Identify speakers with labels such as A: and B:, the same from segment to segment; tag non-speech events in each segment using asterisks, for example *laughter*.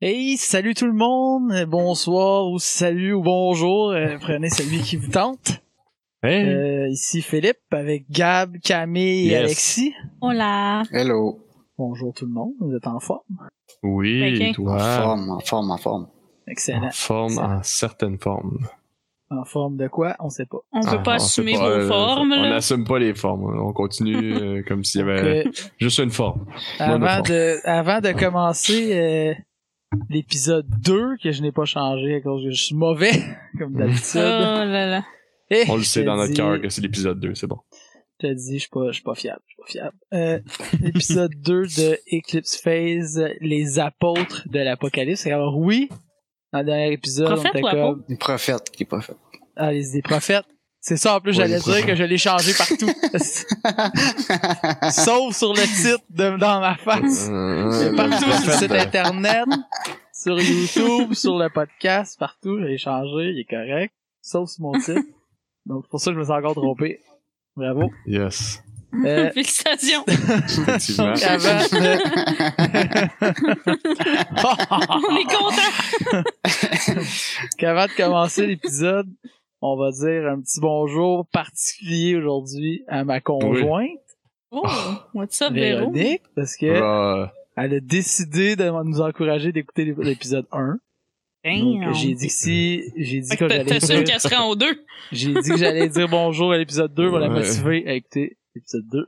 A: Hey, salut tout le monde, bonsoir ou salut ou bonjour, euh, prenez celui qui vous tente.
B: Hey.
A: Euh, ici Philippe avec Gab, Camille et
B: Yes.
A: Alexis.
C: Oh Hola.
D: Hello.
A: Bonjour tout le monde, vous êtes en forme?
B: oui,
C: Fait que-
D: En
B: toi.
D: forme, en forme, en forme.
A: Excellent.
B: En forme, en certaines formes.
A: En forme de quoi? On sait pas.
C: On peut
B: Ah,
C: pas
B: sait
C: assumer
B: pas,
C: vos
B: euh,
C: formes,
B: On
C: là.
B: n'assume pas les formes. hein. On
C: *laughs*
B: continue euh, comme s'il y avait
A: Euh,
B: juste une forme.
A: avant,
B: Monopole.
A: de, avant de commencer euh, l'épisode 2, que je n'ai pas changé à cause que je suis mauvais, *laughs* comme
C: Oh
A: d'habitude.
C: là là.
A: Eh,
B: On le
A: je
B: sait
A: te
B: dans notre
A: dis-
B: cœur que c'est l'épisode 2, c'est bon.
A: Je te dis, je suis pas, je suis pas fiable, je suis pas fiable. Euh, épisode *laughs* 2 de Eclipse Phase, euh, les apôtres de l'Apocalypse. Alors oui, dans le dernier épisode,
C: Prophète
A: on était
C: ou apôtre?
A: comme,
D: Une prophète qui est prophète.
A: ah, les des prophètes. C'est ça, en plus,
B: Ouais,
A: j'allais
B: les
A: dire
B: prophètes.
A: que je l'ai changé
B: *laughs*
A: partout. Sauf sur le titre de, dans ma
C: Ah.
A: face.
B: Euh,
A: Partout sur le
B: prophète,
A: site
B: euh,
A: internet, sur YouTube, sur le podcast, partout, je l'ai changé, il est correct. Sauf sur mon titre. Donc, c'est pour ça, que je me suis encore trompé. Bravo.
C: *laughs*
B: Yes.
A: Euh,
C: Félicitations. *laughs*
B: Effectivement.
A: Donc, avant *laughs* de...
C: on est content.
A: Qu'avant de commencer l'épisode, on va dire un petit bonjour particulier aujourd'hui à ma conjointe,
C: Oh, what's up, Véro?
A: Ah. Véronique, parce que
B: Euh,
A: elle a décidé de nous encourager d'écouter l'ép- l'épisode 1. Donc,
C: Damn.
A: j'ai dit que si, j'ai dit
C: Fait
A: que
C: que T'as
A: j'allais
C: t'as sûr
A: dire,
C: qu'elle serait en deux.
A: j'ai dit que j'allais dire bonjour à l'épisode 2 pour la
B: Ouais.
A: motiver à écouter l'épisode 2.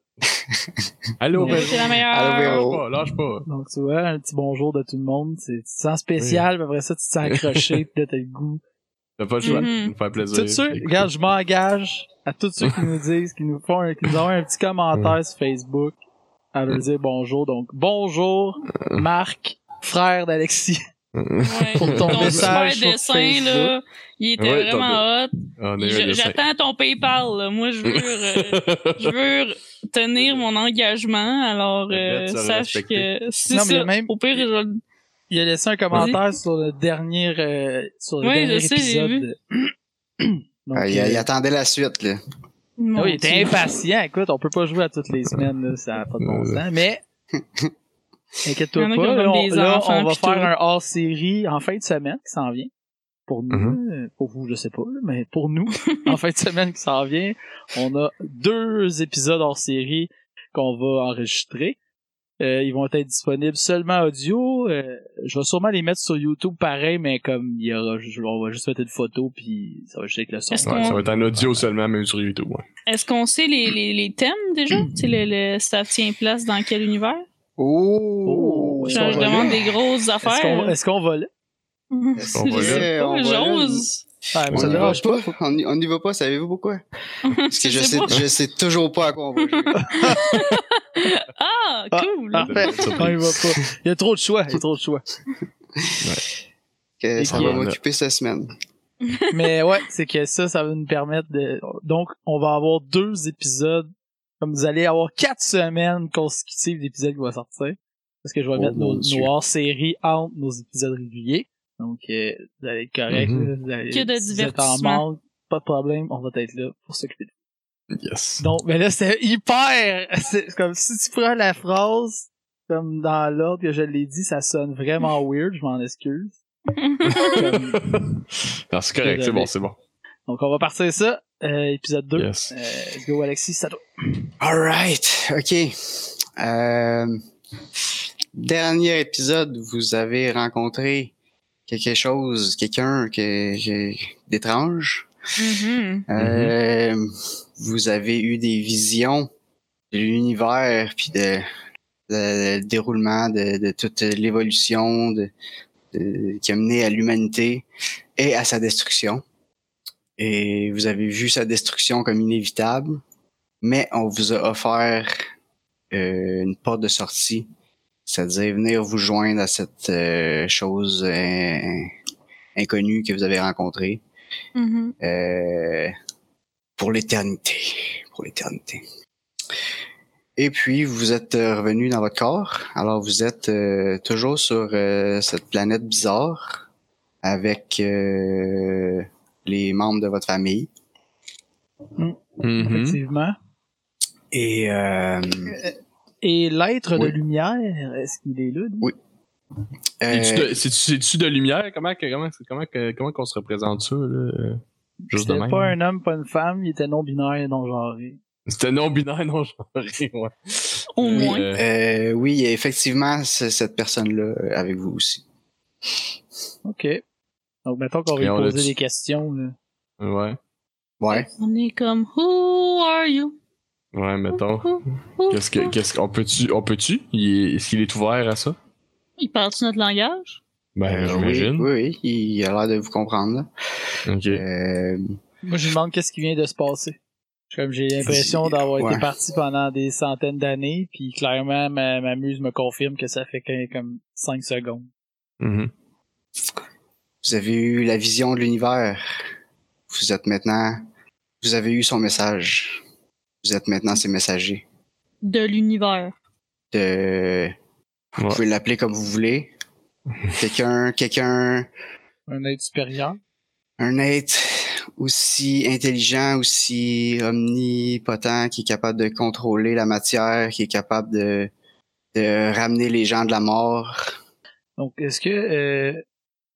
B: Allô,
A: Ouais.
B: Véro.
C: C'est la meilleure.
D: Allô,
B: Lâche pas,
D: Véro.
B: lâche pas.
A: Donc, tu vois, un petit bonjour de tout le monde, c'est, tu te sens spécial, puis après ça, tu te sens
B: *laughs*
A: accroché, puis là, t'as le goût.
B: T'as pas le choix.
C: Mhm.
B: Ça me fait plaisir.
A: Tous ceux,
B: Écoute.
A: regarde, je m'engage à tous ceux qui
B: *laughs*
A: nous disent, qui nous font, un- qui nous ont un petit commentaire sur Facebook à leur dire bonjour. Donc, bonjour,
B: Euh.
A: Marc, frère d'Alexis. *laughs*
C: Ouais.
A: Pour ton message
C: super
A: sur
C: dessin, là, il était
B: Ouais, ton-
C: vraiment hot.
B: *laughs* On a eu un
C: Je-
B: dessin.
C: J'attends ton PayPal. là. Moi, je
A: *laughs*
C: veux, euh, je veux tenir mon engagement. Alors,
B: Le
C: euh,
B: dette sera
C: sache
B: respectée.
C: que c'est
A: Non, mais
C: ça.
A: même- Ah
C: Au pire, je vais
A: Il a laissé un commentaire sur le dernier, euh, sur le
C: Oui,
A: dernier
C: je sais, j'ai
A: épisode.
C: vu.
A: de- *clears throat* Donc,
D: Ah, il, il
A: euh,
D: attendait la suite, là.
C: Mon
A: ah oui, il était
C: Dieu.
A: impatient. Écoute, on peut pas jouer à toutes les semaines, là, ça n'a pas de bon sens, mais... Inquiète-toi
C: Il y en a qui
A: pas,
C: ont
A: là, on,
C: des
A: là,
C: enfants,
A: on va
C: pis
A: faire
C: tout.
A: un hors-série en fin de semaine qui s'en vient. Pour nous,
B: Mhm.
A: euh, pour vous, je sais pas, là, mais pour nous, *laughs* en fin de semaine qui s'en vient, on a deux épisodes hors-série qu'on va enregistrer. Euh, ils vont être disponibles seulement audio. Euh, je vais sûrement les mettre sur YouTube pareil, mais comme il y aura, je- on va juste mettre une photo puis ça va juste être le son.
C: Est-ce
B: *laughs* Ouais,
C: qu'on-
B: ça va être en audio seulement, même sur YouTube. ouais.
C: Est-ce qu'on sait les, les, les thèmes déjà?
B: Hmm.
C: Tu sais, le, le- ça tient place dans quel univers?
D: Oh!
A: Oh,
C: Je,
A: Est-ce qu'on
C: je
A: va
C: demande
A: là?
C: des grosses
A: Est-ce qu'on
C: affaires.
A: est-ce qu'on va là?
C: Je
D: Est-ce
B: qu'on va
C: sais
D: là?
C: pas,
D: On va là?
C: j'ose.
A: Ouais, mais
D: On
A: ça
D: y va
A: dérange
D: pas. On y, on y va pas, savez-vous pourquoi? Parce
C: *laughs*
D: que
C: Je
D: je
C: sais
D: sais,
C: pas.
D: je sais toujours pas à quoi on
A: *laughs*
D: va jouer.
A: Ah,
C: Ah, cool!
A: Parfait. On y va pas. Il y a trop de choix, il y a trop de choix.
D: Que ça
A: Et
D: va
B: puis,
D: m'occuper cette semaine.
A: Mais ouais, c'est que ça, ça va nous permettre de. Donc, on va avoir deux épisodes. Comme vous allez avoir quatre semaines consécutives d'épisodes qui vont sortir. Parce que je vais
D: Oh
A: mettre
D: mon
A: nos,
D: Dieu.
A: nos hors-séries entre nos épisodes réguliers. Donc, euh, vous allez être correct.
B: Mhm.
D: Mm-hmm.
A: là, vous allez-
C: Que de
A: si vous êtes en
C: divertissement.
A: manque, Pas de problème, on va être là pour s'occuper de
B: Yes.
A: donc, mais là, c'était hyper. *laughs* C'est comme si tu prends la phrase comme dans l'ordre que je l'ai dit, ça sonne
B: *laughs*
A: vraiment weird. Je m'en excuse. Comme-
B: Non, c'est correct, c'est bon, c'est bon.
A: donc, on va partir ça. Euh, épisode 2.
B: Yes.
A: Euh, let's go, Alexis. Ça doit...
D: Alright, ok. Euh, dernier épisode, vous avez rencontré quelque chose, quelqu'un que- que- d'étrange.
C: Mhm.
D: Euh, vous avez eu des visions de l'univers, puis de, de- le déroulement de, de toute l'évolution de- de- qui a mené à l'humanité et à sa destruction. Et vous avez vu sa destruction comme inévitable, mais on vous a offert euh, une porte de sortie, c'est-à-dire venir vous joindre à cette euh, chose euh, inconnue que vous avez rencontrée.
C: Mhm.
D: Euh, pour l'éternité. Pour l'éternité. Et puis, vous êtes euh, revenu dans votre corps. Alors, vous êtes euh, toujours sur euh, cette planète bizarre avec euh, les membres de votre famille.
B: Mhm.
A: Effectivement.
D: Et euh,
A: Et l'être de
D: Oui.
A: lumière, est-ce qu'il est là? lui?
D: Oui. Euh,
B: C'est-tu de- C'est-tu c'est-tu de lumière? Comment, que- comment, comment, que- comment qu'on se représente ça, là? euh, Juste de
A: C'était
B: même.
A: pas un homme, pas une femme, il était non-binaire et non-genré.
B: C'était non-binaire, *laughs* non-genré, ouais.
C: Au
D: Oui.
C: moins.
B: Euh,
D: euh, oui, il y a effectivement ce- cette personne-là euh, avec vous aussi.
A: OK. Donc, mettons qu'on va lui
B: Et on l'a
A: poser
B: dit.
A: des questions. là.
B: ouais,
D: Ouais.
C: On est comme Who are you?
B: ouais, mettons.
C: Who, who,
B: Qu'est-ce que,
C: who?
B: qu'est-ce qu'on peut-tu, on peut-tu? Il est- Est-ce qu'il est ouvert à ça?
C: Il parle-tu notre langage?
B: Ben,
D: oui,
B: j'imagine.
D: oui, oui, il a l'air de vous comprendre. là.
B: Ok.
D: Euh,
A: Moi, je lui demande qu'est-ce qui vient de se passer. Comme j'ai l'impression d'avoir
D: Ouais.
A: été parti pendant des centaines d'années, puis clairement, ma, ma muse me confirme que ça fait que- comme 5 secondes.
B: Mhm.
D: vous avez eu la vision de l'univers. Vous êtes maintenant. Vous avez eu son message. Vous êtes maintenant ses messagers.
C: De l'univers.
D: De- Vous
B: Ouais.
D: pouvez l'appeler comme vous voulez. Quelqu'un, quelqu'un,
A: Un être supérieur.
D: un être aussi intelligent, aussi omnipotent, qui est capable de contrôler la matière, qui est capable de, de ramener les gens de la mort.
A: Donc, est-ce que euh,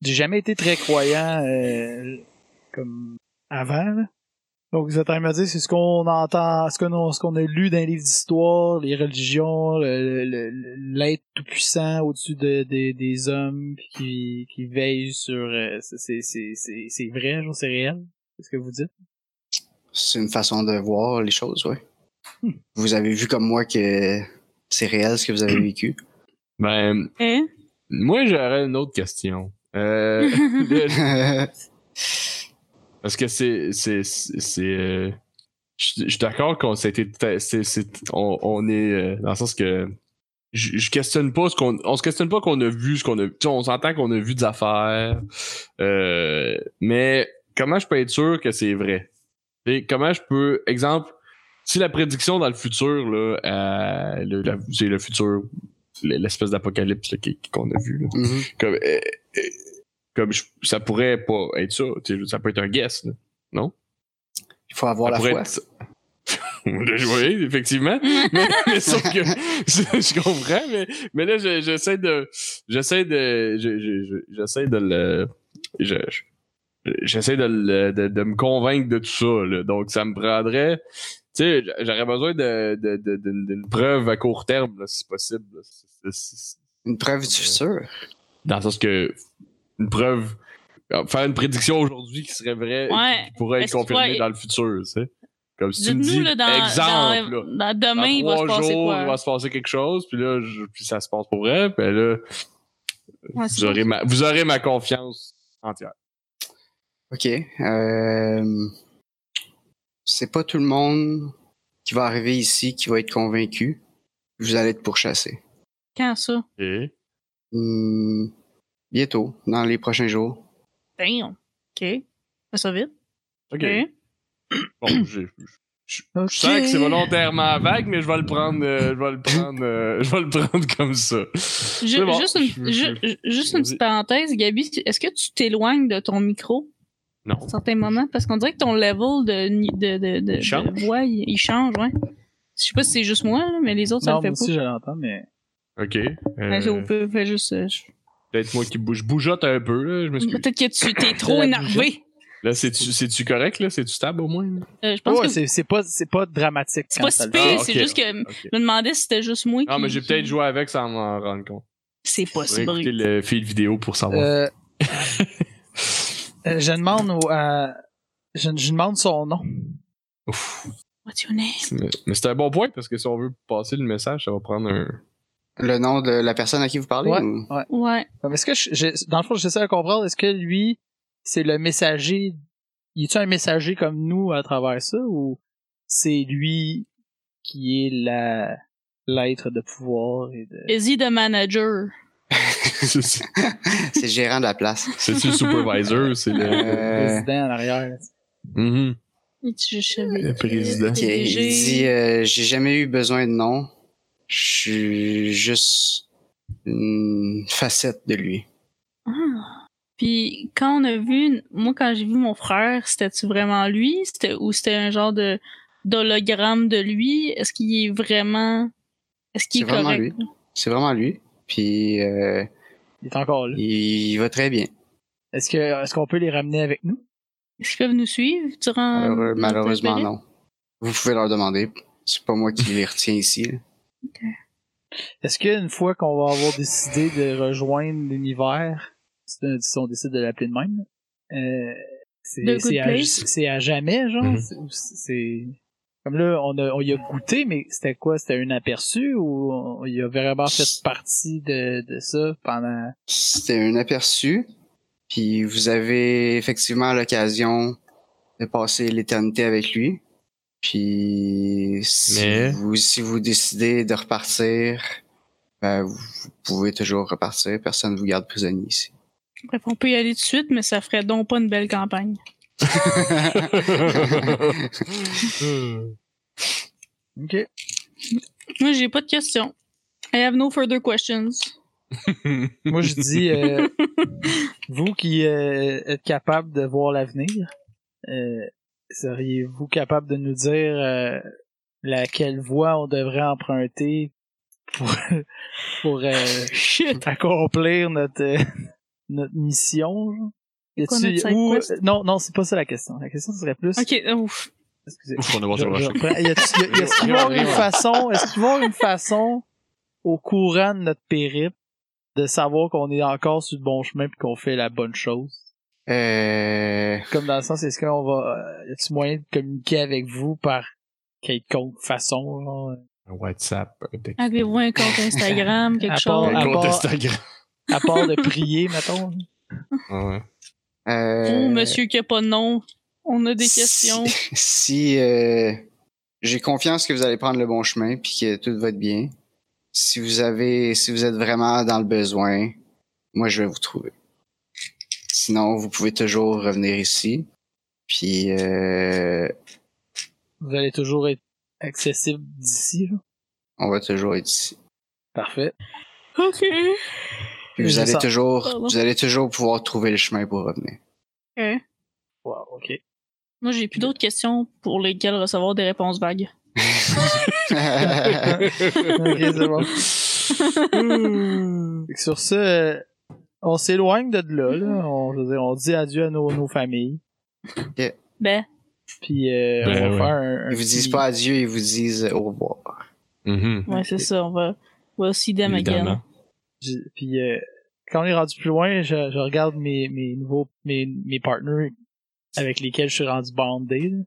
A: j'ai jamais été très croyant euh, comme avant? là. Donc, vous êtes en train de me dire, c'est ce qu'on entend, ce que nous- ce qu'on a lu dans les livres d'histoire, les religions, le- le- le- l'être tout-puissant au-dessus de- des- des hommes puis qui, qui veille sur... euh, c'est- c'est- c'est c'est- c'est vrai, genre, c'est réel? C'est ce que vous dites?
D: C'est une façon de voir les choses, ouais. Vous avez vu comme moi que c'est réel ce que vous avez vécu.
B: Ben,
C: Hein?
B: moi, j'aurais une autre question.
D: *laughs*
B: Euh, le- Parce que c'est. c'est, c'est, c'est, euh, je suis- je suis d'accord qu'on ça a été- c'est, c'est- on, on est euh, dans le sens que je, je questionne pas ce qu'on on se questionne pas qu'on a vu ce qu'on a tu sais, on s'entend qu'on a vu des affaires euh, mais comment je peux être sûr que c'est vrai et comment je peux exemple si la prédiction dans le futur là euh, le, la- c'est le futur l'espèce d'apocalypse là, qui- qu'on a vu là,
D: Mhm.
B: comme euh, euh, comme je- ça pourrait pas être ça tu sais, ça peut être un guess là.
D: Il faut avoir
B: ça
D: la
B: pourrait
D: foi.
B: être *laughs* ça. oui effectivement mais, mais sauf que *laughs* je, je comprends mais, mais là je- j'essaie de j'essaie de je- je- je- j'essaie de le je- je- j'essaie de, le- de, de me convaincre de tout ça là. donc ça me prendrait tu sais j'aurais besoin de, de, de- d'une- d'une preuve à court terme là, si possible là. C'est- c'est-
D: Une preuve du
B: Ouais.
D: futur.
B: dans le sens que une preuve euh, faire une prédiction aujourd'hui qui serait vraie
C: Ouais.
B: et qui pourrait être
C: Est-ce que tu
B: confirmée
C: vois-
B: dans le futur tu sais comme si Euh, tu me dis
C: Dites-nous, là, dans,
B: exemple là,
C: dans, dans demain, il
B: dans
C: va se
B: trois
C: passer
B: jours
C: quoi?
B: il va se passer quelque chose puis là je- puis ça se passe pour vrai puis là
C: Ouais, Ah, c'est
B: vous aurez ma vous aurez ma confiance entière
D: OK. Euh, c'est pas tout le monde qui va arriver ici qui va être convaincu. Vous allez être pourchassé.
C: Quand ça?
B: et
D: Hmm, Bientôt, dans les prochains jours.
C: Damn. OK. Ça, ça vite.
B: ok,
C: OK.
B: bon j'ai je sens que c'est volontairement vague, mais je vais le prendre, euh, je vais le prendre, euh, *laughs* je vais le prendre comme ça.
C: Ju-
B: C'est bon.
C: Juste une,
B: Je-
C: ju- ju- juste une
B: Vas-y.
C: petite parenthèse, Gabi. Est-ce que tu t'éloignes de ton micro
B: Non.
C: à certains moments? Parce qu'on dirait que ton level de, ni- de, de, de,
B: Il change.
C: de voix, il, il change, ouais. Je sais pas si c'est juste moi, là, mais les autres, ça
A: Non,
C: le fait
A: moi
C: pas.
A: aussi, je l'entends, mais...
B: Ok.
C: Ouais, ça,
B: euh,
C: on peut- fait juste. euh, je-
B: Peut-être moi qui bouge, bougeotte un peu là, je m'excuse.
C: Peut-être que
B: *laughs*
C: tu t'es trop
A: La
C: énervé.
B: Là, c'est-tu c'est-tu correct, là? C'est-tu stable au moins? là?
C: Euh, je pense
A: Ouais,
C: que
A: c'est c'est pas, c'est pas dramatique.
C: c'est
A: quand
C: pas
A: ça
C: si
A: le
C: pire,
A: fait.
B: Ah,
C: c'est
B: ok.
C: juste que
B: Ok.
C: je me demandais si c'était juste moi qui.
B: Ah, mais j'ai
C: qui- *laughs*
B: peut-être joué avec sans m'en rendre compte.
C: C'est
B: J'ai
C: possible.
B: écouté le fil vidéo pour savoir.
A: Euh, euh, je demande au- à- je, je demande son nom.
B: Ouf.
C: What's your name?
B: Mais, mais c'est un bon point parce que si on veut passer le message, ça va prendre un.
D: Le nom de la personne à qui vous parlez? ou-
C: Ouais.
A: Comme, Est-ce que je- je- dans le fond, j'essaie de comprendre, est-ce que lui, c'est le messager, il est un messager comme nous à travers ça, ou c'est lui qui est la, l'être de pouvoir et de...
C: Is he the manager?
B: C'est- *laughs* c'est-
D: C'est le gérant de la place.
B: C'est-tu le supervisor? C'est le.
D: Euh,
A: président en arrière.
B: Mhm.
C: Je savais.
B: Le président.
D: Ok, il
C: PDG.
D: dit euh, j'ai jamais eu besoin de nom. Je suis juste une facette de lui.
C: Ah. Puis quand on a vu, moi quand j'ai vu mon frère, c'était-tu vraiment lui? C'était, ou c'était un genre de d'hologramme de lui? Est-ce qu'il est vraiment. Est-ce qu'il est,
D: C'est vraiment
C: correct?
D: C'est vraiment lui. Puis euh,
A: Il est encore là.
D: Il va très bien.
A: Est-ce que est-ce qu'on peut les ramener avec nous?
C: Est-ce qu'ils peuvent nous suivre durant.
D: Malheureux-
C: notre
D: Euh, malheureusement,
C: période?
D: non. Vous pouvez leur demander. C'est pas moi qui les retiens ici. là.
A: Est-ce qu'une fois qu'on va avoir décidé de rejoindre l'univers, c'est un- si on décide de l'appeler de même, euh, c'est
C: The
A: c'est
C: Good
A: à,
C: Place?
A: c'est à jamais, genre?
B: Mhm.
A: c'est- ou C'est... Comme là, on, a, on y a goûté, mais c'était quoi? C'était un aperçu ou on, il a vraiment fait partie de, de ça pendant...
D: C'était un aperçu. Puis vous avez effectivement l'occasion de passer l'éternité avec lui. Puis si,
B: Mais-
D: vous, si vous décidez de repartir, ben, vous vous pouvez toujours repartir. Personne ne vous garde prisonnier ici.
C: Bref, on peut y aller tout de suite, mais ça ferait donc pas une belle campagne.
B: Euh, *laughs*
A: OK.
C: Moi, j'ai pas de questions. I have no further questions.
A: Moi, je dis, euh, vous qui euh, êtes capable de voir l'avenir, euh, seriez-vous capable de nous dire euh, laquelle voie on devrait emprunter pour, *laughs* pour euh,
C: Shit.
A: accomplir notre, *laughs* euh, notre mission? genre? Y
C: quoi
A: a-tu-
C: notre side
A: ou-
C: quest?
A: non, non, c'est pas ça la question. La question serait plus.
C: *laughs* Ok, ouf.
A: Excusez.
B: Ouf, on a
A: Je-
B: mangé
A: je
B: le rocher.
A: reprends. Y a- y a- Est-ce qu'il va y avoir une façon, est-ce qu'il va y avoir une façon au courant de notre périple de savoir qu'on est encore sur le bon chemin puis qu'on fait la bonne chose?
D: Euh,
A: Comme dans le sens, est-ce qu'on va, euh, y a-t-il moyen de communiquer avec vous par quelconque façon, genre?
B: *laughs*
A: euh,
B: Un WhatsApp, un texte.
C: Avez-vous un
A: *laughs*
C: compte Instagram, quelque
A: À
C: chose?
A: part-
B: Un compte
A: part-
B: Instagram.
A: à part de prier, mettons?
B: Ah Ouais.
D: euh,
C: Oh, monsieur qui a pas de nom. On a des
D: si-
C: questions.
D: *laughs* Si euh, j'ai confiance que vous allez prendre le bon chemin puis que tout va être bien. Si vous avez, si vous êtes vraiment dans le besoin, moi je vais vous trouver. Sinon, vous pouvez toujours revenir ici. Puis euh,
A: Vous allez toujours être accessible d'ici, là?
D: on va toujours être ici.
A: Parfait.
C: Ok.
D: Puis vous
A: Je
D: allez
A: sens-
D: toujours,
C: Pardon.
D: vous allez toujours pouvoir trouver le chemin pour revenir.
B: *laughs*
C: Ok.
A: Wow, ok.
C: Moi, j'ai plus d'autres questions pour lesquelles recevoir des réponses vagues.
A: ok, c'est bon. Fait que Sur ce, euh, on s'éloigne de là, là. On, je veux dire, on dit adieu à nos, nos familles.
C: Ben,
A: Puis euh,
B: Ben
A: on va
B: ouais.
A: faire un. un
D: ils vous disent
A: petit-
D: pas adieu, ils vous disent au revoir.
B: Mhm.
C: ouais, c'est ça. On va. We'll see them again.
B: Évidemment.
A: j- Puis euh, quand on est rendu plus loin, je, je regarde mes, mes nouveaux. Mes, mes partners avec lesquels je suis rendu bandé.
B: *laughs*
A: là.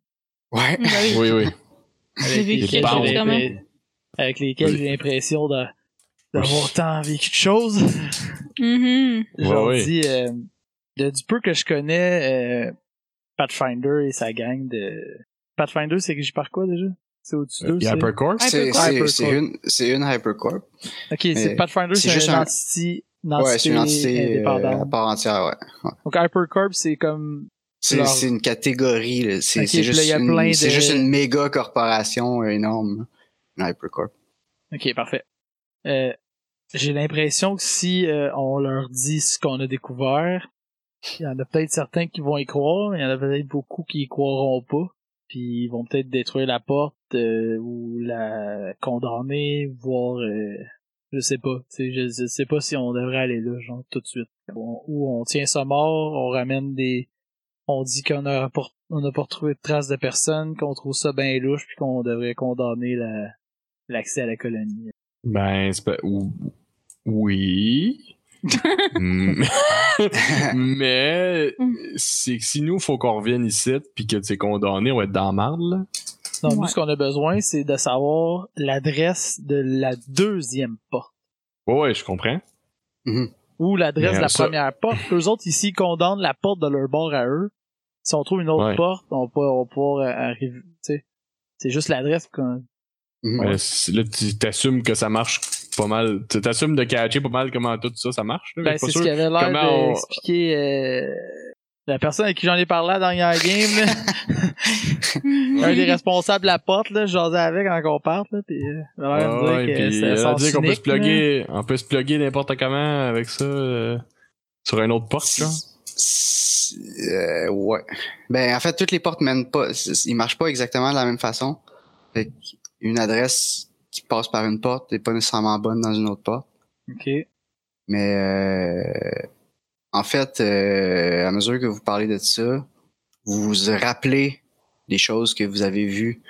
D: Ouais.
C: Ben oui.
B: Ah Oui, *laughs* oui.
A: Avec
C: vécu
A: lesquels
B: quelque
A: j'ai
B: chose
A: l'impr-
B: comment?
A: avec lesquels
B: Oui.
A: j'ai l'impression de- d'avoir tant vécu de choses. *laughs*
C: Mhm.
B: Ouais,
A: Genre
B: ouais.
A: dit, euh, de- du peu que je connais euh, Pathfinder et sa gang de. Pathfinder, c'est que j'y pars quoi déjà C'est au-dessus d'eux
B: Il y a
A: c'est-
B: Hypercore?
D: C'est
A: Hypercorp.
D: c'est- c'est une, c'est une Hypercorp.
A: Ok, c'est Pathfinder,
D: c'est
A: c'est
D: juste
A: une,
D: un-
A: entité, une
D: Ouais, c'est
A: entité
D: une entité euh, à
A: indépendante.
D: part entière, ouais.
A: Donc Hypercorp, c'est comme.
D: C'est
A: Leur-
D: c'est une catégorie, là. C'est
A: Ok,
D: c'est
A: puis là,
D: juste,
A: il y a
D: une-
A: plein
D: c'est
A: de-
D: juste une méga corporation énorme, une Hypercorp.
A: Ok, parfait. Euh, J'ai l'impression que si euh, on leur dit ce qu'on a découvert, il y en a peut-être certains qui vont y croire, il y en a peut-être beaucoup qui y croiront pas, puis ils vont peut-être détruire la porte euh, ou la condamner, voire euh, je sais pas. tu sais, Je, je sais pas si on devrait aller là, genre tout de suite. On- ou on tient ça mort, on ramène des, on dit qu'on n'a pas, on n'a pas retrouvé de traces de personne, qu'on trouve ça bien louche, puis qu'on devrait condamner la l'accès à la colonie.
B: Ben, c'est pas. ou- Oui. Mm. *laughs* Mais c'est que si nous, faut qu'on revienne ici, puis que tu es condamné, on va être dans la marde, là.
A: Non, nous,
C: Ouais.
A: ce qu'on a besoin, c'est de savoir l'adresse de la deuxième porte.
B: Ouais, ouais, je comprends.
A: Ou l'adresse
B: Mais,
A: de la
B: euh, ça-
A: première porte. Eux autres, ici, ils condamnent la porte de leur bord à eux. Si on trouve une autre
B: Ouais.
A: porte, on va, on va pouvoir euh, arriver. tu sais. C'est juste l'adresse qu'on.
D: Mhm.
B: Mais c'est- là, tu t'assumes que ça marche pas mal. Tu t'assumes de catcher pas mal comment tout ça, ça marche. là.
A: Ben,
B: Je suis
A: c'est
B: pas
A: ce
B: sûr.
A: qu'il avait l'air
B: Comment on-
A: d'expliquer euh, la personne avec qui j'en ai parlé à la dernière game.
B: *laughs*
A: là. un des responsables de la porte, là, je jasais avec avant qu'on parte, là, pis, euh, il a l'air de
B: Ouais,
A: me dire
B: ouais,
A: que
B: puis
A: c'est
B: elle a
A: sens
B: dit qu'on peut se
A: unique, là.
B: plugger, on peut se plugger n'importe comment avec ça euh, sur une autre porte, genre.
D: C'est- euh, ouais. Ben, en fait, toutes les portes mènent pas, c'est- ils marchent pas exactement de la même façon. Fait qu'une adresse qui passe par une porte n'est pas nécessairement bonne dans une autre porte.
A: Ok.
D: Mais euh, en fait, euh, à mesure que vous parlez de ça, vous vous rappelez des choses que vous avez vues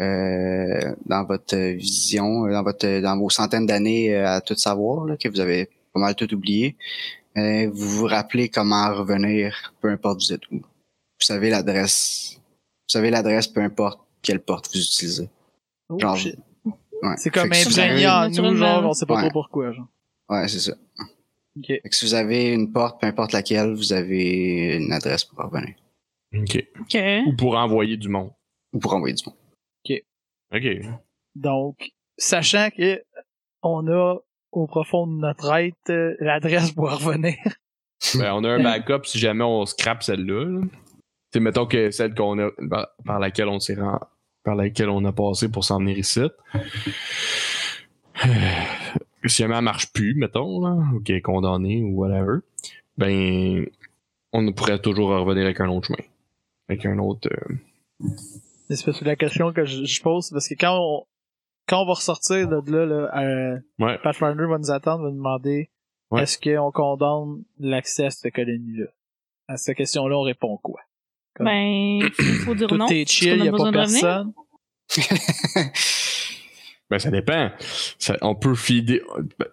D: euh, dans votre vision, dans votre dans vos centaines d'années euh, à tout savoir, là, que vous avez pas mal tout oublié. Mais vous vous rappelez comment revenir, peu importe vous êtes où. Vous savez l'adresse. Vous savez l'adresse, peu importe quelle porte vous utilisez.
A: Oh,
D: Genre,
A: shit.
D: ouais.
A: C'est comme
D: Fait que si vous
A: imprégné
D: avez-
A: en nous, genre, on sait pas
D: Ouais.
A: trop pourquoi, genre.
D: Ouais, c'est ça.
A: Ok.
D: Fait que si vous avez une porte, peu importe laquelle, vous avez une adresse pour revenir.
B: OK.
C: OK.
B: Ou pour envoyer du monde.
D: Ou pour envoyer du monde.
B: OK.
A: Donc, sachant que on a au profond de notre être euh, l'adresse pour revenir. *laughs*
B: Ben, on a un backup si jamais on scrape celle-là. là. C'est mettons que celle qu'on a par, par laquelle on s'est rend- par laquelle on a passé pour s'en venir ici. *sighs* si jamais elle marche plus, mettons, là, ou qu'elle est condamnée ou whatever, ben on pourrait toujours revenir avec un autre chemin. Avec un autre. euh,
A: Mais C'est parce que la question que je, je pose, c'est parce que quand on, quand on va ressortir de là, là euh,
B: Ouais.
A: Pathfinder va nous attendre, va nous demander
B: Ouais.
A: est-ce qu'on condamne l'accès à cette colonie-là? À cette question-là, on répond quoi? Comme-
C: Ben, faut dire
A: Tout
C: non.
A: est
C: parce
A: chill,
C: qu'on
A: y a pas
C: besoin de revenir.
A: personne.
B: Ben ça dépend. Ça- on peut feeder.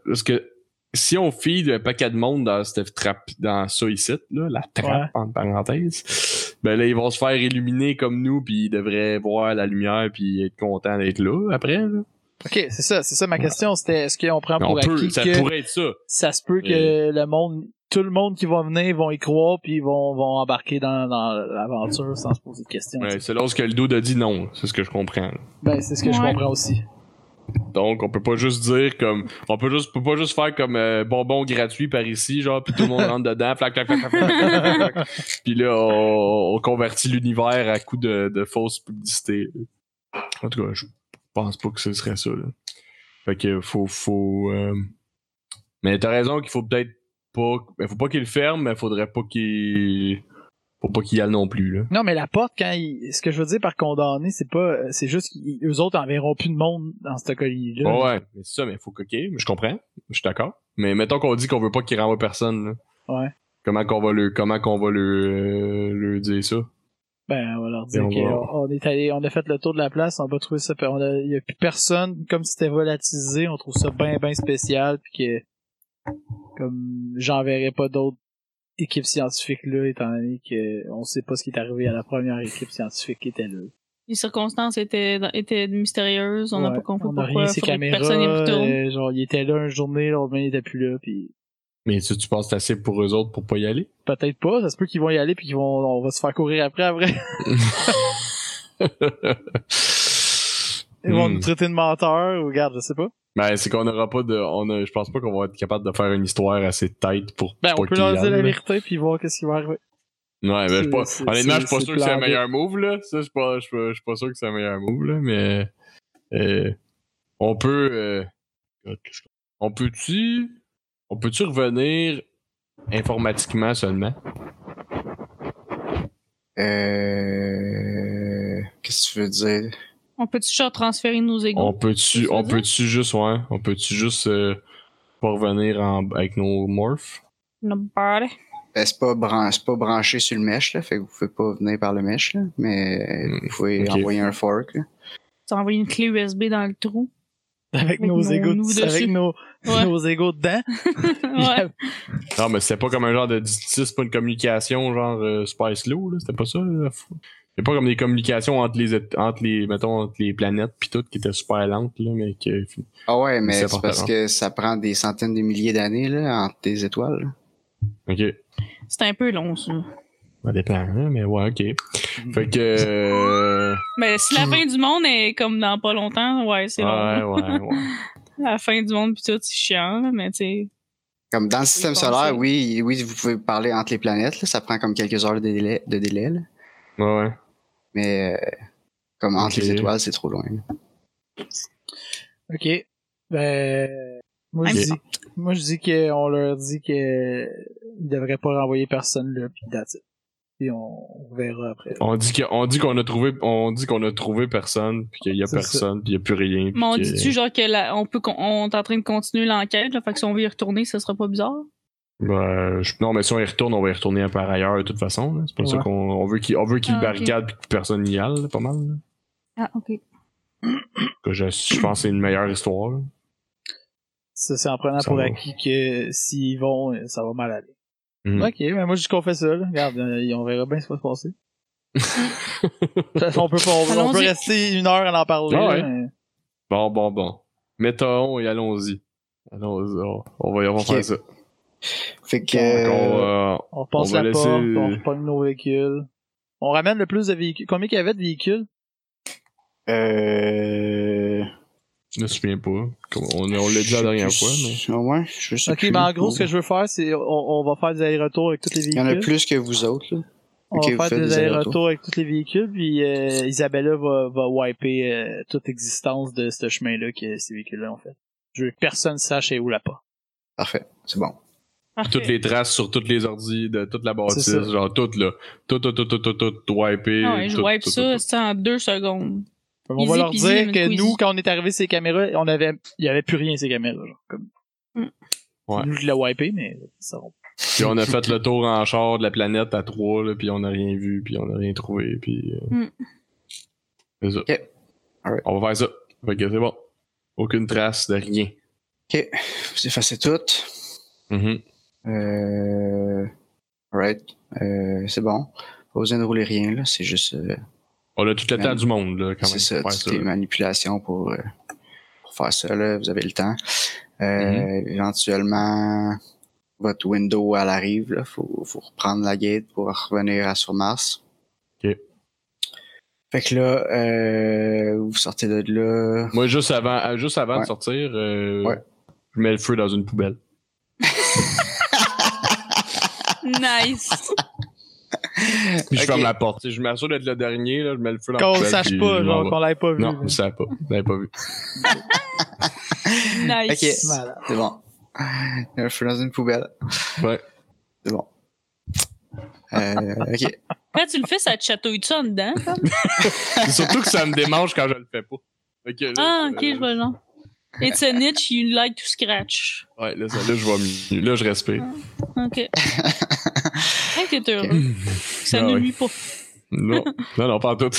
B: Parce que si on feed un paquet de monde dans cette trappe, dans ça ici, là, la trappe
A: Ouais.
B: entre parenthèses, ben là, ils vont se faire illuminer comme nous, puis ils devraient voir la lumière puis être contents d'être là après. là.
A: Ok, c'est ça, c'est ça ma question, c'était est-ce qu'on prend
B: Mais on
A: Ah, pour acquis
B: peut, ça
A: que
B: pourrait être ça.
A: ça se peut que le monde, tout le monde qui va venir, vont y croire, puis ils vont, vont embarquer dans, dans l'aventure sans se poser de questions.
B: Ouais, c'est lorsque le dos a dit non, c'est ce que je comprends. là.
A: Ben, c'est ce que je
C: Ouais.
A: comprends aussi.
B: Donc on peut pas juste dire comme on peut juste peut pas juste faire comme euh, bonbon gratuit par ici genre puis tout le monde rentre dedans flac flac flac flac, flac, flac, flac, flac, flac. puis là on, on convertit l'univers à coup de, de fausse publicité. En tout cas, je pense pas que ce serait ça là. Fait que faut faut euh, mais t'as raison qu'il faut peut-être pas mais faut pas qu'il le ferme, mais faudrait pas qu'il faut pas qu'il y aille non plus là.
A: Non, mais la porte, quand ils... ce que je veux dire par condamné, c'est pas, euh, c'est juste qu'eux autres enverront plus de monde dans cette colonie-là.
B: Ouais, ouais, mais c'est ça, mais faut que, ok, je comprends, je suis d'accord. Mais mettons qu'on dit qu'on veut pas qu'il renvoie personne, là.
A: Ouais.
B: Comment qu'on va le, comment qu'on va le, euh, le dire ça?
A: Ben, on va leur dire
B: Et on
A: qu'on
B: va-
A: on est allé, on a fait le tour de la place, on va trouver ça, on a, il y a plus personne, comme c'était volatilisé, on trouve ça bien, bien spécial, puis que, comme, j'enverrai pas d'autres équipes scientifiques là, étant donné que on sait pas ce qui est arrivé à la première équipe scientifique qui était là.
C: Les circonstances étaient, étaient mystérieuses. On n'a
A: Ouais,
C: pas compris
A: on a
C: pourquoi.
A: rien ses
C: faudrait que
A: caméras,
C: personne y retourne.
A: euh, genre, il était là une journée, l'autre journée, il était plus là, puis
B: Mais tu, tu penses que c'est assez pour eux autres pour pas y aller? *laughs*
A: Peut-être pas, ça se peut qu'ils vont y aller puis qu'ils vont on va se faire courir après après. *laughs* Ils vont
B: Hmm.
A: nous traiter de menteurs ou regarde, je sais pas.
B: Ben, c'est qu'on aura pas de, on a, je pense pas qu'on va être capable de faire une histoire assez tête pour
A: Ben
B: pas
A: on peut
B: qu'il y
A: leur
B: aille,
A: dire la
B: là.
A: vérité puis voir qu'est-ce qui va arriver.
B: Ouais, ben, je suis pas,
A: C'est- c'est-
B: honnêtement, je
A: c'est-
B: suis pas
A: c'est
B: sûr que c'est le
A: plan B.
B: meilleur move, là. Ça, je suis pas, je suis pas- je suis pas sûr que c'est le meilleur move, là, mais, euh, on peut, euh, God, qu'est-ce qu'on- on peut-tu, on peut-tu revenir informatiquement seulement?
D: Euh... Qu'est-ce que tu veux dire?
C: On peut-tu genre transférer nos
B: On
C: égaux?
B: peut-tu,
C: ça
B: on
C: veut dire?
B: peut-tu juste, ouais, on peut-tu juste, euh, pas revenir en- avec nos morphs?
C: Nobody.
D: Ben, c'est pas, bran... c'est pas branché sur le mesh, là, fait que vous pouvez pas venir par le mesh, là, mais
B: Hmm,
D: vous pouvez
B: ok.
D: envoyer un fork. là.
C: T'as envoyé une clé USB dans le
A: *laughs*
C: trou.
A: Avec nos
C: nos
A: égaux
C: nous
A: avec
C: dessus.
A: nos
C: *laughs* Ouais.
A: nos égaux dedans.
C: ouais.
B: Non, mais c'était pas comme un genre de, c'est pas une communication genre euh, super slow, là. C'était pas ça, là. Faut- C'est pas comme des communications entre les, ét- entre les, mettons, entre les planètes pis tout qui étaient super lentes, là, mais que,
D: Ah ouais, mais
B: C'est
D: c'est parce
B: important.
D: que ça prend des centaines de milliers d'années, là, entre des étoiles. là.
B: ok.
C: C'est un peu long, ça.
B: Ça dépend, hein, mais ouais, ok. Fait que, euh,
C: Mais Ben, si la fin du monde est comme dans pas longtemps, ouais, *laughs* c'est
B: ouais,
C: long.
B: ouais, ouais.
C: La fin du monde pis tout, c'est chiant, là, mais tu sais.
D: Comme dans le système
C: penser.
D: solaire, oui, oui, vous pouvez parler entre les planètes, là, ça prend comme quelques heures de délai, de délai là.
B: Ouais, ouais.
D: mais euh, comme entre
B: Ok.
D: les étoiles, c'est trop loin. là.
A: *laughs* OK. Ben moi je
B: Ok.
A: dis moi je dis qu'on leur dit que ils devraient pas renvoyer personne là puis that's it. Puis on, on verra après.
B: On dit qu'on dit qu'on a trouvé on dit qu'on a trouvé personne puis qu'il y a
A: C'est ça.
B: personne puis il y a plus rien. puis
C: Mais on
B: que-
C: dit-tu genre que la- on peut con- on est en train de continuer l'enquête, là, fait que si on veut y retourner, ce sera pas bizarre.
B: Ben, je- non mais si on y retourne, on va y retourner par ailleurs de toute façon. là. C'est pour ça
A: Ouais.
B: qu'on on veut qu'il on veut qu'il
C: Ah, ok.
B: barricade puis que personne n'y aille, là, pas mal. là.
C: Ah, ok.
B: Que je, je pense que c'est une meilleure histoire. là.
A: Ça, c'est en prenant
B: Ça
A: pour
B: va.
A: acquis que s'ils vont, euh, ça va mal aller.
B: Mhm.
A: Ok, ben moi, je dis qu'on fait ça, là. Regarde, euh, on verra bien ce qui va se passer. on peut,
B: *laughs*
A: pas- on, on peut
C: Allons-y.
A: rester une heure à en parler.
B: Ah
A: là,
B: ouais.
A: mais-
B: Bon bon bon. Mettons et allons-y. Allons-y, on, on va y on va
D: Ok.
B: faire ça.
D: Fait que.
B: Donc, on,
D: euh,
B: euh,
A: On repasse
B: On va
A: la
B: laisser-
A: porte, on repogne nos véhicules. On ramène le plus de véhicules. Combien qu'il y avait de véhicules?
D: euh,
B: je me souviens pas. Comme On, on l'a dit la dernière
D: je- Ah
B: fois, mais.
D: Ouais, je sais
A: Ok,
D: plus.
A: mais en gros, ce que je veux faire, c'est on, on va faire des allers-retours avec tous les
D: Il y en a
A: véhicules.
D: plus que vous autres, là.
A: On
D: ok, vous
A: va faire
D: faites
A: des
D: des
A: allers-retours
D: allers-retours.
A: avec tous les véhicules, puis euh, Isabella va, va wiper euh, toute existence de ce chemin-là que ces véhicules-là ont fait. Je veux que personne sache est où la porte.
D: Parfait, c'est bon.
C: Parfait.
B: toutes les traces sur toutes les ordis de toute la
A: C'est ça.
B: bâtisse, genre tout là. Tout, tout, tout, tout, tout, tout, tout wipé.
C: Ah ouais, je
B: tout,
C: wipe
B: tout,
C: ça,
B: tout, tout.
C: c'est en deux secondes.
A: On
C: Easy
A: va leur
C: peasy,
A: dire
C: lemon
A: que
C: squeezy.
A: nous, quand on est arrivé ces caméras, on avait, il y avait plus rien ces caméras. Genre, comme...
C: Mm.
B: Ouais.
A: Nous, je l'ai wipé, mais ça va.
B: Puis on a fait le tour en char de la planète à trois, là, puis on a rien vu, puis on a rien trouvé, puis. euh,
C: Mm.
B: C'est ça.
D: Ok. Alright.
B: On va faire ça. Fait que c'est bon. Aucune trace de rien.
D: Ok, vous effacez tout.
B: Mhm.
D: Euh... Right, euh, c'est bon. Pas besoin de rouler rien, là. C'est juste. euh,
B: On a tout le
D: Ouais.
B: temps du monde, là, quand même.
D: Ben, C'est ça,
B: pour faire
D: toutes les
B: là.
D: manipulations pour, euh, pour faire ça, là, vous avez le temps.
B: Mhm.
D: Euh, Éventuellement, votre window, elle arrive, là, faut, faut reprendre la gate pour revenir à sur Mars.
B: Ok.
D: Fait que là, euh, vous sortez de là.
B: Moi, juste avant, euh, juste avant de
D: Ouais.
B: sortir, euh,
D: Ouais.
B: je mets le feu dans une poubelle.
C: *laughs* Nice!
B: Puis je
D: Ok.
B: ferme la porte. Tu sais, Je m'assure d'être le dernier, là, je mets le feu dans la
A: Qu'on
B: poubelle.
A: le sache
B: puis
A: pas,
B: je m'en
A: genre,
B: vais.
A: qu'on l'ait pas vu.
B: Non,
A: là.
B: je savais pas. Je l'avais pas vu.
C: nice!
D: Ok.
A: Malade.
D: C'est bon. Je suis dans une poubelle.
B: Ouais.
D: C'est bon. Euh, ok.
C: Quand tu le fais, ça te chatouille-tu en dedans?
B: *laughs*
C: comme?
B: C'est surtout que ça me démange quand je le fais pas. Fait que là,
C: Ah,
B: euh,
C: ok, je vois le genre. It's a niche, you like to scratch.
B: Ouais, là, ça- là, je vois mieux. Là, je respecte.
C: Ok. Ah, t'es heureux. Ça
B: Ah
C: ne
B: ouais. *laughs*
C: nuit pas.
B: Non, non, non, pas
A: *laughs*
B: en tout.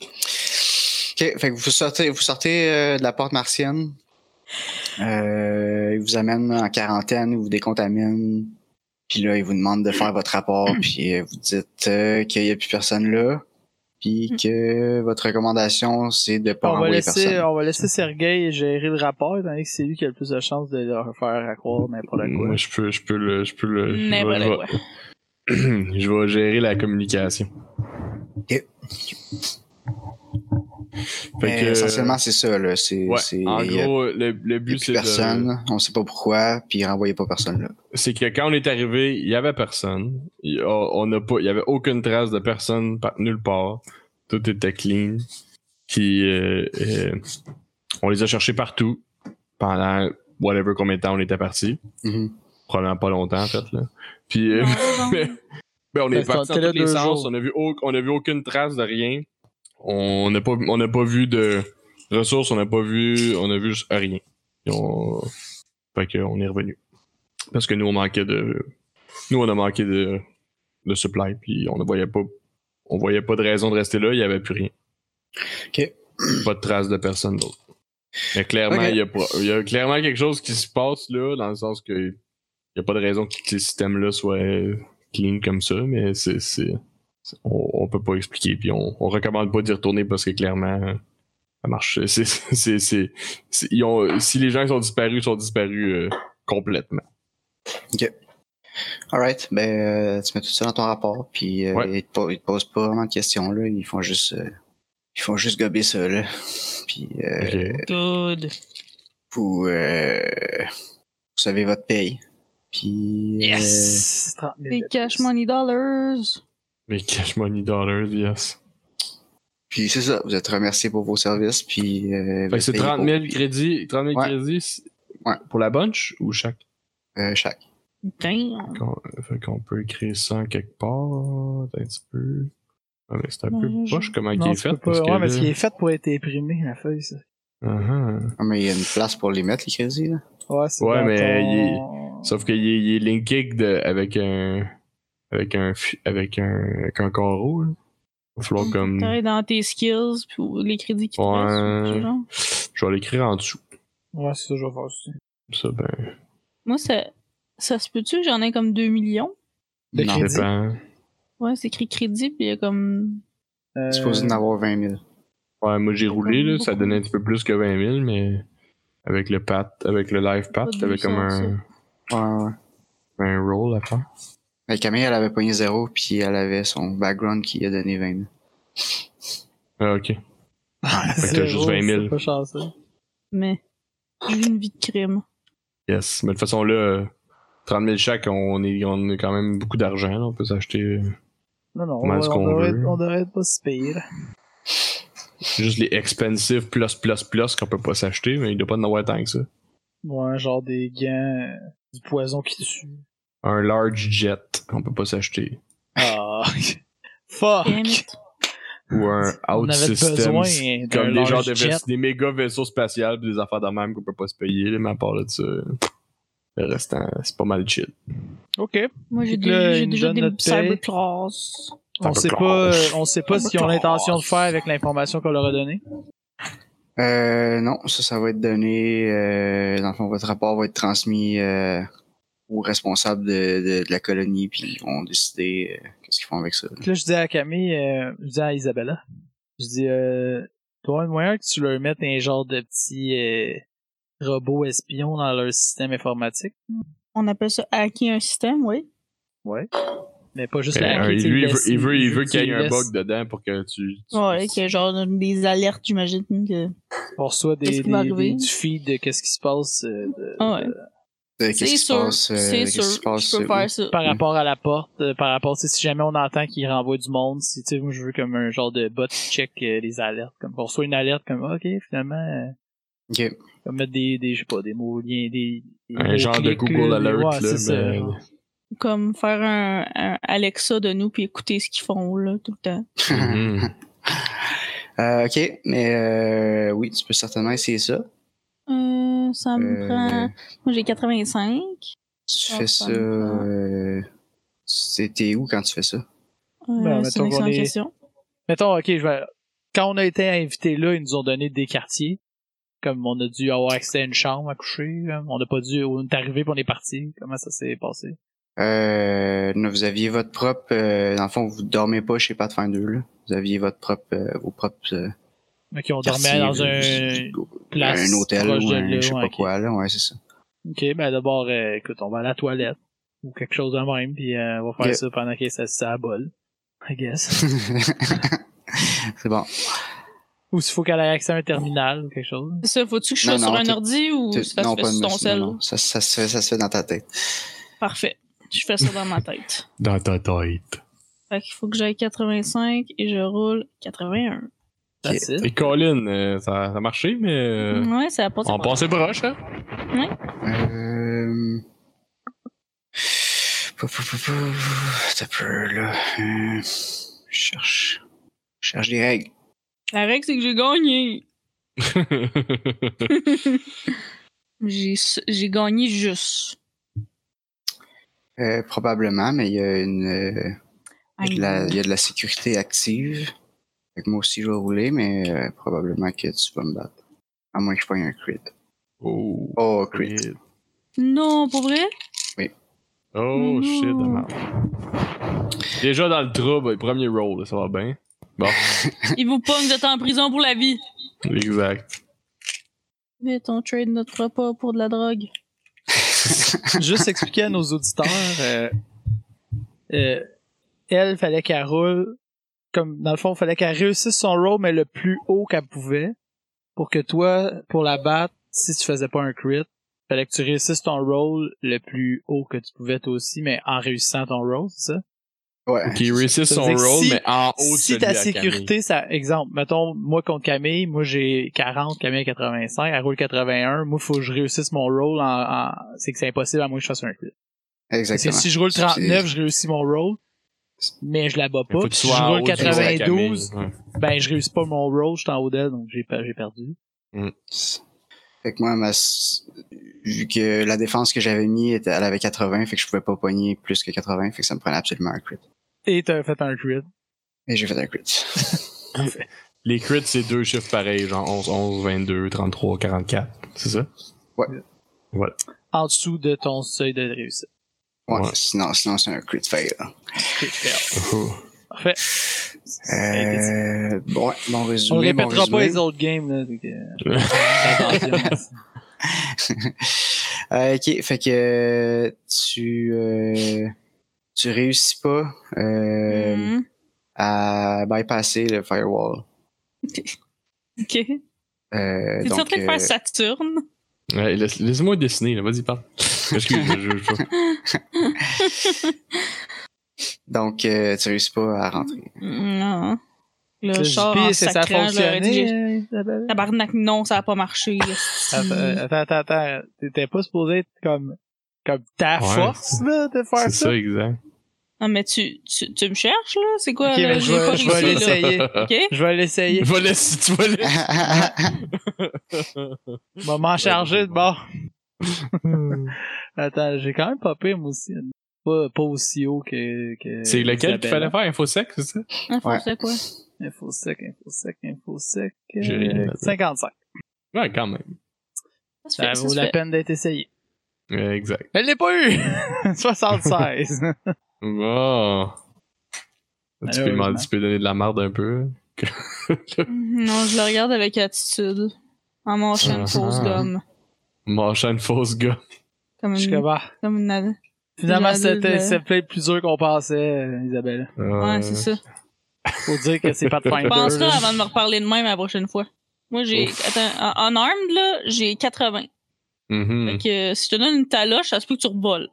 D: Ok, fait que vous sortez, vous sortez euh, de la porte martienne. Euh, ils vous amènent en quarantaine, ils vous décontaminent. Puis là, ils vous demandent de faire
A: *clears throat*
D: votre rapport, puis euh, vous dites euh, qu'il n'y a plus personne là.
A: *clears throat*
D: Puis que votre recommandation, c'est de pas
A: On va,
D: renvoyer
A: laisser, euh,
D: personne.
A: on va laisser Sergueï gérer le rapport, étant donné que c'est lui qui a le plus de chances de leur faire accroire n'importe quoi.
B: Moi, je peux, je peux le. Je peux le. je vais-
C: N'importe
B: je vais- *laughs* *clears throat*
C: quoi.
B: je vais gérer la communication.
D: Ok.
B: Fait
D: Mais
B: que, euh,
D: essentiellement, c'est ça. Là. C'est,
B: ouais,
D: c'est,
B: en
D: il y a-
B: gros, le, le
D: il y a
B: but,
D: plus
B: c'est de,
D: personne, on sait pas pourquoi, puis renvoyez pas personne là.
B: c'est que quand on est arrivé, il y avait personne. Il y a- on n'a pas, il y avait aucune trace de personne par- nulle part. Tout était clean. Puis euh, euh, on les a cherchés partout pendant whatever combien de temps on était parti.
A: Mm-hmm.
D: Mhm.
B: Probablement pas longtemps en fait là. Puis euh,
C: Non, non.
B: mais- ben, on
A: Parce
B: est
A: qu'on
B: parti
A: était
B: dans
A: là
B: tous les
A: deux
B: sens.
A: jours.
B: On a vu au- on a vu aucune trace de rien. On n'a pas on n'a pas vu de ressources. On n'a pas vu on a vu juste rien. Puis on... Fait que on est revenu parce que nous on manquait de nous on a manqué de de supply puis on ne voyait pas on voyait pas de raison de rester là. Il y avait plus rien.
D: Ok.
B: *clears throat* Pas de trace de personne d'autre. Mais clairement
D: Ok.
B: il y a pas- il y a clairement quelque chose qui se passe là dans le sens que il y a pas de raison que ces systèmes là soient clean comme ça, mais c'est. c'est- c'est- on, on peut pas expliquer. Puis on, on recommande pas d'y retourner parce que clairement, euh, ça marche. *laughs* C'est- c'est- c'est- c'est- ils ont- si les gens qui sont disparus, ils sont disparus euh, complètement.
D: Alright, ben euh, tu mets tout ça dans ton rapport, puis euh,
B: Ouais.
D: ils, te po- ils te posent pas vraiment de questions là, ils font juste euh, ils font juste gober ça là. *laughs* Puis euh,
B: Ok.
C: Good.
D: vous euh, vous savez votre paye. Puis euh,
A: Yes! 30 000
C: Big cash money dollars.
B: Mais cash money dollars, yes.
D: puis c'est ça, vous êtes remercié pour vos services, puis euh,
B: Fait
D: vous
B: que c'est
D: êtes payé
B: 30 000 crédits, 30 000
D: Ouais.
B: crédits c'est-
D: Ouais.
B: pour la bunch ou chaque
D: pour, euh, chaque.
C: Damn.
B: Qu'on- fait qu'on peut écrire ça en quelque part. Attends Un petit peu. Ah, mais c'est un
C: Ouais,
B: peu
C: je-
B: poche comment il
A: Non,
B: est
A: tu
B: fait.
A: peux pas.
B: parce que
A: Ouais, mais
B: là-
A: il est fait pour être imprimé, la feuille, ça.
B: Uh-huh.
D: Ah, mais il y a une place pour les mettre, les crédits, là.
A: Ouais, c'est
B: Ouais,
A: dans
B: mais
A: ton-
B: Sauf qu'il est, il est linké de- avec un. Avec un. fi- Avec un. Avec un carreau, là. Il va falloir comme.
C: T'as Mm. dans tes skills, puis les crédits qui te
B: Ouais.
C: restent, ou ce genre.
B: Je vais l'écrire en dessous.
A: Ouais, c'est ça, je vais faire aussi.
B: Ça, ben.
C: Moi, ça, ça se peut-tu que j'en ai comme 2 millions?
A: Le
D: Non.
B: Ça
A: crédit.
B: dépend.
C: Ouais, c'est écrit crédit, puis il y a comme.
A: Euh,
D: C'est supposé en avoir 20 000.
B: Ouais, moi j'ai roulé, là.
C: beaucoup.
B: Ça donnait un petit peu plus que 20 000, mais. Avec le pat. Avec le live pat,
C: Pas de
B: t'avais comme
C: sens,
B: un.
D: Ouais, ouais.
B: Un roll à faire.
D: Mais Camille, elle avait pogné zéro, puis elle avait son background qui a donné 20 000.
B: Ah, ok.
A: *laughs*
B: Fait que t'as
A: zéro,
B: juste 20 000.
A: C'est pas chanceux.
C: mais j'ai eu une vie de crime.
B: Yes. Mais de toute façon, là, euh, 30 000 chaque, on est, on a quand même beaucoup d'argent. là. On peut s'acheter euh,
A: Non, non, on,
B: Comment est-ce
A: on
B: qu'on
A: devrait
B: veut?
A: être, on devrait être pas si pire.
B: juste les expensive plus plus plus qu'on peut pas s'acheter, mais il doit pas en avoir tant que ça.
A: Ouais, genre des gants, euh, du poison qui tue.
B: Un large jet qu'on peut pas s'acheter.
A: Ah, *laughs*
C: Damn
A: fuck!
C: it.
B: Ou un
A: On
B: out
A: avait besoin d'un
B: systems. Comme des
A: large
B: genres de
A: jet.
B: vaisseaux, des méga vaisseaux spatials pis des affaires de même qu'on peut pas se payer, là, mais à part là, de ça. Le restant, c'est pas mal chill.
A: Ok.
C: Moi, j'ai
A: Fait que là,
C: déjà, j'ai
A: il nous
C: déjà
A: donne
C: des
A: notre paye.
C: cyberclasses.
A: On sait
B: Ah,
A: pas, euh, on sait pas ce qu'ils ont l'intention de faire avec l'information qu'on leur a donnée.
D: Euh, non, ça, ça va être donné. Euh, dans le fond, votre rapport va être transmis euh, aux responsables de, de, de la colonie, puis ils vont décider euh, qu'est-ce qu'ils font avec ça.
A: Puis là, je dis à Camille, euh, je dis à Isabella, je dis, euh, toi, moyen que tu leur mettes un genre de petit euh, robot espion dans leur système informatique,
C: On appelle ça hacker un système, oui.
A: mais pas juste
B: Ben,
A: la
B: euh,
A: tu sais,
B: lui, il
A: laisse-
B: veut, il veut, il veut
A: tu
B: qu'il y ait un
A: laisses-
B: bug dedans pour que tu. tu-
C: Ouais, que genre euh, des alertes, j'imagine. Que...
A: On reçoit des,
C: Qu'est-ce qui
A: des,
C: va arriver?
A: des- du feed de qu'est-ce qui se passe euh, de-
C: Ah ouais.
D: Euh, qu'est-ce
C: C'est
D: qui se
C: sûr,
D: passe, euh,
C: c'est
D: qu'est-ce
C: sûr.
D: qui se passe,
C: Je peux
D: euh,
C: faire ça.
A: par
D: Mm.
A: rapport à la porte, euh, par rapport, tu sais, si jamais on entend qu'il renvoie du monde, si tu sais, moi je veux comme un genre de bot qui check euh, les alertes, comme on reçoit une alerte comme ok finalement, euh,
D: où? Ok.
A: comme mettre des, des je sais pas, des mots liens, des, des
B: Un genre de
A: mots-clics,
B: Google
A: là, des-
B: Alert,
A: euh, ouais,
B: là,
A: c'est ça,
B: mais-
A: genre.
C: Comme faire un, un Alexa de nous puis écouter ce qu'ils font là tout le temps.
B: Mhm.
A: *laughs*
D: Euh, ok, mais euh, oui, tu peux certainement essayer ça.
C: Euh, ça me
D: Euh,
C: prend. Moi j'ai 85.
D: Tu
C: Ah,
D: fais
C: ça
D: ça.
C: me prend.
D: Euh, C'était où quand tu fais ça?
C: Euh,
A: Ben,
C: c'est
A: mettons
C: une
A: qu'on
C: excellente
A: est-
C: question.
A: Mettons, ok, je vais. Quand on a été invités là, ils nous ont donné des quartiers. Comme on a dû avoir accès à une chambre à coucher. là. On n'a pas dû. On est arrivé puis on est parti. Comment ça s'est passé?
D: Euh, non, vous aviez votre propre. euh, dans le fond, vous dormez pas chez Pathfinder, là. Vous aviez votre propre, euh, vos propres euh,
A: Ok, on
D: quartiers,
A: dormait dans
D: là,
A: un.
D: du- du-
A: place
D: un hôtel
A: proche
D: ou
A: de
D: un,
A: là,
D: je sais
A: ouais,
D: pas
A: ok.
D: quoi, là. Ouais, c'est ça.
A: Ok, ben d'abord, euh, écoute, on va à la toilette ou quelque chose de même, puis euh, on va faire
D: Ok.
A: ça pendant qu'il s'assied à la bol. I guess. *laughs*
D: c'est bon.
A: ou s'il faut qu'elle ait accès à un terminal ou quelque chose.
C: Ça, faut-tu que je
D: Non,
C: sois sur
D: non,
C: un
D: t'es-
C: ordi ou
D: T'as-
C: ça se fait
D: pas
C: sur
D: de
C: ton
D: machine,
C: sel?
D: non, non. Ça, ça, se fait, ça se fait dans ta tête.
C: Parfait. Je fais ça dans ma tête.
B: Dans ta tête.
C: *laughs* Fait qu'il faut que j'aille 85 et je roule 81.
A: That's it.
B: Et Colin, euh, ça, ça a marché, mais. euh,
C: ouais, ça a pas de
B: On
C: sens.
B: passait
A: *laughs*
B: proche, hein?
D: Euh... pou, pou, pou, pou, T'as peu, là. Euh, Je cherche. Je cherche des règles.
C: La règle, c'est que j'ai gagné. J'ai s- j'ai gagné juste.
D: Euh, probablement, mais il y a une. euh, il y a de la- il y a de la sécurité active. Fait que moi aussi, je vais rouler, mais euh, probablement que tu vas me battre. À moins que je pogne un crit.
B: oh.
D: Oh, crit.
C: Non, pour
D: *laughs*
C: vrai?
B: Oh
C: Mais
B: shit,
C: non.
B: merde. Déjà dans le trouble, premier roll, là, ça va bien. Bon,
C: Il vous pogne, vous êtes en prison pour la vie.
B: exact.
C: Vite, on trade notre repas pour de la drogue.
A: Juste expliquer à nos auditeurs, euh, euh, elle, fallait qu'elle roule, comme, dans le fond, fallait qu'elle réussisse son roll, mais le plus haut qu'elle pouvait, pour que toi, pour la battre, si tu faisais pas un crit, fallait que tu réussisses ton roll le plus haut que tu pouvais toi aussi, mais en réussissant ton roll, c'est ça?
D: Ouais.
A: Ah,
B: Qui réussisse
A: Ça
B: son
A: veut dire
B: roll,
A: si-
B: mais en haut
A: si
B: de celui
A: ta
B: à Camille.
A: sécurité, ça, exemple, mettons, moi contre Camille, moi j'ai 40, Camille a 85, elle roule 81, moi faut que je réussisse mon roll en, en- c'est que c'est impossible à moins que je fasse un crit. Parce que
D: Exactement.
A: si je roule 39, je réussis mon roll, mais je la bats pas. Puis si je roule 92, ben je réussis pas mon roll, je suis en haut d'elle, donc j'ai per- j'ai perdu.
D: Fait que moi, ma... s- vu que la défense que j'avais mis, était- elle avait 80, fait que je pouvais pas pogner plus que 80, fait que ça me prenait absolument un crit.
A: Et t'as fait un crit.
D: Et j'ai fait un crit.
B: Les crits, c'est deux chiffres pareils, genre 11, 11, 22, 33, 44. C'est ça?
A: En dessous de ton seuil de réussite.
D: Ouais,
B: Ouais.
D: sinon, sinon c'est un crit fail.
A: Crit fail. Parfait. Ça a été dit.
D: Euh, bon, ouais, bon résumé.
A: On
D: bon
A: répétera pas
D: résumé.
A: les autres games, là. donc,
B: *laughs*
A: euh, attention.
D: Euh, ok, fait que euh, tu euh, tu réussis pas euh,
C: Mhm.
D: à bypasser le firewall.
C: Ok. T'es
D: Euh, donc,
C: en train de
D: euh,
C: faire Saturne?
B: Ouais, laisse- Laisse-moi dessiner, là.
A: *laughs*
B: Vas-y, parle. Excuse, je, je, je-
D: donc euh, tu réussis pas à rentrer.
C: Non. Le
A: Le
C: char en
A: JP, c'est- ça a
C: sacrant, je leur ai dit, j'ai-
A: fonctionné. euh, Isabelle?
C: Tabarnak, non, ça a
A: *laughs*
C: pas marché. esti.
A: Attends, euh, attends, attends, attends. T'étais pas supposé être comme, comme ta
B: Ouais.
A: force, là, de faire
B: C'est
A: ça?
B: ça, exact.
C: Non, mais tu, tu, tu me cherches, là? C'est quoi?
A: Ok,
C: là?
A: ben, je
C: J'ai
A: vais-
C: pas
A: je vais
C: réussi, là.
A: l'essayer.
C: Ok?
A: Je vais
B: *laughs*
A: l'essayer.
B: Va laisser, tu vas
D: *laughs*
B: laisser.
A: Je vais m'en charger de bord. Attends, j'ai quand même popé, moi aussi. Pas, pas aussi haut que. que
B: C'est lequel qu'il fallait
A: Isabelle.
B: faire? Info sec, c'est ça?
C: Ah, faut
D: Ouais.
C: que c'est quoi?
A: Info sec, info sec, info sec.
B: J'ai rien
A: euh,
B: noté.
A: 55.
B: Ouais, quand même.
C: Ça se
A: Ça
C: fait, ça
A: vaut
C: se
A: la
C: fait.
A: peine d'être essayé.
B: Euh, exact.
A: Elle l'a pas *laughs*
B: *laughs*
A: eu! 76.
B: Oh.
C: Ah,
B: Tu peux, demander- tu peux donner de la merde un peu.
C: Mhm, Non, je le regarde avec attitude. En manchant une
B: Ah,
C: fausse
B: ah.
C: gomme.
B: Mâcher une fausse gars.
C: Comme
A: Je suis
C: une,
A: comme, ah,
C: comme une...
A: Finalement,
C: J'allais
A: c'était
C: le-
A: c'est peut-être plus dur qu'on pensait, euh, Isabelle.
C: Ouais, c'est ça.
A: Faut dire que c'est pas
B: *laughs*
A: de fin
C: Pense là avant de me reparler de même la prochaine fois. Moi, j'ai... Attends, en, en armed, là, j'ai 80.
B: Euh,
A: Hmm.
B: mhm.
C: *laughs* Fait que euh, si je te donne une taloche, ça se peut que tu reboles.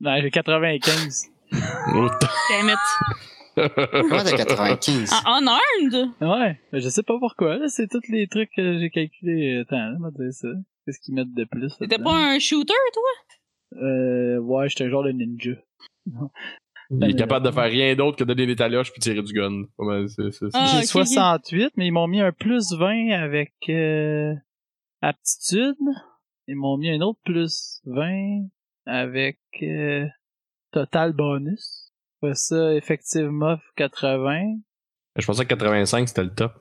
A: Non, j'ai 95.
C: Damn
A: *laughs*
C: it.
D: Comment t'as 95?
C: En, en armed?
A: Ouais, mais je sais pas pourquoi. Là, c'est tous les trucs que j'ai calculés. Attends, là, on va dire ça. Qu'est-ce qu'ils mettent de plus?
C: T'étais
A: là-dedans?
C: pas un shooter, toi?
A: Euh, ouais, j'étais un genre de ninja.
B: Il est capable de faire rien d'autre que donner des taloches puis tirer du gun. Ouais, ben, c'est- c'est- c'est-
C: Ah,
A: j'ai
C: ok, ok.
A: 68, mais ils m'ont mis un plus 20 avec euh, aptitude. Ils m'ont mis un autre plus 20 avec euh, total bonus. Après ça, effectivement, 80.
B: Je pensais que 85 c'était le top.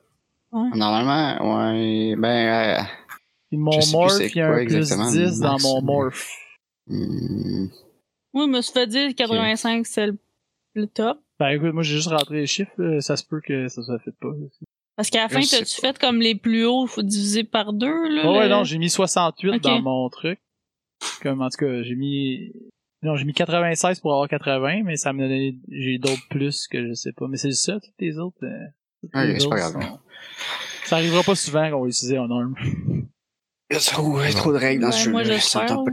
B: *laughs*
D: Normalement, ouais, ben, euh,
A: Puis
D: Je
A: mon
D: sais plus
A: morph,
D: c'est
A: il y a
D: quoi
A: un plus
D: exactement,
A: 10 dans
D: Max,
A: mon
D: mais-
A: morph.
D: hmm,
C: Moi, je me suis fait dire que 85, c'est le, le top.
A: Ben écoute, moi j'ai juste rentré les chiffres, là. ça se peut que ça soit fait pas.
C: Parce qu'à la
D: Je
C: fin,
D: sais
C: t'as-tu fait comme les plus hauts, faut diviser par deux, là?
A: Oh, ouais,
C: le-
A: non, j'ai mis 68
C: Ok.
A: dans mon truc. Comme en tout cas, j'ai mis. Non, j'ai mis 96 pour avoir 80, mais ça me donnait. J'ai d'autres plus que je sais pas. Mais c'est ça, toutes les autres. euh, toutes
D: Ok,
A: les
D: c'est pas
A: autres
D: grave.
A: sont- Ça arrivera pas souvent qu'on va utiliser un arme.
D: il y a trop, trop de règles dans
C: Ouais,
D: ce
C: moi,
D: jeu-là. Ça
C: j'espère,
D: me tente pas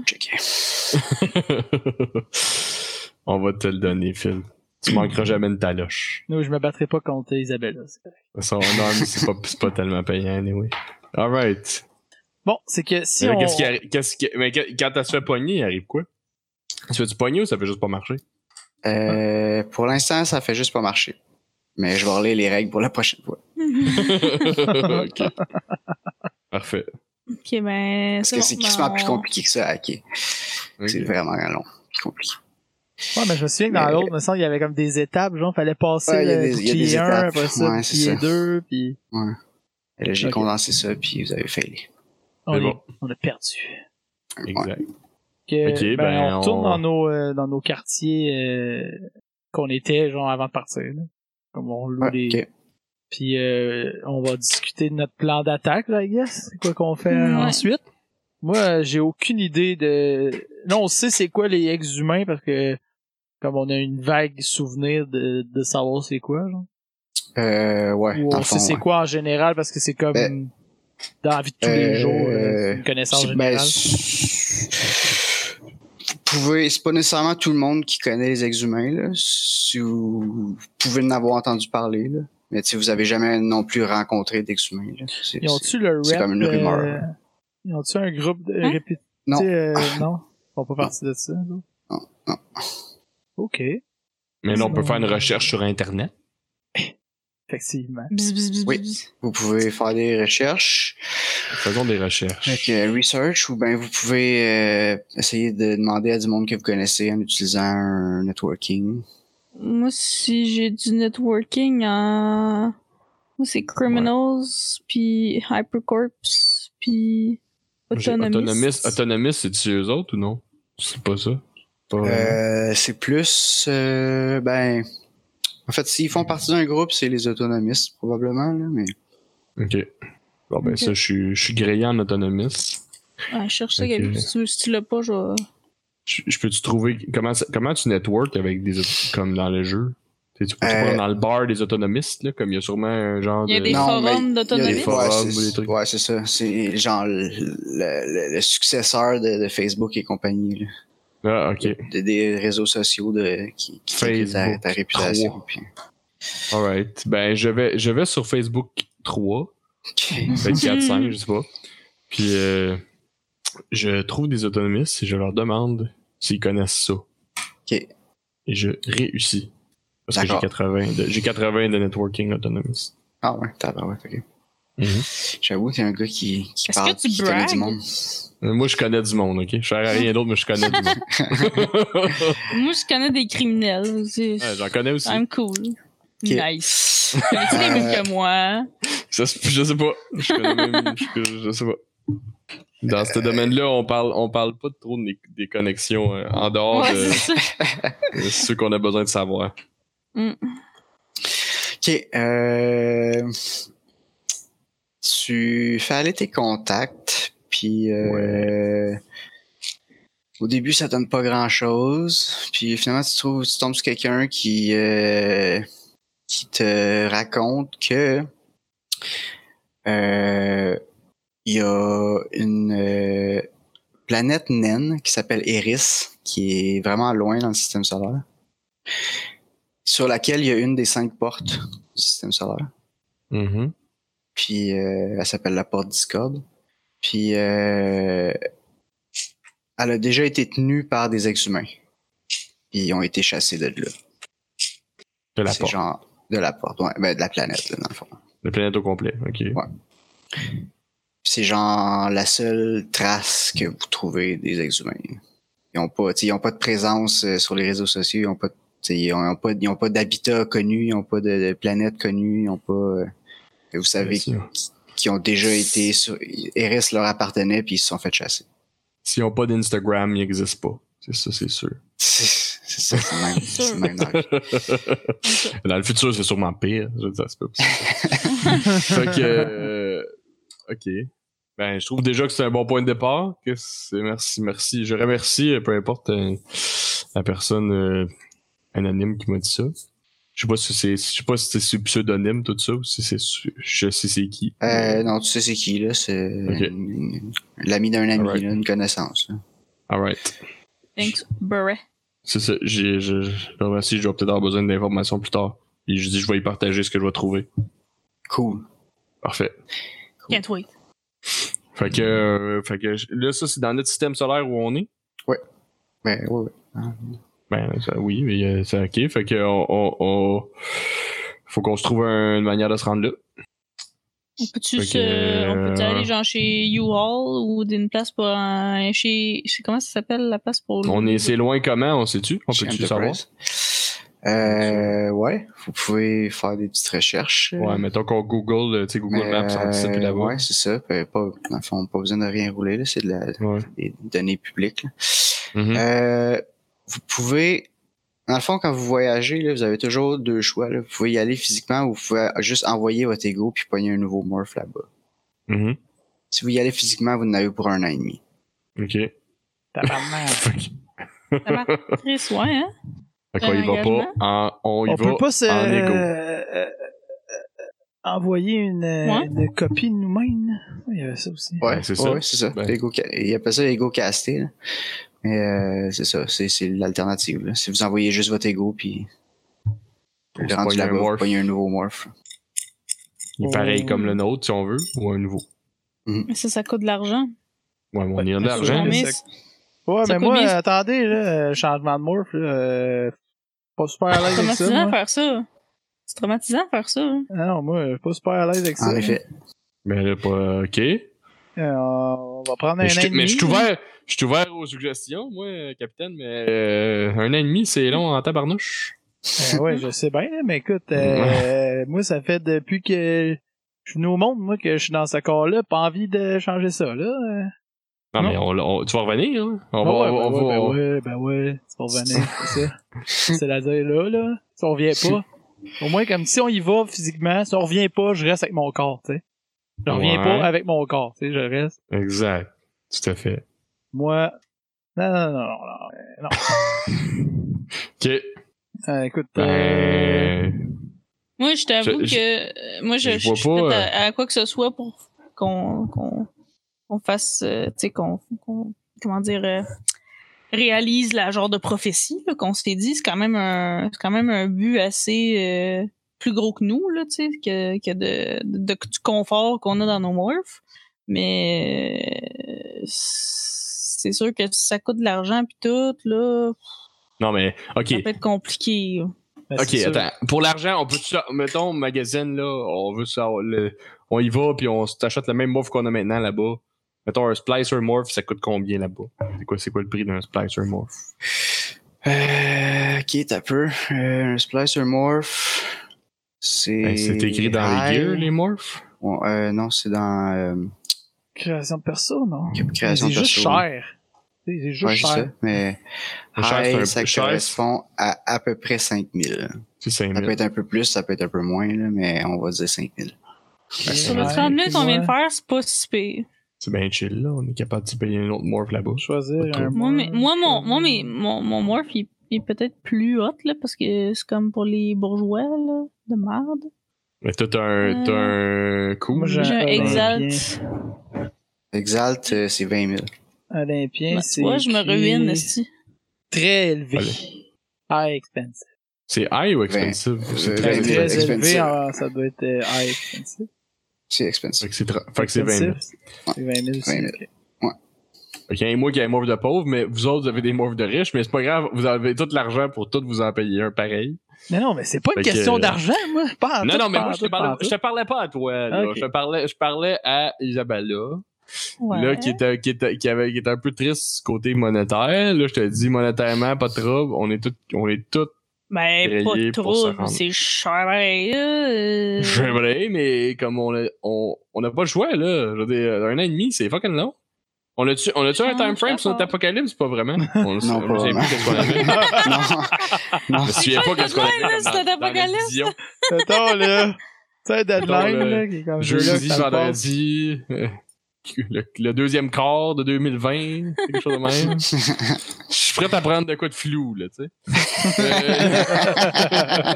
C: ouais.
D: de checker.
B: On va te le donner, Phil. Tu manqueras jamais une taloche.
A: Nous, je me battrai pas contre Isabelle. c'est correct.
B: De toute façon, un arme, c'est pas, c'est pas tellement payant, anyway. Alright.
A: Bon, c'est que si
B: Mais
A: on.
B: Qu'est-ce qui arrive? qu'est-ce qui- Mais que- quand t'as se fait pogner, il arrive quoi? Tu fais du pogner ou ça fait juste pas
C: *laughs*
B: marcher?
D: Euh, pour l'instant, ça fait juste pas marcher. Mais je vais relire les règles pour la prochaine fois.
B: ok. Parfait.
C: *laughs* ok, ben.
D: Parce que
C: bon,
D: c'est
C: ben,
D: quasiment
C: on-
D: plus compliqué que ça à hacker.
B: Ok.
D: C'est vraiment long. C'est compliqué.
A: Ouais, mais je me souviens que dans
D: Mais-
A: l'autre, me semble, il y avait comme des étapes, genre, fallait passer
D: Ouais, il y a
A: le
D: des- il y a des
A: bouclier 1,
D: étapes.
A: après ça,
D: Ouais,
A: le
D: c'est
A: bouclier
D: ça.
A: 2, puis
D: Et là, j'ai
A: Ok.
D: condensé ça, puis vous avez failli.
A: on,
B: Mais
A: est-
B: bon.
A: on a perdu.
B: Exact.
A: Que,
B: Ok,
A: ben,
B: ben,
A: on retourne
B: on-
A: dans nos euh, dans nos quartiers euh, qu'on était genre avant de partir. là. Comme on loue
D: Ouais,
A: les-
D: ok.
A: Puis euh, on va discuter de notre plan d'attaque, là, I guess. C'est quoi qu'on fait euh,
C: Ouais.
A: ensuite? Moi, euh, j'ai aucune idée de. Non, on sait c'est quoi les ex-humains parce que comme on a une vague souvenir de, de savoir c'est quoi, genre.
D: Euh, ouais,
A: Ou
D: dans
A: on
D: le
A: sait
D: fond,
A: c'est
D: ouais.
A: quoi en général parce que c'est comme
D: Ben,
A: dans la vie de tous les
D: euh,
A: jours, euh, c'est une connaissance
D: C'est- ben,
A: générale.
D: c'est- vous pouvez, c'est pas nécessairement tout le monde qui connaît les exhumés, là. Si vous, vous pouvez en avoir entendu parler, là. Mais si vous avez jamais non plus rencontré d'exhumés, là. C'est-
A: Ils ont-tu le rep?
D: c'est comme une rumeur,
A: euh, Ils ont-tu un groupe de
C: Hein?
A: répété?
D: Non. Ah.
A: euh, non? Ils font pas partie de ça. là.
D: Non, non.
A: OK.
B: Mais là, on peut
A: Non.
B: faire une recherche sur Internet.
A: Effectivement.
C: Bzz, bzz, bzz,
D: Oui.
C: bzz.
D: Vous pouvez faire des recherches,
B: Faisons des recherches.
D: avec euh, research, ou bien vous pouvez euh, essayer de demander à du monde que vous connaissez en utilisant un networking.
C: Moi, si j'ai du networking en. Moi, c'est Criminals, puis Hypercorps, puis.
B: J'ai-
C: Autonomist.
B: Autonomiste, autonomiste, c'est-tu eux autres ou non? C'est pas ça. Pas vraiment.
D: Euh, c'est plus, euh, ben, en fait, s'ils font partie d'un groupe, c'est les autonomistes probablement, là, mais
B: Ok. Bon, ben
C: Ok.
B: ça, je suis- je suis grillé en autonomiste.
C: Ouais, cherche ça,
B: Ok.
C: Gabi, si tu veux. Si tu l'as pas, je vais.
B: Je, je peux-tu trouver. Comment, ça- comment tu network avec des. auto- comme dans le jeu? Tu sais, tu peux te
D: Euh.
B: prendre dans le bar des autonomistes, là, comme il y a sûrement un genre
C: Il y a
B: de.
C: des
D: Non, mais
C: forums
D: Il y a des
B: Autonomiste? *laughs* forums.
C: d'autonomistes.
D: fois,
B: ou des
D: c'est
B: trucs.
D: ouais, c'est ça. C'est genre le, le- le- le successeur de, de Facebook et compagnie. là.
B: Ah, ok.
D: Des, des réseaux sociaux de, qui, qui calculent ta-
B: Facebook
D: ta, réputation. puis-
B: Alright. Ben, je vais, je vais sur Facebook 3. Peut-être 4, 5, je sais pas. Puis, euh, je trouve des autonomistes et je leur demande s'ils connaissent ça.
D: Ok.
B: Et je réussis. Parce que j'ai
D: D'accord.
B: 80, de, j'ai 80 de networking autonomiste.
D: Ah ouais, tabarouette, ok.
B: Mhm.
D: J'avoue, t'es un gars qui, qui
C: Est-ce
D: parle,
C: que tu
D: qui connaît
C: bragues?
D: du monde.
B: Euh, Moi, je connais du monde, ok? Je sers à rien d'autre, mais je connais du
C: *laughs*
B: monde.
C: Moi, je connais des criminels. C'est
B: Ouais, J'en connais aussi.
C: I'm cool. Nice. Connais-tu des
D: Euh,
C: mêmes que moi?
B: Ça, se- je sais pas. Je connais même- je, je sais pas. Dans ce domaine-là, on parle, on parle pas trop des, des connexions euh, en dehors
C: Ouais,
B: de
C: c'est ça.
B: de ceux qu'on a besoin de savoir.
D: Ok, euh, tu fais aller tes contacts, puis euh, au début ça donne pas grand chose, puis finalement tu trouves, tu tombes sur quelqu'un qui euh, qui te raconte que euh, il y a une euh, planète naine qui s'appelle Eris, qui est vraiment loin dans le système solaire, sur laquelle il y a une des cinq portes du système solaire
B: Mm-hmm.
D: puis euh, elle s'appelle la porte Discord. Puis euh, elle a déjà été tenue par des ex-humains. Puis ils ont été chassés de là.
B: De la
D: C'est
B: porte.
D: genre de la porte, ouais, ben de la planète là, dans le fond.
B: La planète au complet, ok.
D: Puis c'est genre la seule trace que vous trouvez des ex-humains. Ils ont pas, tu sais, ils ont pas de présence euh, sur les réseaux sociaux, ils ont pas, de- tu sais, ils ont, ils ont pas, ils ont pas d'habitat connu, ils ont pas de, de planète connue, ils ont pas. euh, vous savez
B: Si,
D: qu'ils ont déjà été sur. Eris leur appartenait puis ils se sont fait chasser.
B: S'ils n'ont pas d'Instagram, ils n'existent pas. C'est ça, c'est sûr.
D: C'est c'est ça, c'est le même, c'est le même Euh, dans la vie.
B: Dans le futur, c'est sûrement pire. Je veux dire, c'est pas
D: *laughs*
B: possible. fait que. euh, ok. Ben, je trouve déjà que c'est un bon point de départ. Que c'est, merci, merci. Je remercie, euh, peu importe euh, la personne euh, anonyme qui m'a dit ça. Je sais pas si c'est, je sais pas si c'est sous pseudonyme tout ça ou si c'est, sous- je sais c'est qui.
D: Euh, non, tu sais c'est qui, là. C'est
B: Ok.
D: une- l'ami d'un ami,
B: Alright.
D: là, une connaissance. là.
B: Alright.
C: Thanks, Barret.
B: C'est ça. J'ai, je, je le remercie. Je vais peut-être avoir besoin d'informations plus tard. Et je dis, je vais y partager ce que je vais trouver.
D: Cool.
B: Parfait.
C: Can't wait.
B: Fait que, euh, fait que je- là, ça, c'est dans notre système solaire où on est.
D: Ben, ouais, ouais.
B: Ben, ça, oui, mais euh, c'est ok. Fait que, on, on- on- faut qu'on se trouve un- une manière de se rendre là.
C: On peut-tu
B: Fait
C: se-
B: que,
C: on peut
B: euh,
C: aller genre chez U-Haul ou d'une place pour un- chez, chez- comment ça s'appelle la place pour
B: On est, c'est loin comment, on sait-tu? On
D: Chez
B: peut-tu savoir?
D: Enterprise. Euh, ouais, vous pouvez faire des petites recherches.
B: Ouais, mettons qu'on Google, euh, tu sais, Google
D: Mais,
B: Maps anticipe
D: euh,
B: la voie.
D: ouais, c'est ça. Euh, Pas, dans le fond, pas besoin de rien rouler, là. C'est de la,
B: Ouais.
D: des données publiques. là.
B: Mhm.
D: Euh, vous pouvez, dans le fond, quand vous voyagez, là, vous avez toujours deux choix. là. Vous pouvez y aller physiquement ou vous pouvez juste envoyer votre ego puis pogner un nouveau morph là-bas.
B: Mhm.
D: Si vous y allez physiquement, vous en avez pour un an et demi.
B: Ok.
A: Tabarnak.
B: Fait que-
C: Chris, ouais, hein?
B: fait qu'on y va
C: engagement?
B: pas en, on y
A: On
B: va
A: peut pas se
B: en égo.
A: euh, euh, euh, envoyer une, euh,
C: Ouais.
A: une copie de nous-mêmes. là. Ouais, Il y avait ça aussi.
B: Ouais, c'est ça.
D: Ouais, c'est ça.
B: Ben.
D: L'ego ca- Il appelle ça ego casté. là. Mais euh, c'est ça, c'est c'est l'alternative. là. Si vous envoyez juste votre ego, puis
B: On se
D: le rendu
B: pogne un
D: là-bas, vous
B: morph.
D: pognez un nouveau morph.
B: Il est pareil comme le nôtre, si on veut, ou un nouveau.
C: Mais ça, ça coûte de l'argent.
B: Ouais, mais on
A: Ouais,
B: y a de
A: c'est
B: l'argent.
A: ça.
B: là.
C: Mais
A: c'est-
C: c'est-
A: Ouais,
C: Ça
A: mais moi,
C: combien, ça?
A: attendez, là, euh, changement de morph, là, euh, pas super à
C: C'est
A: l'aise avec ça.
C: traumatisant
A: moi.
C: faire ça. C'est traumatisant faire ça. hein.
A: Ah non, moi, je suis pas super à l'aise avec ça.
D: En effet.
B: Mais là, pas. Ok.
A: Euh, on va prendre un
B: Mais je
A: an et
B: suis- mais je suis
A: demi.
B: ouvert, je suis ouvert aux suggestions, moi, euh, capitaine, mais euh, un an et demi, c'est long en tabarnouche.
A: Euh, ouais, je sais bien, là, mais écoute, euh, moi, ça fait depuis que je suis venu au monde, moi, que je suis dans ce corps-là, pas envie de changer ça, là. Euh,
B: Non,
A: Non.
B: mais on, on- tu vas revenir, hein? On va.
A: ah ouais, ben
B: on
A: ouais,
B: va-
A: ben ouais, ben ouais, c'est pour
B: *laughs*
A: venir, c'est ça. C'est-à-dire, là, là, si on revient pas, au moins, comme si on y va physiquement, si on revient pas, je reste avec mon corps, tu sais. Je reviens
B: Ouais.
A: pas avec mon corps, tu sais, je reste.
B: Exact. Tout à fait.
A: Moi. Non, non, non, non. non.
B: Ok.
A: Euh, écoute. euh,
B: Ben.
C: Moi, je t'avoue
B: Je- je-
C: que euh, moi, je,
B: je
C: je,
B: vois
C: je suis
B: pas, euh,
C: prête à, à quoi que ce soit pour qu'on qu'on qu'on fasse, euh, tu sais, qu'on qu'on- comment dire, euh, réalise la genre de prophétie là, qu'on s'est dit. C'est quand même un, c'est quand même un but assez euh, plus gros que nous là, tu sais, que, que de, de- du confort qu'on a dans nos morphs. Mais euh, c'est sûr que si ça coûte de l'argent puis tout là,
B: Non, mais. Ok.
C: ça peut être compliqué. là.
A: ben,
B: Ok,
A: Ah, c'est sûr.
B: attends. Pour l'argent, on peut. Mettons, magazine, là, on veut ça. le- on y va, puis on s'achète le même morph qu'on a maintenant là-bas. Mettons, un splicer morph, ça coûte combien là-bas? C'est quoi, c'est quoi le prix d'un splicer morph?
D: Euh, ok, t'as peu. Euh, un splicer morph. C'est.
B: Ben, c'est écrit dans
D: Ah,
B: les gears, les morphs?
D: bon, euh, non, c'est dans euh,
A: Création de perso, non?
D: création
A: C'est
D: de
A: juste
D: perso.
A: cher. C'est c'est juste
D: Ouais, c'est ça.
A: cher.
D: Mais
B: Le cher, c'est
D: high,
B: un-
D: ça
B: le cher,
D: correspond à à peu près 5000.
B: C'est
D: Ça
B: 5000.
D: peut être un peu plus, ça peut être un peu moins, là, mais on va dire 5000.
B: Ben,
C: Sur
B: c'est
C: le
B: bien-
A: Ouais,
C: 30 minutes qu'on vient de
A: ouais.
C: faire, c'est pas si pire.
B: c'est bien chill, là. On est capable de payer un autre morph là-bas.
A: Choisir un.
C: Moi, mais, moi, mon,
A: morph.
C: moi mais, mon, mon morph, il, il est peut-être plus hot, là, parce que c'est comme pour les bourgeois, là, de merde.
B: Mais toi, t'as un, t'as un Euh, coup.
A: Euh, Moi, j'ai
C: J'ai un
A: un
C: exalt.
D: Exalt, euh, c'est 20 000.
A: Olympien,
C: Ben,
A: Eh, c'est.
C: tu vois, je me
A: écrit
C: ruine, esti.
A: Très élevé. High expensive.
B: C'est high ou expensive? Ben, C'est
D: Euh,
B: très
A: Très,
D: élevé.
B: expensive.
A: élevé,
D: Expensive.
A: ah, ça doit être euh, high expensive.
D: C'est
B: Fait *laughs*
D: expensive.
B: que c'est tra- fait que c'est 20 000.
A: C'est 20 000 aussi.
D: 20 000.
A: ok.
B: Fait qu'il y a un mois qui a un morph de pauvre, mais vous autres, vous avez des morphs de riches, mais c'est pas grave, vous avez tout l'argent pour tout vous en payer un pareil.
A: Mais non, mais c'est pas une
B: Fait que- euh,
A: question d'argent, moi. Pas en
B: Non,
A: Ah, tout,
B: non, mais
A: pas
B: moi,
A: en
B: je te
A: tout, pas en
B: parlais,
A: tout.
B: *laughs* je te parlais pas à toi, là.
A: Ok.
B: Je, te parlais, je parlais à Isabella,
C: Ouais.
B: là, qui était, qui était, qui avait, qui était un peu triste côté monétaire. Là, je te dis, monétairement, pas de trouble, on est tout, on est tout
C: Ben,
B: Grillé
C: pas
B: pour se
C: trop,
B: rendre.
C: c'est cher, pareil, là, euh,
B: J'aimerais, mais comme on a, on, on a pas le choix, là. Je veux dire, un an et demi, c'est fucking long. On a-tu, on a-tu un
C: Change
B: time frame sur notre
C: d'appart.
B: apocalypse? Pas vraiment. On ne
D: Non, pas
B: sait
D: vraiment.
B: plus qu'est-ce qu'on avait.
D: non,
B: Je
D: non.
B: me souviens pas
C: quoi
B: qu'est-ce qu'on
C: le
B: avait.
C: deadline, là,
B: comme
C: sur
B: dans- dans
C: l'apocalypse,
B: la vision.
A: Attends, là. Tu sais,
B: Mettons,
A: deadline,
B: le
A: là, qui est comme là, que
B: Jeudi,
A: ça me passe.
B: vendredi, euh, le, le deuxième quart de 2020, quelque chose de même. Je suis prêt à prendre de quoi de flou, là, tu sais. Euh,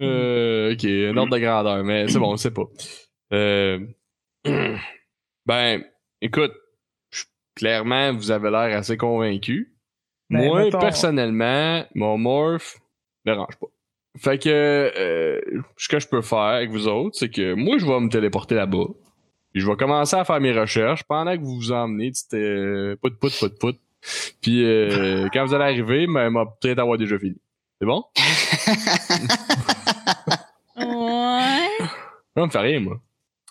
B: Euh, ok, un ordre de grandeur, mais c'est bon, on sait pas. Euh, *clears throat* ben, écoute, je- clairement, vous avez l'air assez convaincu.
A: Ben,
B: Moi,
A: mettons-
B: personnellement, mon morph ne range pas. Fait que, euh, ce que je peux faire avec vous autres, c'est que moi, je vais me téléporter là-bas. Puis je vais commencer à faire mes recherches pendant que vous vous emmenez, c'était euh, pout, pout, pout, pout. Puis euh, quand vous allez arriver, ben, m'a peut-être avoir déjà fini. C'est bon?
C: Ouais,
B: Non, me fait rien, moi.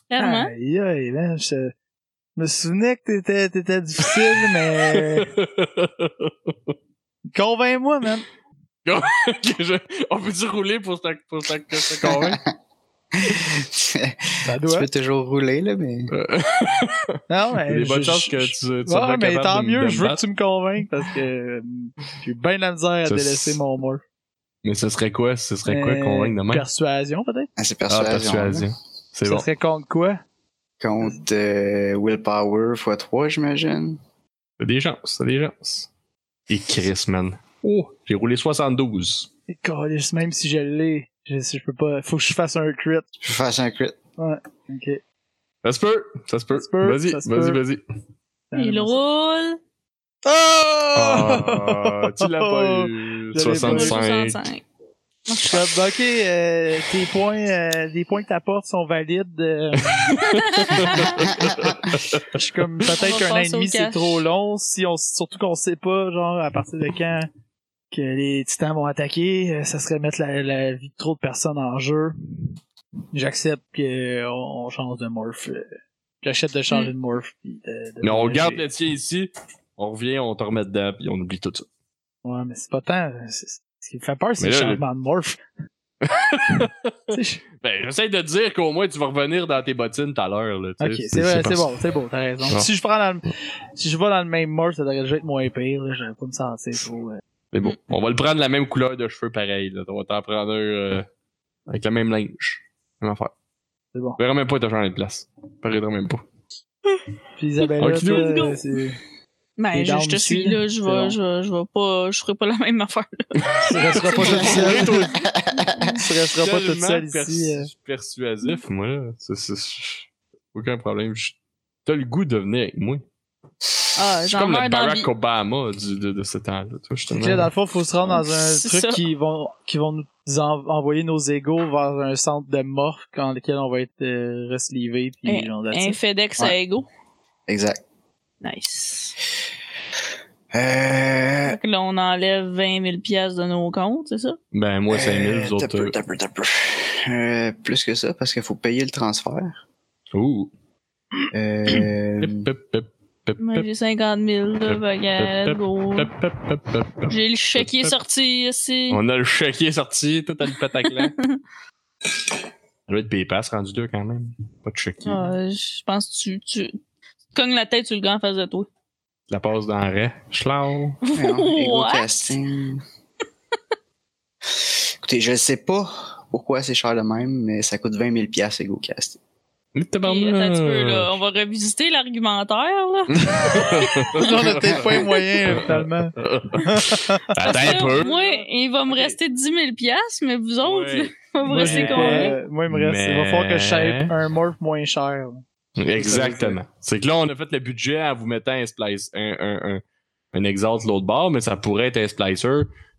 C: clairement.
A: *laughs* Aïe, aïe, man, je je me souvenais que t'étais, t'étais difficile,
B: *laughs*
A: mais convainc-moi, man.
B: Que je- on peut-tu rouler pour ça pour ça que ça convainc?
D: *laughs* tu
A: Ça
D: peux toujours rouler, là, mais.
B: *laughs* Euh,
A: Non,
B: Il y a
A: mais
B: des bonnes
A: Ah Euh, je-
B: chances que
A: je-
B: tu, tu
A: Ouais,
B: seras
A: mais
B: capable
A: tant
B: de-
A: mieux,
B: de
A: je
B: me
A: veux que
B: battre.
A: tu me convainques parce que euh, j'ai bien de la misère à
B: Ça,
A: délaisser
B: c'est-
A: mon mur.
B: Mais ce serait quoi? Ce serait quoi
A: Euh,
B: convaincre demain?
A: Persuasion, peut-être?
D: Ah, c'est
B: Ah,
D: persuasion.
B: persuasion. C'est
A: Ça
B: bon.
A: serait contre quoi?
D: Contre euh, Willpower x3, j'imagine.
B: T'as des chances, t'as des chances. Et Chris, man. Oh, j'ai roulé 72.
A: Et câlisse, même si je l'ai, je, je peux pas, faut que je fasse un crit.
D: Je peux faire un crit.
A: Ok.
B: Ça se peut, ça se peut.
A: se peut,
B: Vas-y,
A: ça se
B: vas-y,
A: peut. *laughs*
B: vas-y.
C: Il roule.
A: Ah!
B: Ah, tu l'as pas eu.
A: *laughs* J'avais pas eu.
B: 65.
A: Je suis comme, ok, euh, tes points, euh, les points que t'apportes sont valides. euh, je suis comme, peut-être
C: *laughs* On va
A: qu'un an et
C: passer au
A: demi c'est
C: cash.
A: trop long, si on, surtout qu'on sait pas, genre, à partir de quand que les titans vont attaquer, euh, ça serait mettre la, la vie de trop de personnes en jeu. J'accepte qu'on on change de morph. euh, J'accepte de changer
C: Hmm.
A: de morph. puis de- de-
B: Mais on
A: de-
B: garde le tien ici, on revient, on te remet dedans, puis on oublie tout ça.
A: Ouais, mais c'est pas tant. c'est- c'est- Ce qui me fait peur, c'est
B: Mais
A: le
B: là,
A: changement de
B: *laughs*
A: morph. Tu sais, je-
B: Ben, j'essaie de te dire qu'au moins tu vas revenir dans tes bottines tout à l'heure. là, tu
A: Ok,
B: sais.
A: c'est vrai,
B: pas
A: c'est
B: ça.
A: bon, c'est bon, t'as raison.
B: Bon.
A: Si je prends dans le, si je vais dans le même mort, ça devrait déjà être moins pire, là, j'aurais pas me sentir trop. euh.
B: C'est bon. On va le prendre la même couleur de cheveux pareil. Là. On va t'en prendre un euh, avec la même linge. Même affaire.
A: C'est bon.
B: On verra même pas ta changer de place. On verra même pas.
A: Puis Isabella,
B: Ok,
A: toi,
B: let's go.
A: euh,
B: *laughs*
A: c'est
C: *laughs* Ben,
A: T'es
C: je,
A: down
C: je te
A: aussi,
C: suis là, je
A: c'est
C: vais,
A: bon.
C: je, vais- je vais pas, je ferai pas la même affaire.
A: tu resteras pas toute seule. *laughs* tu resteras pas toute
B: Tellement
A: seule
B: persu-
A: ici. euh.
B: persuasif, moi. là. C'est- c'est- Aucun problème. Je- T'as le goût de venir avec moi.
C: Ah,
B: Je suis
C: j'en
B: comme
C: meurs
B: le
C: dans la
B: Barack
C: vie.
B: Obama du- de, de ce temps-là. Toi,
A: Fait que là, dans
B: justement.
A: le fond, faut se rendre dans un
C: C'est ça.
A: truc qui vont, qui vont nous en- envoyer nos égaux vers un centre de morph dans lequel on va être euh, reslevé puis
C: Eh,
A: genre
C: Un *laughs* FedEx à
D: Ouais.
C: Ego.
D: Exact.
C: Nice.
D: Euh...
C: Fait que là, on enlève 20 000 piastres de nos comptes, c'est ça?
B: Ben, moi, 5000,
D: euh,
B: vous autres.
D: t'as peu,
B: euh,
D: t'as peu, t'as peu. Euh, plus que ça, parce qu'il faut payer le transfert.
B: Ouh. *laughs*
D: Euh...
B: Pep, pep, pep, pep,
C: Moi,
B: pep,
C: j'ai 50 000, là, fait que, let's go.
B: pep, pep, pep, pep, pep.
C: J'ai le chèque qui est sorti ici.
B: On a le chéquier sorti, tout à le
C: *laughs*
B: pataclan. Ça doit être PayPass rendu deux quand même. Pas de chéquier.
C: Ah, je pense que tu, tu, tu te cognes la tête sur le grand en face de toi.
B: La passe dans le raie. Schlau.
D: Non, Ego
C: What?
D: Casting. Écoutez, je sais pas pourquoi c'est cher de même, mais ça coûte 20 000 pièces Ego Casting.
B: Mais t'es
C: Et attends un petit peu,
B: *laughs* euh.
C: là. On va revisiter l'argumentaire, là.
A: Non, on a peut-être pas les
B: *laughs*
A: moyens, euh, finalement.
B: Attends
C: Parce
B: un
C: que
B: peu.
C: Moi, il va me rester 10 000 piastres, mais vous autres, là,
B: Ouais.
C: il va *laughs* vous
A: Moi,
C: rester
A: j'ai pas-
C: *laughs*
A: euh,
C: combien?
A: moi, il me reste, il va falloir que je shape
B: Mais-
A: un morph moins cher.
B: Exactement. C'est que là, on a fait le budget en vous mettant un splice, un, un, un, un exhaust de l'autre bord, mais ça pourrait être un splicer.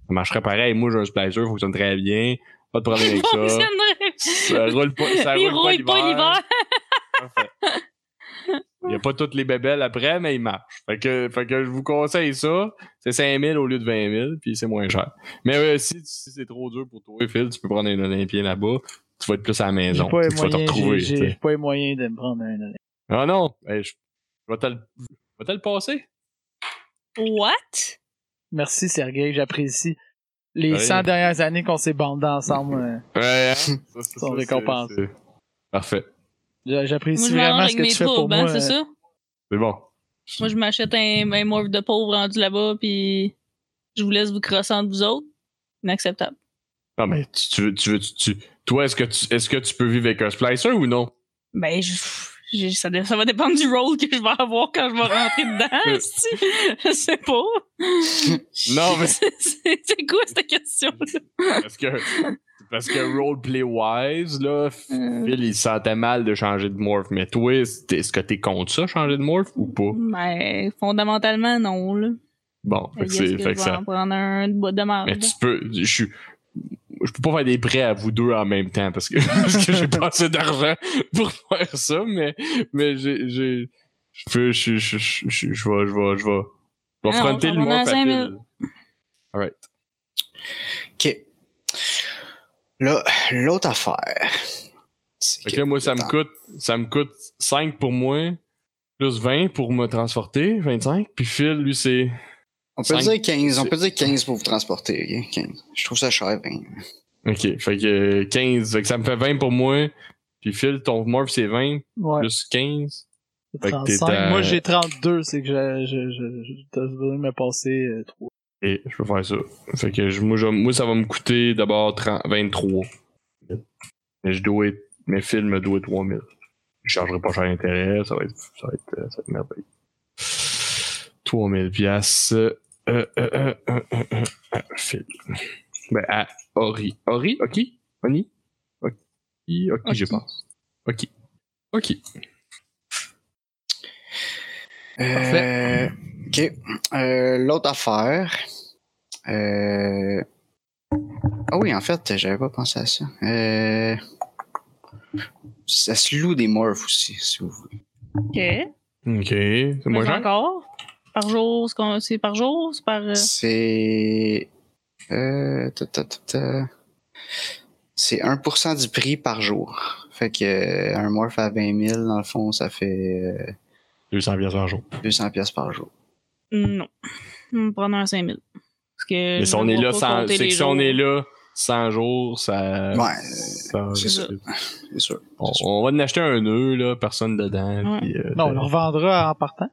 B: Ça marcherait pareil. Moi, j'ai un splicer, fonctionne très bien. Pas de problème
C: *laughs* Il
B: avec ça.
C: fonctionnerait.
B: Ça roule pas, ça
C: Il
B: roule
C: rouille pas l'hiver.
B: Parfait. Il n'y a pas toutes les bébelles après, mais il marche. Fait que, fait que je vous conseille ça. C'est 5 000 au lieu de 20 000, puis c'est moins cher. Mais euh, si, si c'est trop dur pour toi, Phil, tu peux prendre un Olympien là-bas. Tu vas être plus à la
A: J'ai
B: maison.
A: pas les
B: tu vas te
A: moyens-
B: retrouver.
A: j'ai-
B: tu
A: J'ai
B: sais.
A: pas les moyens de me prendre un honnête.
B: Ah non! Eh, je, je vais te le- je vais te le passer.
C: What?
A: Merci Sergueï, j'apprécie. Les
B: Ouais.
A: 100 dernières années qu'on s'est bandés ensemble,
B: *laughs*
A: euh,
B: Ouais, hein? Ça, c'est-
A: Son
B: ça,
A: récompense.
B: c'est- c'est- Parfait.
A: j'a- j'apprécie
C: Moi, je
A: vraiment
C: m'arrange
A: ce
C: avec
A: que
C: mes
A: tu fais pour
C: troubles, hein,
A: moi.
C: c'est
A: euh,
C: ça?
B: C'est bon.
C: Moi, je m'achète un, un morve de pauvre rendu là-bas, puis je vous laisse vous crosser entre vous autres. Inacceptable.
B: Non, mais tu, tu veux, tu veux, tu, tu- toi, est-ce que tu, est-ce que tu peux vivre avec un splicer ou non?
A: *laughs*
C: Ben, je, j'ai- ça, dé- ça va dépendre du rôle que je vais avoir quand je vais rentrer
B: Euh.
C: dedans, esti. Je sais pas.
B: *laughs* Non, mais-
C: *laughs* c'est, c'est- c'est quoi cette question?
B: Parce que, parce que roleplay-wise, là,
C: Euh.
B: Phil, il se sentait mal de changer de morph. Mais toi, c'est- est-ce que t'es contre ça, changer de morph ou pas?
C: Ben, fondamentalement, non, là.
B: Bon, fait que
C: Est-ce
B: c'est, fait
C: que
B: que
C: je vais
B: ça.
C: en prendre un de bois de merde?
B: Mais tu peux, je suis, je peux pas faire des prêts à vous deux en même temps parce que, *laughs* parce que j'ai pas assez d'argent pour faire ça, mais, mais j'ai, j'ai, je peux, je, je, je, je, je vais, je vais, je vais, je vais
C: Ah, on
B: fronter
C: s'en
B: le
C: va dans
B: morph à
C: cinq
B: Phil.
C: minutes.
B: Alright.
D: OK. Là, l'autre affaire. c'est
B: Fait
D: que-
B: que là, moi, ça me coûte, ça me coûte 5 pour moi, plus 20 pour me transporter, 25. Puis Phil, lui, c'est.
D: On peut
B: cinq-
D: dire 15, on peut dire 15 pour vous transporter, ok? 15. Je trouve ça cher, ben. 20.
B: Ok, fait que euh, 15. Fait que ça me fait 20 pour moi. Puis Phil, ton morph, c'est 20,
A: Ouais,
B: plus 15.
A: c'est
B: fait que t'es
A: 35.
B: à-
A: Moi j'ai 32, c'est que je, je, je, je, t'as besoin de me passer euh, trois.
B: Et je peux faire ça. Fait que je- moi, je- moi, ça va me coûter d'abord 30 23. Mais je dois être- Mes Phil me doit 3000. Je chargerai pas cher intérêt, ça va être. Ça va être, euh, ça va être merveilleux. 3000 piastres. Euh, euh, euh, euh, euh, euh, euh, Phil. Ben, à Ori. Ori? Ok? Oni? Ok, ok, je
C: Ok.
B: pense. Ok. Ok.
D: Euh, OK. Euh, l'autre affaire. Euh, Ah oui, en fait, j'avais pas pensé à ça. Euh... Ça se loue des morphs aussi, si vous voulez.
C: OK.
B: Ok. C'est moins
C: Mais
B: cher?
C: encore? Par jour? c'est qu'on- C'est par jour? C'est par. euh,
D: C'est. Euh... ta, ta, ta, ta. C'est 1% du prix par jour. Fait que euh, un morph à 20 000, dans le fond, ça fait
B: 200 pièces par jour.
D: euh, 200 pièces par jour.
C: Non. On va prendre un 5000. Parce que
B: Mais
C: je
B: si
C: me
B: on est
C: vois
B: là
C: pas
B: 100,
C: compter
B: c'est
C: les
B: que si on est
C: jours.
B: là 100 jours, ça.
D: Ouais,
B: ça-
D: c'est ça. C'est sûr.
B: On, on va en acheter un œuf, là, personne dedans.
C: Ouais.
B: puis, euh,
A: Non, on le revendra en partant.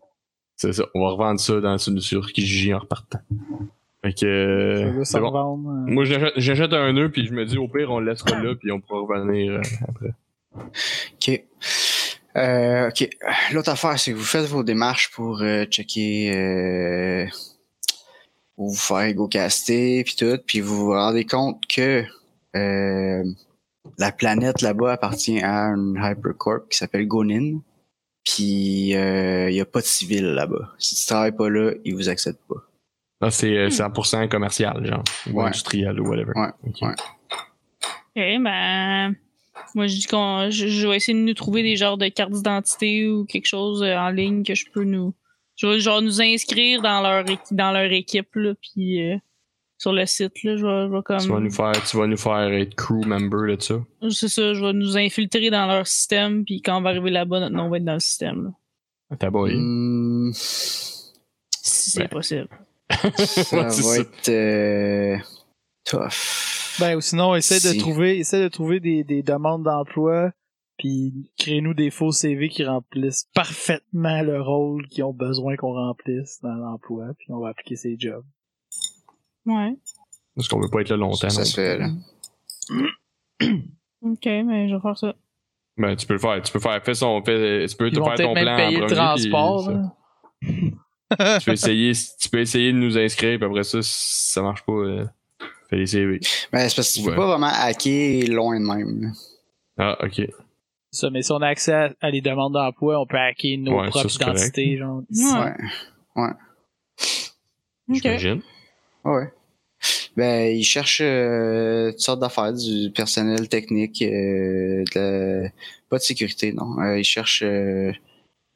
B: C'est ça. On va revendre ça dans une sur Kijiji en repartant. Fait que.
A: Ça
B: euh,
A: veut
B: c'est
A: s'en
B: bon.
A: vendre, euh,
B: Moi, j'achète- j'achète un nœud, puis je me dis, au pire, on le laissera là, puis on pourra revenir euh, après.
D: OK. Euh, OK. L'autre affaire, c'est que vous faites vos démarches pour euh, checker euh, ou vous faire go-caster, puis tout, puis vous vous rendez compte que euh, la planète là-bas appartient à un hypercorp qui s'appelle Gonin. Puis euh, il n'y a pas de civil là-bas. Si tu travailles pas là, ils vous acceptent pas.
B: Ah, c'est euh, 100% commercial, genre. Ou
D: Ouais.
B: industriel, ou whatever.
D: Ouais,
B: Ok.
D: ouais.
C: Ok, ben. Moi, je dis qu'on. Je, je vais essayer de nous trouver des genres de cartes d'identité ou quelque chose euh, en ligne que je peux nous. Je vais genre nous inscrire dans leur, équi- dans leur équipe, là, puis euh, sur le site, là. Je vais, je vais
B: Tu vas
C: comme.
B: nous faire, tu vas nous faire être crew member de ça.
C: C'est ça, je vais nous infiltrer dans leur système, puis quand on va arriver là-bas, notre nom va être dans le système, là.
B: T'as boy. *laughs*
D: Hmm,
C: Si c'est
B: Ben.
C: possible.
D: ça
B: Ouais, c'est
D: va
B: ça.
D: être euh, tough.
A: Ben, ou sinon, essaie
D: Si.
A: de trouver, essaie de trouver des, des demandes d'emploi, puis crée-nous des faux CV qui remplissent parfaitement le rôle qu'ils ont besoin qu'on remplisse dans l'emploi, puis on va appliquer ces jobs.
C: Ouais.
B: Parce qu'on veut pas être là longtemps.
D: ça
B: non.
D: se fait là.
C: Ok, mais je vais faire ça.
B: Ben, tu peux le faire. Tu peux faire, fais son, fais- tu peux
A: Ils
B: te
A: vont
B: faire ton
A: peut-être même
B: plan
A: payer
B: en
A: le
B: premier,
A: transport.
B: puis,
A: là.
B: ça. tu peux essayer, tu peux essayer de nous inscrire, puis après ça, si ça marche pas, euh, fais les CV.
D: Ben, c'est parce que tu
B: Ouais.
D: peux pas vraiment hacker loin de même. là.
B: Ah, ok.
A: Ça, mais si on a accès à, à les demandes d'emploi, on peut hacker nos
B: Ouais, ça,
A: propres
B: c'est correct.
A: identités, genre.
D: Ouais.
C: Ok.
B: J'imagine.
D: Ah Ouais. Ben, ils cherchent euh, toutes sortes d'affaires, du personnel technique, euh, de la- pas de sécurité, non. Euh, ils cherchent. euh,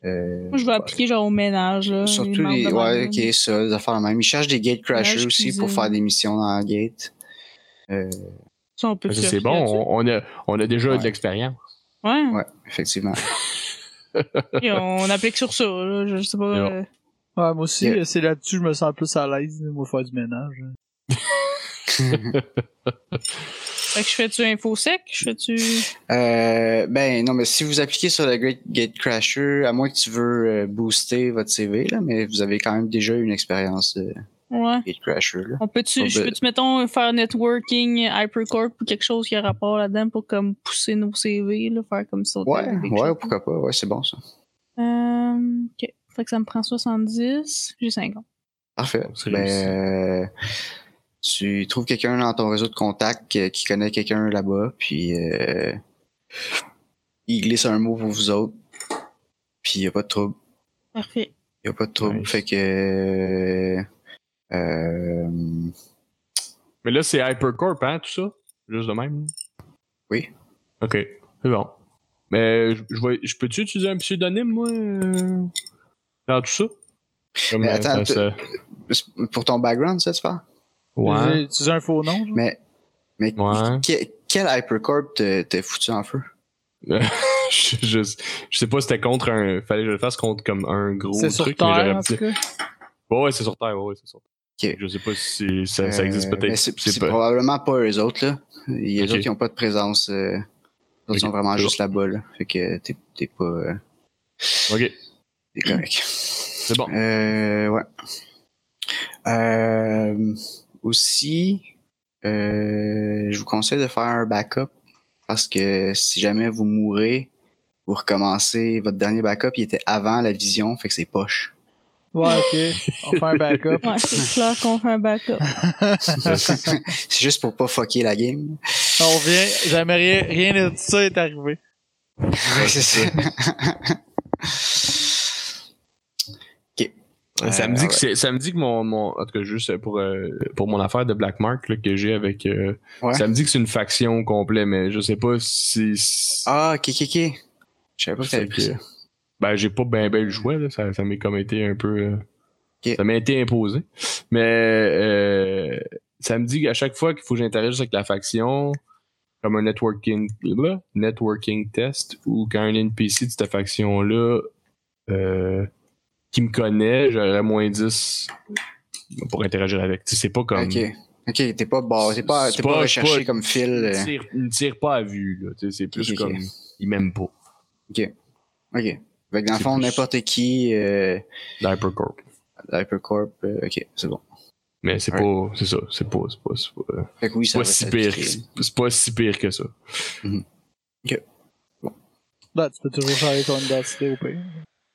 D: euh,
C: Moi, je vais appliquer genre au ménage. Là,
D: Surtout les.
C: membres de
D: Ouais,
C: ma-
D: ok, ça, des affaires de même. Ils cherchent des gatecrashers
C: Ménage,
D: aussi
C: cuisine.
D: pour faire des missions dans la gate. Euh,
C: Ça, on peut
B: Ben, Ça,
C: se
B: c'est
C: appliquer
B: bon,
C: là-dessus.
B: on, on a, on a déjà
D: Ouais.
B: de l'expérience.
C: Ouais.
D: ouais, effectivement.
C: Et on applique sur ça. Là, je je sais pas.
B: Yeah.
C: euh,
A: Ouais, moi aussi,
D: Yeah.
A: euh, c'est là-dessus que je me sens plus à l'aise, là, moi, faire du ménage. hein.
C: Fait que je fais-tu info sec? Je fais-tu.
D: Euh, ben non, mais si vous appliquez sur le Great Gatecrasher, à moins que tu veux euh, booster votre CV, là, mais vous avez quand même déjà une expérience de
C: Ouais.
D: Gatecrasher. Là.
C: On peut-tu,
D: Oh,
C: je
D: ben-
C: peux-tu, mettons, faire networking, hypercorp ou quelque chose qui a rapport là-dedans pour comme pousser nos CV, là, faire comme ça.
D: Ouais, ouais, pourquoi pas, ouais, c'est bon ça.
C: Euh, ok. Fait que ça me prend 70, j'ai 50.
D: Parfait.
B: C'est
D: Ben,
B: réussi.
D: euh, tu trouves quelqu'un dans ton réseau de contacts euh, qui connaît quelqu'un là-bas, puis euh, il glisse un mot pour vous autres, puis il n'y a pas de trouble.
C: Parfait.
D: Il a pas de trouble.
B: Nice.
D: Fait que... euh, euh,
B: Mais là, c'est Hypercorp, hein, tout ça? Juste de même?
D: Oui.
B: Ok, c'est bon. Mais je, je vais- je peux-tu utiliser un pseudonyme, moi, euh, dans tout ça? Comme,
D: Mais
B: euh,
D: Ben, attends,
B: ça- ça-
D: pour ton background, ça, tu parles?
B: Ouais.
A: Tu as un faux nom, genre?
D: Mais, mais
B: Ouais.
D: que- quel hypercorp te- t'es foutu en feu?
B: *laughs* je, je- je sais pas si c'était contre un. Fallait que je le fasse contre comme un gros
A: C'est
B: truc.
A: sur
B: mais j'aurais
A: Terre, en
B: pu-
A: tout cas.
B: Ouais, ouais, c'est sur Terre. Ouais, ouais, c'est sur Terre.
D: Ok.
B: Je sais pas si ça, ça
D: Euh,
B: existe
D: ben,
B: peut-être.
D: C'est
B: c'est
D: c'est
B: pas-
D: probablement pas eux autres, là. Les
B: Ok.
D: autres, ils ont pas de présence. euh, Ils
B: Ok,
D: sont vraiment
B: c'est
D: juste là-bas, là. Fait que t'es t'es pas... euh,
B: Ok,
D: C'est correct.
B: c'est
D: *laughs*
B: bon.
D: Euh, ouais. Euh, aussi, euh, je vous conseille de faire un backup parce que si jamais vous mourrez, vous recommencez. Votre dernier backup, il était avant la vision, fait que c'est poche.
A: Ouais, ok. On fait un backup.
B: *laughs*
C: Ouais,
D: *laughs*
C: c'est clair qu'on fait un backup.
D: C'est juste pour pas fucker la game.
A: On vient, jamais rien, rien de ça est arrivé.
D: Ouais, c'est ça. *laughs* ok.
B: ça, me
D: Euh,
B: dit que c'est- ça me dit que mon, mon. En tout cas, juste pour, euh, pour mon affaire de Black Mark là, que j'ai avec. euh,
D: Ouais.
B: Ça me dit que c'est une faction au complet, mais je sais pas si. si-
D: Ah, ok, ok, ok. Je savais pas que t'avais
B: Fait
D: pris ça.
B: que- Ben, j'ai pas ben ben le choix, là. Ça, ça m'est comme été un peu. euh,
D: Ok.
B: Ça m'a été imposé. Mais euh, ça me dit qu'à chaque fois qu'il faut que j'interagisse avec la faction, comme un networking, là, networking test, ou quand un NPC de cette faction-là euh, qui me connaît, j'aurais moins 10 pour interagir avec. Tu sais, c'est pas comme.
D: Ok. Ok, t'es pas, bar- t'es pas,
B: C'est
D: t'es pas,
B: pas-
D: recherché
B: pas-
D: comme fil.
B: Il
D: euh,
B: me tire- il me tire pas à vue, là. Tu sais, c'est plus
D: ok.
B: comme. Il m'aime pas.
D: Ok. Fait que dans le
B: C'est
D: fond,
B: plus-
D: n'importe qui, euh,
B: D'Hypercorp.
D: Hypercorp, euh, ok, c'est bon.
B: Mais c'est
D: Ouais.
B: pas. C'est ça. C'est pas. C'est pas. C'est pas, euh,
D: Fait que oui,
B: c'est
D: ça
B: pas
D: va
B: si
D: s'appliquer.
B: pire. C'est c'est pas si pire que ça.
A: Bah, tu peux toujours changer ton identité au pire.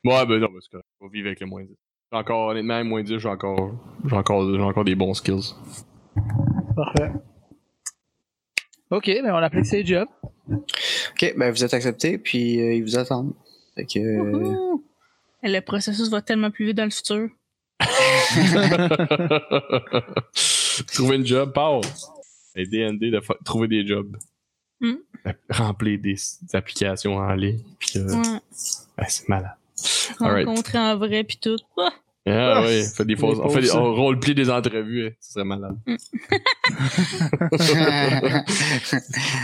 B: Ouais, ben non, parce que on vivre avec le moins 10. J'ai encore, honnêtement, le moins 10, j'ai encore, j'ai encore, j'ai encore des bons
D: *laughs*
B: skills.
A: Parfait. Ok, ben on applique ses jobs.
D: Ok, ben vous êtes accepté, puis euh, ils vous attendent. Fait que. euh,
C: Wouhou! Le processus va tellement plus vite dans le futur.
B: trouver une job, power. Et DND de fa- trouver des jobs.
C: Hmm.
B: Remplir des, des applications en ligne. Puis, euh,
C: Ouais.
B: ben, c'est malade. Alright.
C: Rencontrer en vrai puis tout. Ah!
B: Ah
A: Ah,
B: ouais, fait des
A: les
B: fausses- on,
A: pauses,
B: fait des,
A: ça.
B: on roleplay des entrevues, hein. ce serait malade.
D: euh,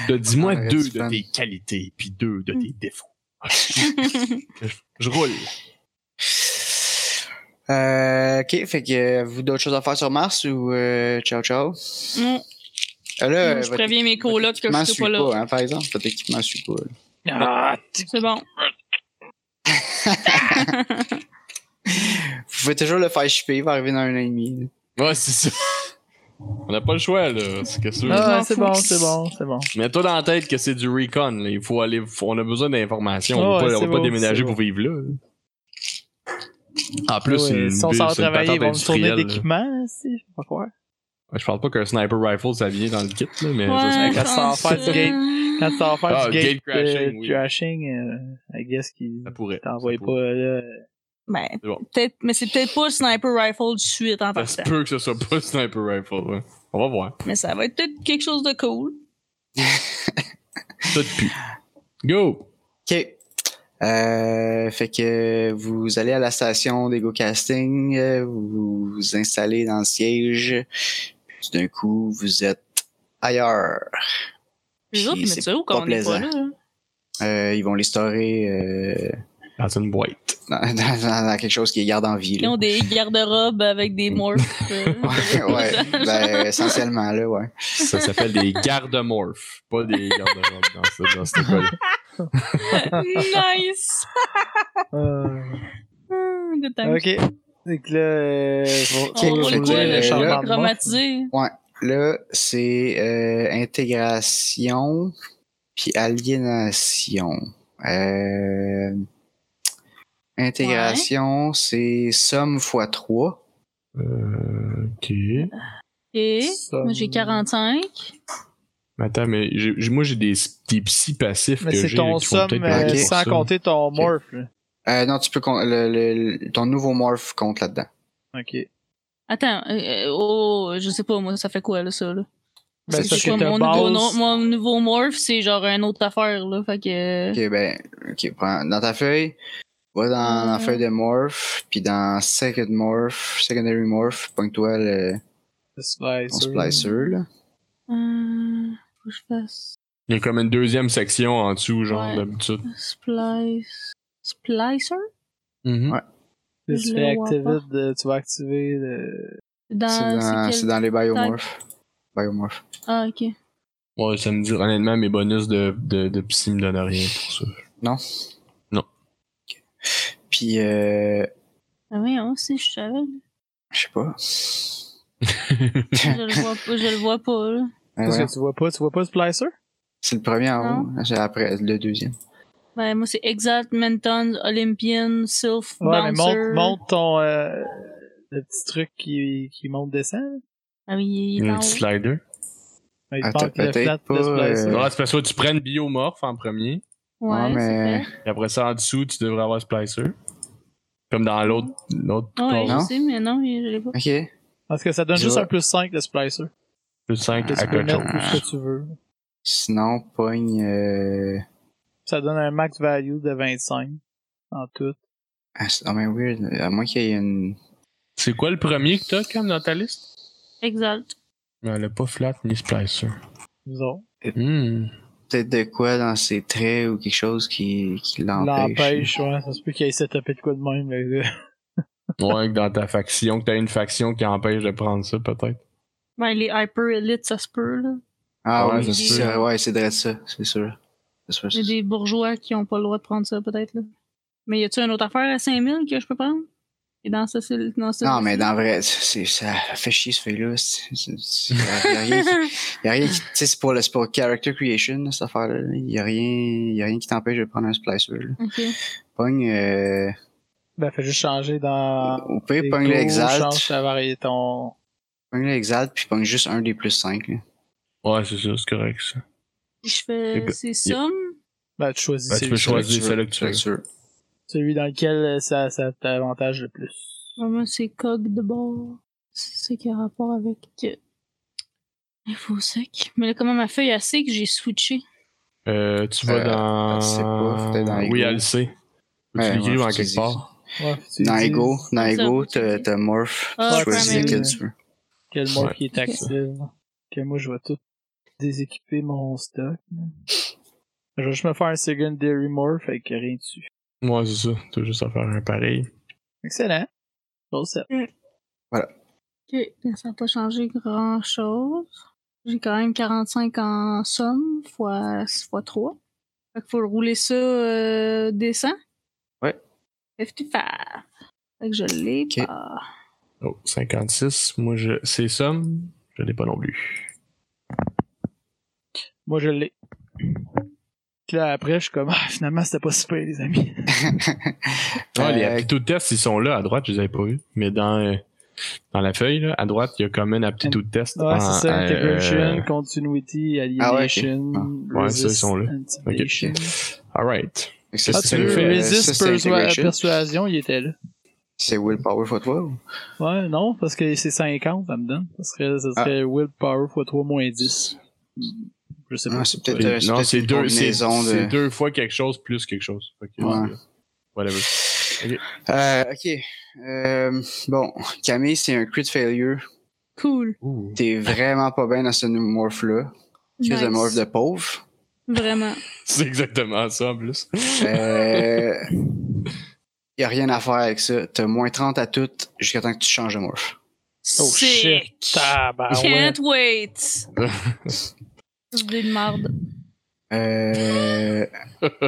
B: Là, Dis-moi
D: Ah,
B: deux
D: c'est
B: de
D: fun.
B: tes qualités, puis deux de
C: Hmm.
B: tes défauts. Ah,
C: *laughs*
B: Je roule.
D: *laughs* Euh, ok, fait que euh, vous d'autres choses à faire sur Mars ou euh, ciao ciao?
C: Non,
D: Euh, là,
C: non, je
D: votre
C: préviens mes
D: votre
C: colocs que
D: équipement
C: je suis
D: suit
C: pas là.
D: hein, par exemple, votre équipement suit pas. là.
A: Ah, tu-
C: C'est bon.
D: Vous pouvez toujours le faire shipper, il va arriver dans un an et demi. là.
B: Ouais, c'est ça. On n'a pas le choix, là. C'est que sûr.
A: Ah,
C: m'en
A: c'est
C: fous.
A: bon, c'est bon, c'est bon.
B: Mets-toi dans la tête que c'est du recon, là. Il faut aller. faut- on a besoin d'informations.
A: Ah
B: on
A: ouais,
B: ne
A: c'est
B: peut pas
A: bon,
B: déménager
A: c'est
B: pour vivre là. En
A: Ah Ouais,
B: plus, c'est une
A: si on
B: bulle,
A: s'en va
B: c'est une
A: travailler, ils vont
B: patente
A: nous tourner
B: industrielle, là.
A: d'équipement, si, je sais pas quoi.
B: Ouais, Je parle pas qu'un sniper rifle, ça vient dans le kit, là, mais Euh, ça, c'est-
C: Ouais,
A: quand ça va
C: pense,
A: faire du gate-
C: euh,
A: Quand ça va faire
B: Ah,
A: du gate,
B: gate crashing,
A: euh,
B: oui.
A: crashing, euh, I guess qu'ils
B: ça pourrait.
A: t'envoient
B: ça
A: pas
B: pourrait.
A: là.
C: Ben,
B: C'est bon.
C: peut-être, mais c'est peut-être pas le sniper rifle tout de suite en
B: Ça se
C: partant.
B: peut que ce soit pas un sniper rifle, ouais. On va voir.
C: Mais ça va être peut-être quelque chose de cool.
B: Ça te pue. Go!
D: Ok. Euh, fait que vous allez à la station d'Ego Casting, euh, vous vous installez dans le siège, puis d'un coup vous êtes ailleurs.
C: Les autres,
D: Puis
C: ils
D: c'est
C: mettent ça où
D: pas
C: quand on est pas
D: plaisant.
C: là? hein?
D: Euh, ils vont les storer euh,
B: Dans une boîte.
D: dans, *laughs* dans- dans- dans quelque chose qui les garde en vie.
C: Ils
D: là.
C: ont des garde-robes avec
B: *laughs*
C: des morphs. euh,
D: Ouais, ouais.
C: *laughs*
D: ben, essentiellement, là, ouais.
B: Ça s'appelle des garde-morphes. Pas des garde-robes dans, ce- dans cette école.
C: nice!
A: Euh,
C: Hum, Good time.
A: ok. Donc là, euh, faut,
C: On
A: faut-
C: roule
A: faut
C: quoi,
A: dire euh,
D: là,
A: le charmant de mort.
C: Traumatisé.
D: Là, c'est euh, intégration puis aliénation. Euh, intégration, c'est somme fois 3.
B: Euh, ok.
C: Ok.
A: Ça-
C: Moi, j'ai 45.
B: Attends, mais j'ai- j'ai- moi j'ai des, des psy passifs
A: Mais
B: que j'ai.
A: c'est ton
B: qui font
A: somme
B: peut-être
A: euh,
B: aider
D: Ok.
B: pour
A: sans
B: ça.
A: compter ton morph. là.
D: Euh, non, tu peux con- le, le- ton nouveau morph compte là-dedans.
A: Ok. Ben,
C: Attends, euh, euh, oh, je sais pas, moi, ça fait quoi, là, ça, là?
A: Ben,
D: C'est
A: ça, c'est
C: quoi,
A: ta
C: mon, nouveau, no-
A: base.
C: mon nouveau morph, c'est genre une autre affaire, là. Fait que.
D: Ok, ben, ok, prends dans ta feuille, va dans la
C: Mhm.
D: feuille de morph, puis dans second morph, secondary morph, pointe-toi le
A: Le slicer.
D: ton splicer, là.
C: Euh, faut que je fasse
B: Il y a comme une deuxième section en dessous, genre
C: Ouais.
B: d'habitude.
C: splice. Splicer?
B: Ouais.
A: Tu
C: Je le
A: fais
C: vois
A: activate de- tu vas activer le...
C: Dans,
D: C'est dans,
C: c'est
D: c'est
C: quel-
D: dans les biomorphes. Biomorphes.
C: Ah, ok.
B: Ouais, ça me dit honnêtement, mes bonus de, de, de psy me donnent rien pour ça.
D: Puis, euh,
C: Ah oui, on sait, je savais.
D: je sais *laughs* pas.
C: Je
D: *laughs*
C: le vois pas, je le vois pas, là.
D: Ben
A: Parce
D: ouais,
A: que tu vois pas, tu vois pas le splicer?
D: C'est le premier en haut,
C: Non.
D: hein, c'est après le deuxième.
C: Ben, moi, c'est Exalt, Menton, Olympian, Sylph,
A: Ouais, mais
C: Bouncer.
A: monte, monte ton... euh, le petit truc qui, qui monte, descend.
C: Ah oui, il est
B: Un
C: en haut.
B: petit slider.
A: Ouais, il
D: Attends,
A: manque le
D: peut-être
A: flat
D: pas,
A: de splicer.
D: Euh.
B: Ouais, c'est parce que tu prends une biomorphe en premier.
C: Ouais,
D: Ouais, mais-
C: c'est fait.
B: Et après ça, en dessous, tu devrais avoir Splicer. Comme dans l'autre l'autre
C: Ah Ouais,
B: case.
C: je sais, mais non, je l'ai pas.
D: Ok.
A: Parce que ça donne
B: Je
A: juste
B: vois.
A: un plus 5 de Splicer.
B: Plus 5
A: Que
B: à
A: tu peux
B: quelque
A: mettre
B: chose.
A: tout ce que tu veux.
D: Sinon, pogne. Euh...
A: Ça donne un max value de 25 en tout.
D: Ah, c'est dommage weird. À moins qu'il y ait une.
B: C'est quoi le premier que t'as, Cam, dans ta liste?
C: Exalt.
B: Non, le pas flat ni splicer.
A: Nous autres.
B: Hmm.
D: Peut-être de quoi dans ses traits ou quelque chose qui, qui l'empêche.
A: L'empêche, ouais. Ça se peut qu'il ait setupé de quoi de même. mais, euh,
B: Ouais, que dans ta faction, que t'as une faction qui empêche de prendre ça, peut-être.
C: Ben, les hyper élites, ça se peut, là.
D: Ah
B: Ouais,
D: ouais,
B: ça
D: c'est
B: se
D: sûr.
B: peut.
D: Ouais, c'est vrai de ça, c'est sûr. C'est sûr, c'est
C: J'ai
D: sûr.
C: des bourgeois qui ont pas le droit de prendre ça, peut-être, là. Mais y a-tu une autre affaire à 5000 que je peux prendre? Et dans ça, c'est. Dans ça,
D: Non, mais dans vrai, c'est, ça fait chier ce feuille-là.
C: *laughs*
D: Y'a rien qui. y a rien qui tu sais, c'est pour, le- c'est pour character creation, là, cette affaire-là. Y'a rien, y a rien qui t'empêche de prendre un splicer. Là.
C: Ok.
D: Pogne. Euh,
A: ben, fait juste changer dans.
D: au pire,
A: tes
D: pogne
A: goûts,
D: l'exalt.
A: Change ta variété. Ton...
D: Pogne l'exalt, puis pogne juste un des plus 5.
B: Ouais, c'est ça, c'est correct, ça.
C: Je
B: Écoute,
C: fais. C'est somme.
A: Ben, tu choisis
B: Ben, tu
A: celui,
B: peux choisir. Vas-y, celle-là que tu veux.
D: sûr.
A: celui dans lequel euh, ça, ça t'avantage le plus.
C: Ouais, Moi, c'est cog de bord. C'est ça qui a rapport avec. euh, Info sec. Mais là, comment ma feuille elle sait que j'ai switché?
B: Euh, tu vas
D: Euh,
B: dans.
D: je sais pas, peut-être dans
B: Oui,
D: Ego.
B: elle le sait. Faut que
D: Ouais,
B: tu l'écrives
D: ouais,
B: en
D: faut
B: quelque
D: qu'ils
B: part.
A: Ouais, tu
D: Dans
A: dis
D: Ego, dans
C: Ça,
D: Ego,
C: tu
D: t'as
C: dis.
D: t'as Morph,
C: Ah,
D: tu
A: ouais,
D: choisis
A: mais-
D: lequel tu veux.
A: Quel mot
B: Ouais.
A: qui est active. Que moi, je vais tout déséquiper mon stock. Je vais juste me faire un secondary morph avec rien dessus.
B: Ouais, c'est ça. T'as juste à faire un pareil.
A: Excellent. Bon, ça.
C: Ok, ça n'a pas changé grand chose. J'ai quand même 45 en somme, fois, fois 3. Fait qu'il faut le rouler ça euh, décent.
D: Ouais.
C: 55. Fait que je l'ai
D: Ok.
C: pas.
B: Oh, 56. Moi, je. C'est somme. Je l'ai pas non plus.
A: Moi, je l'ai. Puis là, après, je suis comme, ah, finalement, c'était pas super, les amis.
B: Ah, les
D: Euh,
B: aptitudes tests, ils sont là. À droite, je les avais pas vus. Mais dans, euh, dans la feuille, là, à droite, il y a comme une aptitude test.
A: Ouais, c'est ça.
B: en-
A: Integration,
B: Ah, euh,
A: continuity,
D: Ah ouais,
A: alienation,
B: Ah. Ouais, ça, ils
A: resist,
B: sont là.
A: intimidation.
B: Alright.
D: fait que ça,
A: Ah,
B: Qu'est-ce
A: tu
D: c'est,
B: que
A: veux,
B: fais?
D: euh, ça,
A: resist,
D: c'est
A: persua-
D: integration.
A: persuasion, il était là.
D: C'est Willpower fois toi ou?
A: Ouais, non, parce que c'est 50, ça me donne. Ça serait,
D: Ah.
A: ça serait willpower x 3 moins 10. Je sais pas.
D: Ah, c'est peut-être,
B: C'est-
D: euh,
B: non,
D: peut-être
B: c'est
D: une
B: deux, c'est,
D: combinaison de-
B: c'est deux fois quelque chose plus quelque chose. Fait que,
D: Ouais.
B: euh, Whatever.
D: Euh, ok. Euh, bon, Camille, c'est un crit failure.
C: Cool.
D: T'es vraiment pas bien dans ce morph-là. Crise de
C: Nice.
D: morph de pauvre.
C: Vraiment.
B: *laughs* C'est exactement ça en plus.
D: Euh, y a rien à faire avec ça. T'as moins 30 à tout jusqu'à temps que tu changes de morph.
A: Oh shit! Ah
C: Sick. Ah
A: Tabarouette!
C: Can't wait. C'est de marde.
B: *laughs*
D: Euh,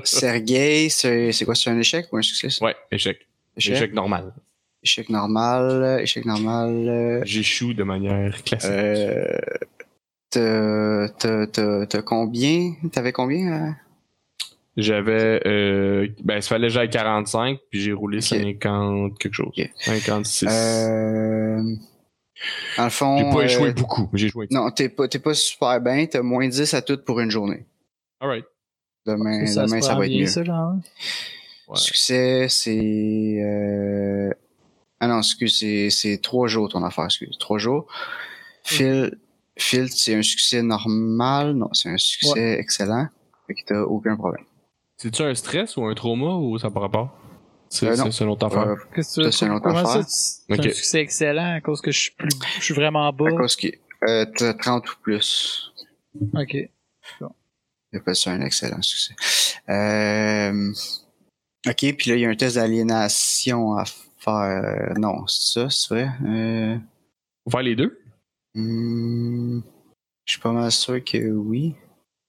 D: Sergei, c'est, c'est quoi? C'est un échec ou un succès? ça?
B: Ouais, échec. Échec, normal.
D: Échec normal. Échec normal. euh,
B: J'échoue de manière classique.
D: Euh, t'as, t'as, t'as, t'as combien? T'avais combien? euh?
B: J'avais. Euh, ben, il fallait que j'aille 45, puis j'ai roulé
D: Ok.
B: 50 quelque chose.
D: Ok.
B: 56.
D: Euh, dans le fond.
B: j'ai pas
D: euh,
B: échoué beaucoup. J'ai joué.
D: Non, t'es pas, t'es pas super bien. T'as moins 10 à tout pour une journée.
B: Alright.
D: Eh, Demain,
A: Ça se
D: demain, ça
A: prend
D: va être
A: bien,
D: mieux.
A: ça, hein? genre.
B: Ouais.
D: Succès, c'est... euh, Ah non, excuse, c'est, c'est trois jours ton affaire, excuse. Trois jours. Phil, Phil, c'est un succès normal. Non, c'est un succès excellent. Fait que t'as aucun problème.
B: C'est-tu un stress ou un trauma ou ça par rapport? C'est
D: Euh, non.
B: c'est- c'est une autre affaire.
D: Euh,
A: Qu'est-ce que
D: Ça,
A: tu veux?
D: c'est une autre
A: Comment ça,
D: affaire.
A: tu- c'est
B: Ok.
A: un succès excellent à cause que je suis plus, je suis vraiment bas.
D: à cause que euh, t'as 30 ou plus.
A: Ok.
D: J'appelle ça un excellent succès. Euh, OK, puis là, il y a un test d'aliénation à faire. Euh, Non, c'est ça, c'est vrai. Euh,
B: Faut faire les deux?
D: hmm, je suis pas mal sûr que oui.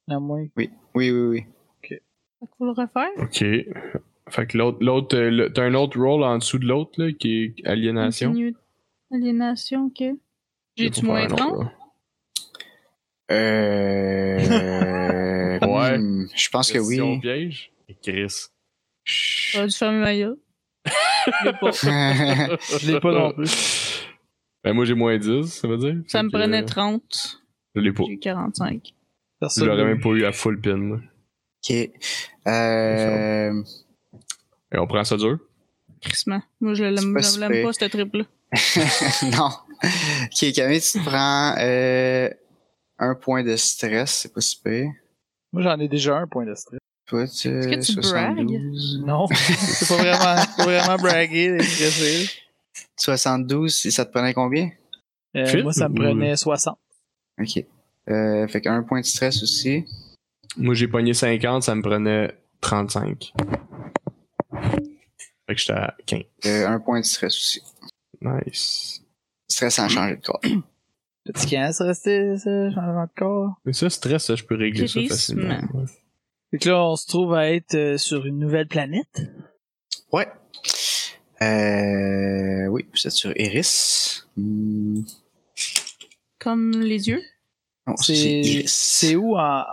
A: À moins que
D: Oui, oui, oui, oui.
C: Fait qu'il faut le refaire.
B: Ok. Fait que l'autre, l'autre, euh, le- t'as un autre roll en dessous de l'autre, là, qui est aliénation.
C: Continue. Aliénation, ok. J'ai-tu
B: Faut faire
C: moins
B: un autre,
C: 30?
B: là.
D: Euh,
B: Ouais.
D: hmm, je pense que
B: Question
D: oui.
B: piège? Et Chris.
C: J'aurais dû faire mes maillots. Je l'ai pas.
D: *laughs*
A: je l'ai pas non plus.
B: Ben, moi, j'ai moins 10, ça veut dire.
C: Ça
B: Fait
C: me
B: que,
C: prenait
B: euh, Oh.
C: 30.
B: Je l'ai pas.
C: J'ai 45.
B: Je
A: Personne.
B: l'aurais même pas eu à full pin, moi.
D: OK. Euh, *laughs*
B: Et on prend ça dur?
C: Crissement. Moi, je l'aime
D: pas
C: je
D: si
C: l'aime
D: pire.
C: pas, ce trip-là.
D: non. Ok, Camille, tu te prends euh, un point de stress, c'est pas si pire.
A: Moi, j'en ai déjà un point de stress.
D: Toi, tu.
C: Est-ce que tu
A: Non, *laughs* c'est pas vraiment, c'est pas vraiment braguer d'être stressé.
D: 72, si ça te prenait combien?
A: Euh,
B: Fit
A: moi, ça me
B: ou-
A: prenait 60.
D: Ok. Euh, fait qu'un point de stress aussi.
B: Moi, j'ai pogné 50, ça me prenait 35. Fait que j'étais à 15.
D: Euh, un point de stress aussi.
B: Nice.
D: Stress sans changer de corps.
A: Petit camp, ça restait, ça, changement de corps.
B: Mais ça, stress, ça, je peux régler ça
C: Charisme.
B: facilement. ouais.
A: Fait que là, on se trouve à être euh, sur une nouvelle planète.
D: Ouais. Euh, oui, vous êtes sur Iris. Hmm,
C: Comme les yeux.
D: Non,
A: C'est-
D: Oh, c'est Iris.
A: C'est où en. dans-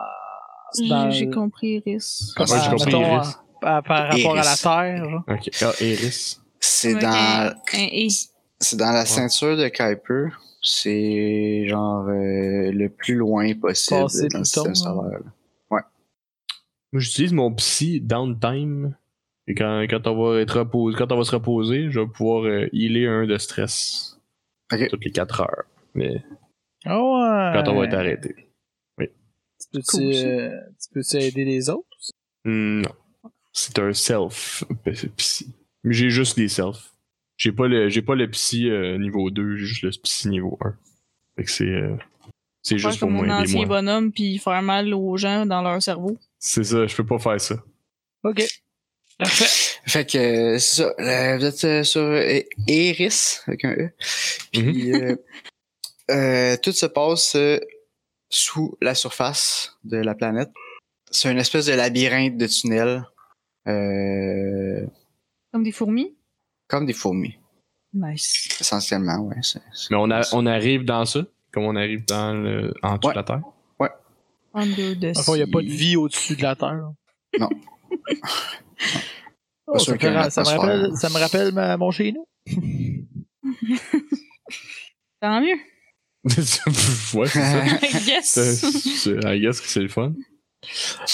C: J'ai Mmh, j'ai compris, Iris.
A: comme
B: Ah, Ouais, j'ai
A: à-
B: compris,
A: mettons,
B: Iris.
A: à- à- par rapport à la
D: Iris.
A: Terre,
C: euh,
A: genre.
B: Ok. Ah, Iris.
D: C'est
C: Ouais,
D: dans,
C: un- un et.
D: c'est dans la ceinture de Kuiper. C'est genre euh, le plus loin possible
A: Passer
D: dans le
A: Pluton,
D: système solaire. là.
B: Moi, j'utilise mon psy downtime. Et quand, quand, on va être repos- quand on va se reposer, je vais pouvoir euh, healer un de stress.
D: Ok.
B: Toutes les 4 heures. Mais
A: Ah ouais.
B: quand
C: Euh,
B: on va être arrêté.
A: Tu peux-tu
C: Cool, ça.
A: euh, tu peux-tu aider les autres?
B: Hmm, Non. C'est un self p- psy. Mais j'ai juste des selfs. J'ai pas le j'ai pas le psy euh, niveau 2, j'ai juste le psy niveau 1. Fait que c'est euh, c'est
C: Faire
B: juste pour
C: comme
B: moi
C: un
B: aider
C: ancien
B: moi.
C: bonhomme puis faire mal aux gens dans leur cerveau.
B: C'est ça, je peux pas faire ça.
A: Ok. Parfait.
D: Fait que euh, c'est ça. Euh, vous êtes euh, sur euh, Iris avec un E. Puis
B: Mhm.
D: euh, euh, tout se passe euh, sous la surface de la planète. C'est une espèce de labyrinthe de tunnels. euh,
C: Comme des fourmis.
D: comme des fourmis,
C: Nice.
D: essentiellement, ouais. c'est- c'est-
B: Mais on, a-
D: *laughs*
B: on arrive dans ça, comme on arrive dans le en dessous
D: Ouais.
B: de la terre.
C: Under the
A: Enfin, il n'y a
C: sea.
A: pas de vie au-dessus de la Terre.
D: Non.
A: *laughs* Oh,
D: Pas sûr
A: ça, me
D: qu'il y ait
A: ra-
D: une
A: ça me
D: atmosphère.
A: rappelle, ça me rappelle ma- mon chez nous.
B: *laughs*
C: Tant mieux.
B: *laughs* ouais, c'est *laughs* ça. C'est-
C: yes.
B: c'est- I guess que c'est le *laughs* fun.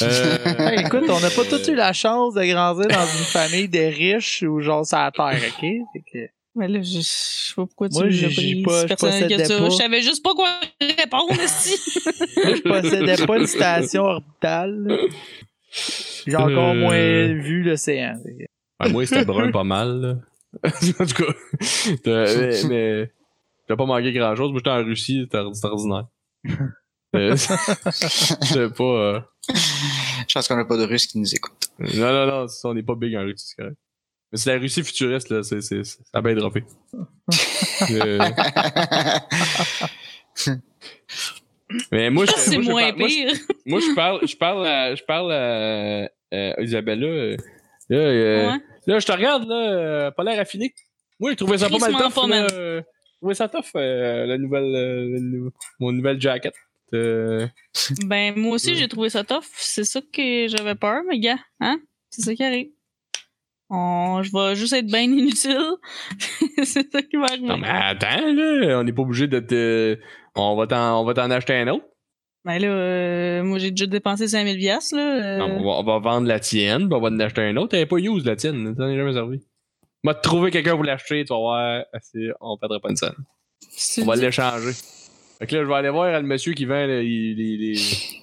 B: Euh,
A: Hey, écoute, on n'a pas tous eu la chance de grandir dans une famille de riches ou genre sur la terre, ok? Fait que-
C: Mais là, je, je sais pas pourquoi tu
A: Moi,
C: l'as
A: j'ai-
C: pris,
A: j'ai pas-
C: c'est
A: je
C: personnel que
A: possédais
C: ça.
A: pas.
C: Je savais juste pas quoi répondre, *laughs* si.
A: Moi, je possédais pas une station orbitale. là. J'ai encore
B: Euh.
A: moins vu l'océan. Fait que-
B: Ouais, moi, c'était brun pas mal. là. *laughs* en tout cas, t'as- *laughs* mais, mais t'as pas manqué grand chose. Moi, j'étais en Russie, c'était ordi- c'était *laughs* ordinaire. Euh, *laughs* J'étais pas. euh,
D: Je pense qu'on n'a pas de Russes qui nous écoutent. *laughs*
B: Non, non, non, ça, on n'est pas big en Russie, c'est correct. Mais c'est la Russie futuriste, là, c'est, c'est, c'est- ça a bien *laughs* droppé. Euh, mais moi, je,
C: C'est
B: moi, je
C: moins
B: par- moi, je-
C: pire.
B: moi, je parle, je parle à, je parle à, à Isabella. euh, Là, euh,
C: Ouais.
B: Là, je te regarde, là, euh, pas l'air affiné. Moi, j'ai trouvé ça pas mal
C: Crissement
B: tough,
C: pas
B: là,
C: mal.
B: euh, j'ai trouvé ça tough, euh, la nouvelle, euh, le nou- mon nouvelle jacket. Euh,
C: Ben, moi aussi,
B: Ouais.
C: j'ai trouvé ça tough. C'est ça que j'avais peur, mes gars. Hein? C'est ça qui arrive. On... Je vais juste être bien inutile. *laughs* c'est ça qui va arriver.
B: Non, mais attends, là, on n'est pas obligé d'être... euh, on va t'en, on va t'en acheter un autre.
C: Ben là, euh, moi, j'ai déjà dépensé 5000 viastres, là. euh,
B: Non, on, va, on va vendre la tienne, puis on va t'en acheter un autre. T'avais pas use la tienne, t'en as jamais servi. On va te trouver quelqu'un pour l'acheter, tu vas voir, assez, on perdra pas une scène.
C: si tu
B: On va
C: dis-
B: l'échanger. Fait que là, je vais aller voir le monsieur qui vend les, les, les,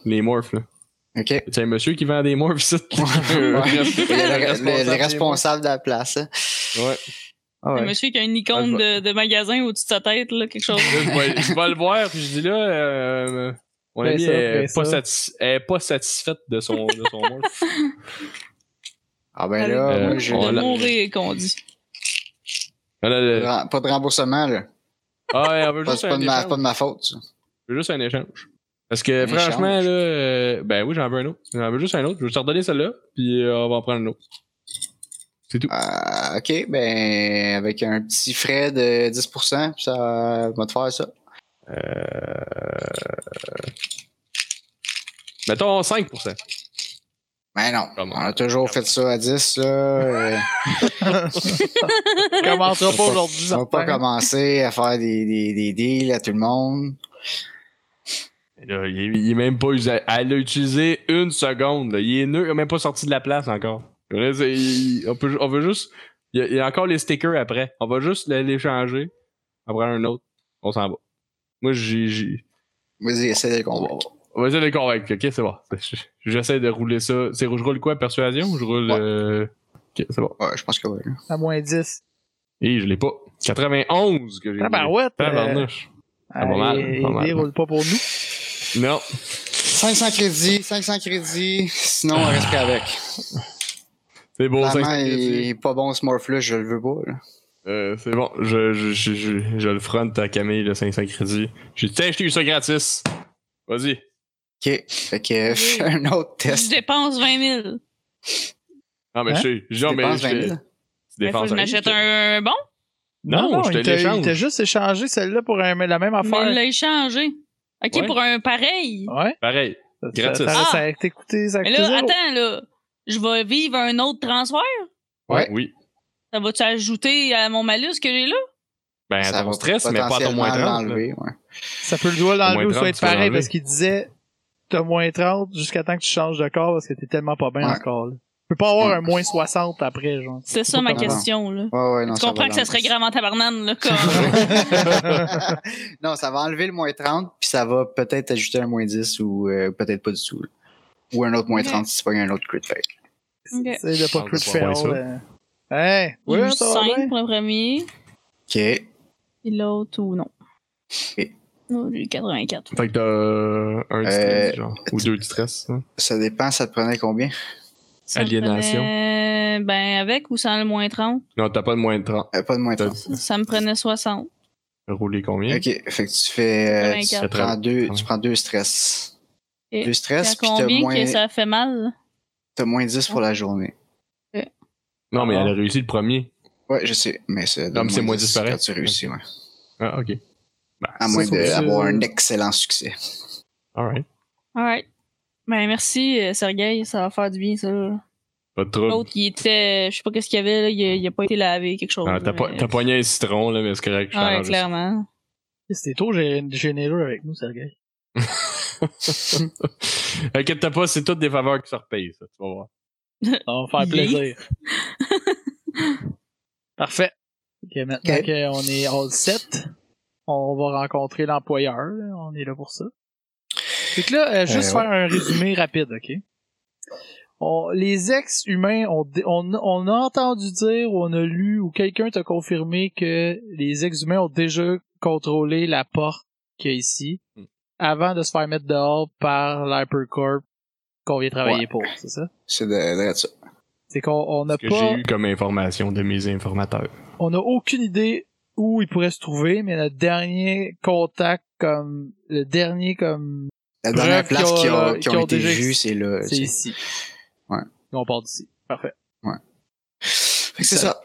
B: les morphs, là.
D: OK. Ouais.
B: C'est un monsieur qui vend des morphs,
D: *laughs*
B: ça. *laughs*
A: *laughs*
D: Il y a
B: Le
D: le, le- le
B: responsable des
D: responsable de la place. hein.
B: Ouais.
D: Ah ouais.
C: Le monsieur qui a une icône de, de magasin au-dessus de sa tête, là, quelque chose.
B: Là, je, vais, je vais le voir, puis je dis là, euh, mon
A: Fais
B: ami
A: ça,
B: elle
A: fais
B: est, pas
A: ça.
B: satis- elle est pas satisfaite de son, de son
D: *laughs*
B: monde.
D: Ah ben là,
B: Euh,
D: moi, j'ai
B: on
C: de
B: l'a-
C: mourir, qu'on dit.
B: Elle a le-
D: Ren- pas de remboursement, là.
B: Ah, ouais, on veut
D: Pas,
B: juste
D: c'est pas,
B: un
D: de ma,
B: échange.
D: pas de ma faute. ça.
B: On veut juste un échange. Parce que
D: Un
B: franchement,
D: échange.
B: là, euh, ben oui, j'en veux un autre. J'en veux juste un autre. Je vais te redonner celle-là, puis euh, on va en prendre une autre. C'est tout.
D: Ah, OK, ben, avec un petit frais de 10%, puis ça euh, va te faire ça.
B: Mettons 5%.
D: Mais Ben non,
B: Comment?
D: on a toujours fait ça à 10, là. euh,
A: *laughs* On commencera pas aujourd'hui.
D: on va pas
A: certain.
D: commencer à faire des, des, des deals à tout le monde.
B: Là, il, est, il est même pas usé. Elle a utilisé une seconde. là. Il est nœud, il a même pas sorti de la place encore. Là, c'est- il- on, peut, on veut juste Il y, a, il y a encore les stickers après. On va juste les- les changer. Après un autre, on s'en va. Moi, j'ai- j'ai.
D: Vas-y, essaie de le
B: On va-
D: convaincre.
B: on va essayer de les convaincre. Ok, c'est bon. *laughs* C'est- J'essaie de rouler ça. C'est je roule quoi Persuasion ou je roule.
D: Ouais.
B: euh, Ok, c'est bon.
D: Ouais, je pense que oui. là.
A: À moins 10.
B: Et je l'ai pas. 91 que j'ai.
A: Tabarouette! Euh,
B: Tabarnouche.
A: euh,
B: Ah, pas mal,
A: et-
B: pas
A: et
B: mal.
A: les roule pas pour nous.
D: euh,
B: Non.
D: 500 crédits, 500 crédits. Sinon, on reste pas avec.
B: C'est bon,
D: La
B: ça.
D: main est pas bon, ce morph-là, je le veux pas. Là.
B: Euh, c'est bon, je, je, je, je, je le fronte à Camille, le 500 crédits. J'ai acheté eu ça gratis. Vas-y.
D: Ok, fait que euh, fais un autre
C: Je
D: *laughs* test.
C: dépense 20 000.
B: Non, mais
A: Hein?
B: je sais. Je dis, non, mais
D: Dépense
B: je
D: 20
B: fais-
D: 000.
B: tu
C: Il Ben, faut
B: dépenses
C: que je
B: rien,
C: m'achète
B: je te-
C: un bon.
B: Non, je te
A: il t'a- il
B: l'échange.
A: t'a juste échangé celle-là pour un- la même
C: Mais il
A: affaire.
C: l'a échangé. OK,
B: Ouais.
C: pour un pareil.
A: Ouais.
B: Pareil.
A: Ça-
B: Gratis.
A: Ça, ça,
C: Ah!
A: ça a été coûté, ça a
C: Mais
A: coûté
C: là,
A: zéro.
C: attends, là. Je vais vivre un autre transfert.
D: Ouais.
B: Oui.
C: Ça va-tu ajouter à mon malus que j'ai là?
B: Ben, à
D: Ça
B: ton
D: va
B: stress, mais pas à ton
D: potentiellement
B: moins 30. là.
D: l'enlever, ouais.
A: Ça peut le doigt l'enlever
B: Au
A: ou
B: moins
A: ça
B: 30,
A: être
B: tu vas
A: pareil
B: l'enlever.
A: parce qu'il disait t'as moins 30 jusqu'à temps que tu changes de corps parce que t'es tellement pas bien
D: Ouais.
A: encore. Là. Tu peux pas avoir
D: Ouais.
A: un moins 60 après,
C: *laughs*
A: genre.
C: C'est ça ma
D: pas grave.
C: question, là.
D: Ouais, ouais, non,
C: tu
D: ça
C: comprends
D: va
C: que ça
D: dans le-
C: serait grave en tabarnane,
D: *laughs*
C: là, comme...
D: non, ça va enlever le moins 30, puis ça va peut-être ajouter un moins 10 ou euh, peut-être pas du tout. là. Ou un autre moins 30 si tu pognes un autre crit fail.
C: Ok.
A: C'est le pas
B: Ah,
A: crit
B: c'est
A: fail.
B: pas ça.
A: euh. Hey,
C: J'ai
A: ouais,
C: eu
A: ça va
C: 5
A: bien?
C: pour le premier,
D: Ok.
C: et l'autre, ou non. Non, j'ai eu 84.
B: Fait que t'as euh, un de stress, genre. Ou deux de stress. hein.
D: Ça dépend, ça te prenait combien?
C: Ça
B: Aliénation.
C: me prenait, Ben, avec ou sans le moins 30,
B: Non, t'as pas de moins de 30.
D: Euh, pas de moins 30.
B: T'as
C: ça me prenait 60.
B: roulé combien?
D: Ok, fait que tu fais. euh, tu,
C: 84.
D: prends deux,
B: Ouais.
D: tu prends deux stress.
C: Ok.
D: Deux stress,
C: T'as
D: puis t'as
C: combien
D: moins,
C: que ça fait mal?
D: t'as moins 10 pour la journée.
B: Non, mais
A: Ah.
B: elle a réussi le premier.
D: Ouais, je sais, mais c'est.
B: Comme c'est moins 10 pareil.
D: Quand tu réussis, ouais.
B: Ah, ok. Ben,
D: À moins
A: faut que tu-
D: d'avoir un excellent succès.
B: alright.
C: Alright. Ben, merci, euh, Sergueï, ça va faire du bien, ça. là.
B: Pas de trouble.
C: L'autre, il était... Je sais pas qu'est-ce qu'il y avait, là, il a, il a pas été lavé, quelque chose.
B: Ah, T'as po-
C: mais-
B: t'as poigné un citron, là, mais c'est correct. je
C: Ouais,
B: t'arrange ça.
C: clairement.
A: C'était trop gé- généreux avec nous, Sergei.
B: *laughs* Inquiète-toi pas, c'est toutes des faveurs qui se repayent, ça, tu vas voir.
A: Ça va me faire
C: Yes.
A: plaisir. Parfait. Ok, maintenant
D: Ok.
A: qu'on est all set, on va rencontrer l'employeur. là. On est là pour ça. Fait que là, euh, juste
D: Euh, ouais.
A: faire un résumé rapide, OK? On- les ex-humains, on, dé- on, on a entendu dire, ou on a lu, ou quelqu'un t'a confirmé que les ex-humains ont déjà contrôlé la porte qu'il y a ici
B: Hmm.
A: avant de se faire mettre dehors par l'Hypercorp qu'on vient travailler pour, c'est ça?
D: C'est de, de ça.
A: C'est qu'on on n'a
B: Ce que j'ai
A: pas,
B: eu comme information de mes informateurs.
A: on n'a aucune idée où ils pourraient se trouver, mais notre dernier contact, comme le dernier, comme
D: La dernière
A: Bref, qui
D: place
A: ont-
D: qui a,
A: qui
D: qui ont
A: ont
D: été
A: déjà
D: vue,
A: existé.
D: Euh, c'est là.
A: c'est
D: tu sais.
A: ici.
D: Ouais.
A: On part d'ici. Parfait.
D: Fait que c'est ça.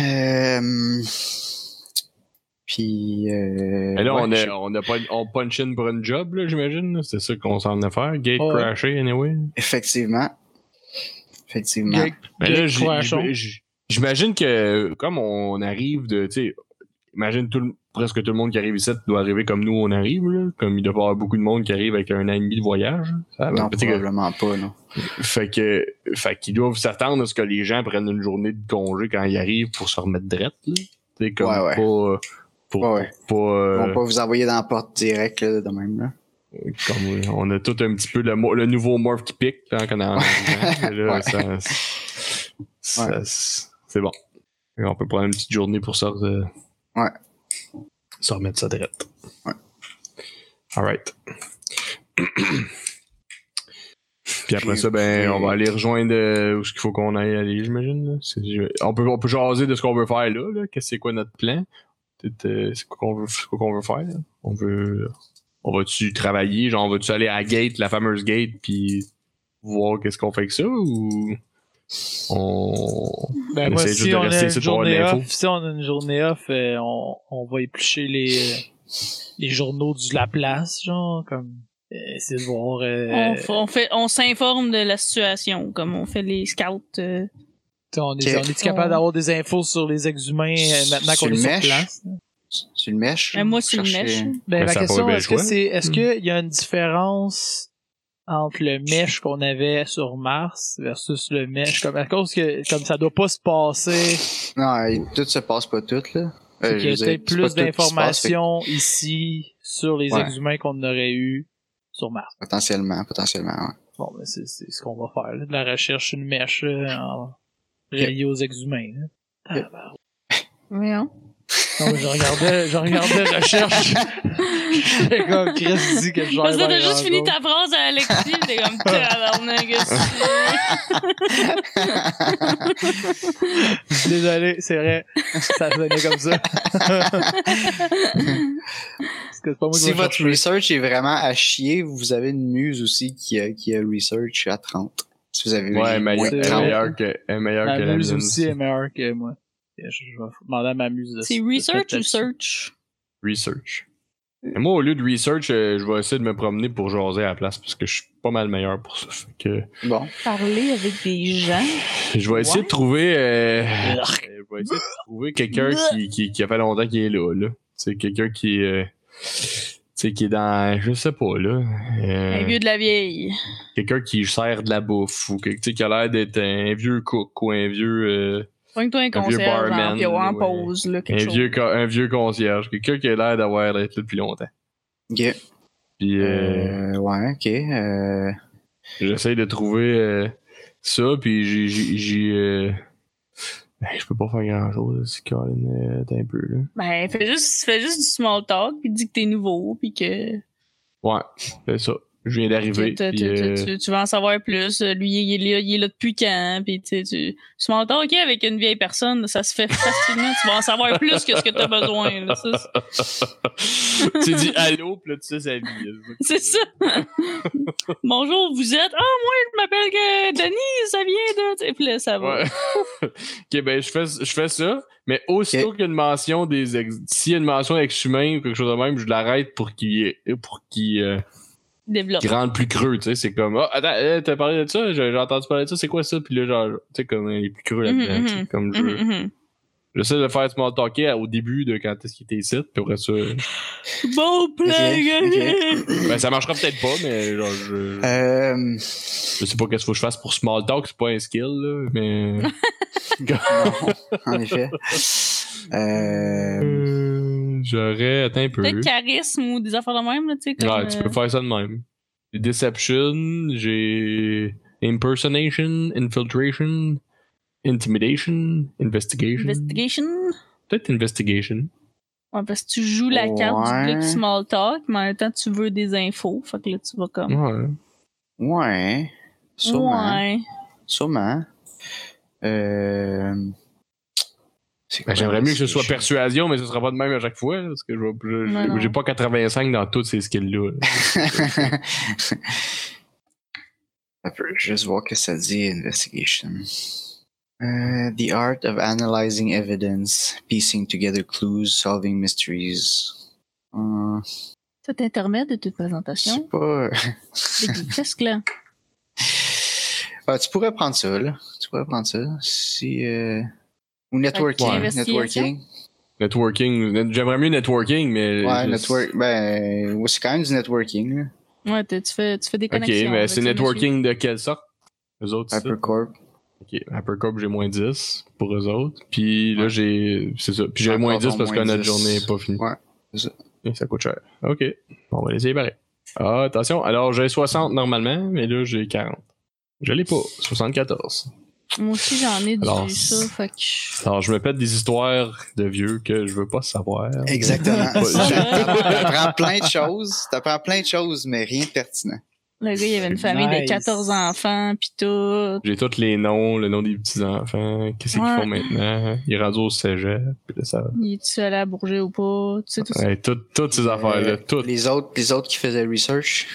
D: Euh, Puis. Euh,
B: Mais là,
D: ouais,
B: on, est,
D: je-
B: on, a pas, on punch in pour une job, là, j'imagine. là. C'est ça qu'on s'en a faire. Gate
A: Ouais.
B: crashé, anyway.
D: Effectivement. Effectivement.
A: Gag-
B: Mais là,
A: gag
B: j'ai-
A: crashon.
B: j'ai- j'ai- j'imagine que comme on arrive de, tu sais, imagine tout, le- presque tout le monde qui arrive ici doit arriver comme nous on arrive, là. Comme il doit y avoir beaucoup de monde qui arrive avec un an et demi de voyage. Ça,
D: non,
B: tu sais que-
D: probablement pas, non.
B: Fait que, fait qu'ils doivent s'attendre à ce que les gens prennent une journée de congé quand ils arrivent pour se remettre drette, là. T'sais, comme
D: Ouais, ouais.
B: pas, euh, pour,
D: Ouais, ouais.
B: pour pas,
D: Ils
B: euh,
D: vont pas vous envoyer dans la porte directe, là, de même, là.
B: comme, euh, on a tout un petit peu le, mo- le nouveau morph qui pique, là, quand on a- mais
D: *laughs*
B: là,
D: Ouais.
B: ça- ça- c'est bon. Et on peut prendre une petite journée pour ça, euh,
D: Ouais.
B: se remettre ça drette.
D: Ouais.
B: Alright. *clears throat* Puis après
D: Puis-
B: ça, ben,
D: puis-
B: on va aller rejoindre euh, où ce qu'il faut qu'on aille aller, j'imagine. là. C'est- On peut, on peut jaser de ce qu'on veut faire là. là. Qu'est-ce c'est quoi notre plan? Peut-être, euh, C'est quoi qu'on veut, c'est quoi qu'on veut faire? là. On veut. On va-tu travailler? Genre, on va-tu aller à la gate, la fameuse gate, puis voir qu'est-ce qu'on fait avec ça? Ou. On.
A: Ben,
B: On
A: moi,
B: essaie juste
A: si
B: de
A: on, a
B: rester
A: une
B: ici pour avoir
A: journée
B: l'info.
A: off, si on a une journée off, euh, on, on va éplucher les, euh, les journaux de la place, genre, comme, euh, essayer de voir, euh,
C: On, f- on fait, on s'informe de la situation, comme on fait les scouts. euh,
A: t'sais, on est,
D: Ok.
A: on est capable d'avoir des infos sur les ex-humains euh, maintenant
D: Sur
A: qu'on est
D: le
A: sur
D: mèche?
A: place?
D: C'est une mèche.
C: Ben, moi, c'est une
D: Chercher-
C: mèche.
A: Ben,
B: Ben,
A: ma
B: ça
A: question,
C: Hmm.
B: pourrait bien
A: est-ce que
B: jouer.
A: c'est, est-ce
B: Mm.
A: qu'il y a une différence entre le mèche qu'on avait sur Mars versus le mèche comme à cause que comme ça doit pas se passer
D: Non, et tout se passe pas tout, là. Euh,
A: c'est
D: je
A: qu'il y
D: veux
A: a
D: dire,
A: peut-être
D: c'est pas
A: plus
D: tout qui se passe, fait que
A: d'informations ici sur les
D: Ouais.
A: exhumains qu'on aurait eu sur Mars.
D: Potentiellement, potentiellement, ouais.
A: Bon, ben c'est c'est ce qu'on va faire, là, de la recherche sur une mèche euh, en reliée aux exhumains. là. Ah, bah,
C: Mais hein.
A: Non, mais je regardais, je regardais recherche. *laughs* J'étais comme Chris dit que je
C: Parce que
A: vais
C: t'as
A: dans la
C: juste fini
A: zone.
C: ta phrase à Alexis, t'es comme tabarnak, qu'est-ce que
A: Désolé, c'est vrai. Ça venait comme ça. Parce que c'est pas moi qui
D: Si
A: vais
D: votre
A: chercher.
D: research est vraiment à chier, vous avez une muse aussi qui a, qui a research à 30. Si vous avez eu
B: Ouais, mais
D: moins
B: elle
A: c'est
B: est
D: 30.
A: vrai.
B: meilleure que, elle est meilleure que
A: Ma
B: la
A: muse
B: mienne.
A: aussi est meilleure que moi. Je je vais demander à ma muse de
C: c'est? C'est
A: de
C: research
A: faire
C: ou
A: ça.
C: search?
B: Research. Et moi, au lieu de research, euh, je vais essayer de me promener pour jaser à la place parce que je suis pas mal meilleur pour ça. Fait que
D: Bon.
C: Parler avec des gens?
B: je vais essayer
C: Ouais.
B: de trouver. euh, euh,
A: Urgh.
B: je vais essayer de trouver quelqu'un qui, qui, qui a fait longtemps qu'il est là. là. C'est quelqu'un qui est. euh, tu sais, qui est dans. Je sais pas, là. euh,
C: Un vieux de la vieille.
B: quelqu'un qui sert de la bouffe ou que, tu sais, qui a l'air d'être un vieux cook ou un vieux. euh,
C: Pogne-toi un
B: vieux
C: concert, genre,
B: barman,
C: pis ouais, en
B: ouais.
C: pause, là, quelque
B: un
C: chose.
B: vieux, co- un vieux concierge. Quelqu'un qui a l'air d'avoir d'être là depuis longtemps.
D: Ok.
B: Puis. euh,
D: Euh, ouais,
B: *laughs*
D: ok. Euh,
B: J'essaie de trouver euh, ça, puis j'ai- j'ai. j'ai, euh, hey, Je peux pas faire grand chose, c'est Colin, euh, t'as un peu, là.
C: Ben, fais juste, fais juste du small talk, pis dis que t'es nouveau, pis que,
B: Ouais, c'est ça. Je viens d'arriver.
C: que t'as-
B: puis,
C: t'as- t'as-
B: euh,
C: tu, tu vas en savoir plus. Euh, Lui, il est là, il est là depuis quand, pis tu sais, tu small talk avec une vieille personne, ça se fait facilement. tu vas en savoir plus que ce que t'as besoin, là. Ça, *laughs* c'est-
B: *laughs* tu dis allô, puis là, tu sais sa vie. là.
C: C'est ça. *laughs* Bonjour, vous êtes. Ah, moi, je m'appelle que Denis, ça vient de. tu sais, Puis là, ça va.
B: euh, Ouais. *laughs* ok, ben, je fais, je fais ça, mais aussitôt qu'il y a une mention des ex. S'il y a une mention ex-humain ou quelque chose de même, je l'arrête pour qu'il y ait- pour qu'il euh,
C: Développe.
B: qu'il rende plus creux, tu sais. C'est comme, ah, attends, euh, t'as parlé de ça, j'ai j'ai entendu parler de ça, c'est quoi ça? Puis là, genre, tu sais, comme, il est plus creux là-dedans,
C: Mhm,
B: tu sais,
C: mhm.
B: comme je
C: Mhm, mhm.
B: J'essaie de le faire small talker au début de quand est-ce qu'il était ici, puis après ça.
C: Bon plan,
D: ok.
B: ben, ça marchera peut-être pas, mais genre, je, *laughs*
D: euh,
B: je sais pas qu'est-ce qu'il faut que je fasse pour small talk, c'est pas un skill, là,
D: *laughs*
B: mais.
D: non, en effet. Euh,
B: Euh, J'aurais. Attends un peu.
C: Peut-être charisme ou des affaires de même, là, tu sais. comme,
B: Ouais, tu
C: euh,
B: peux faire ça de même. J'ai Deception, j'ai. Impersonation, infiltration, intimidation, investigation.
C: Investigation.
B: Peut-être investigation.
C: Ouais, parce que tu joues la carte du
D: Ouais.
C: bloc small talk, mais en même temps, tu veux des infos. Fait que là, tu vas comme.
B: Ouais.
D: ouais. Sûrement.
B: hein.
C: Ouais.
D: Sûrement. Euh, c'est
B: Ben,
D: quoi,
B: J'aimerais mieux que ce soit
D: je-
B: persuasion, mais ce sera pas de même à chaque fois, là, parce que je vais- je-
C: Non, non.
B: j'ai pas 85 dans tous ces
C: *laughs*
B: skills-là. là.
D: *laughs* Ça peut juste voir que ça dit investigation. Euh, the art of analyzing evidence, piecing together clues, solving mysteries. Euh,
C: Ça t'intermède de toute
B: *laughs*
D: c'est
C: présentation.
D: pas.
C: C'est du presque là.
D: Ah, tu pourrais prendre ça, là. Tu pourrais prendre ça. Si. euh, Ou networking.
B: Ouais.
D: Networking.
B: Networking, net- j'aimerais mieux networking, mais.
D: Ouais,
B: Euh, je-
D: network. Ben, ouais, c'est quand même du networking, là.
C: Ouais, t'es- tu fais, tu fais des
B: Ok,
C: connexions.
B: mais
C: avec
B: c'est
C: ce
B: networking de quelle sorte Eux autres, c'est ça?
D: Hypercorp.
B: Ok, Hypercorp, j'ai moins 10 pour eux autres. Puis là,
D: Ouais.
B: j'ai. C'est ça. Puis j'ai
D: Encore
B: moins 10
D: ton
B: parce que
D: moins
B: notre
D: 10.
B: journée est pas finie.
D: Ouais, c'est ça.
B: Et ça coûte cher. Ok, on va l'essayer pareil. Ah, attention, alors j'ai 60 normalement, mais là, j'ai 40. Je l'ai pas, 74.
C: monsieur. Moi aussi, j'en ai
B: Alors,
C: du ça. Fait que. je-
B: Alors, je me pète des histoires de vieux que je veux pas savoir.
D: Exactement. *laughs*
B: Ouais,
D: T'apprends t'apprends plein de choses, t'apprends plein de choses, mais rien de pertinent.
C: Le gars, il avait une famille de
A: Nice.
C: 14 enfants, pis tout.
B: J'ai tous les noms, le nom des petits-enfants, qu'est-ce qu'ils
C: Ouais.
B: font maintenant. Ils sont rendus au cégep, puis là, ça va.
C: Il est-tu allé à Bourget ou pas? Tu sais, tout ça.
B: Ouais, tout- toutes ces affaires-là,
D: Euh,
B: toutes.
D: Les autres, les autres qui faisaient research.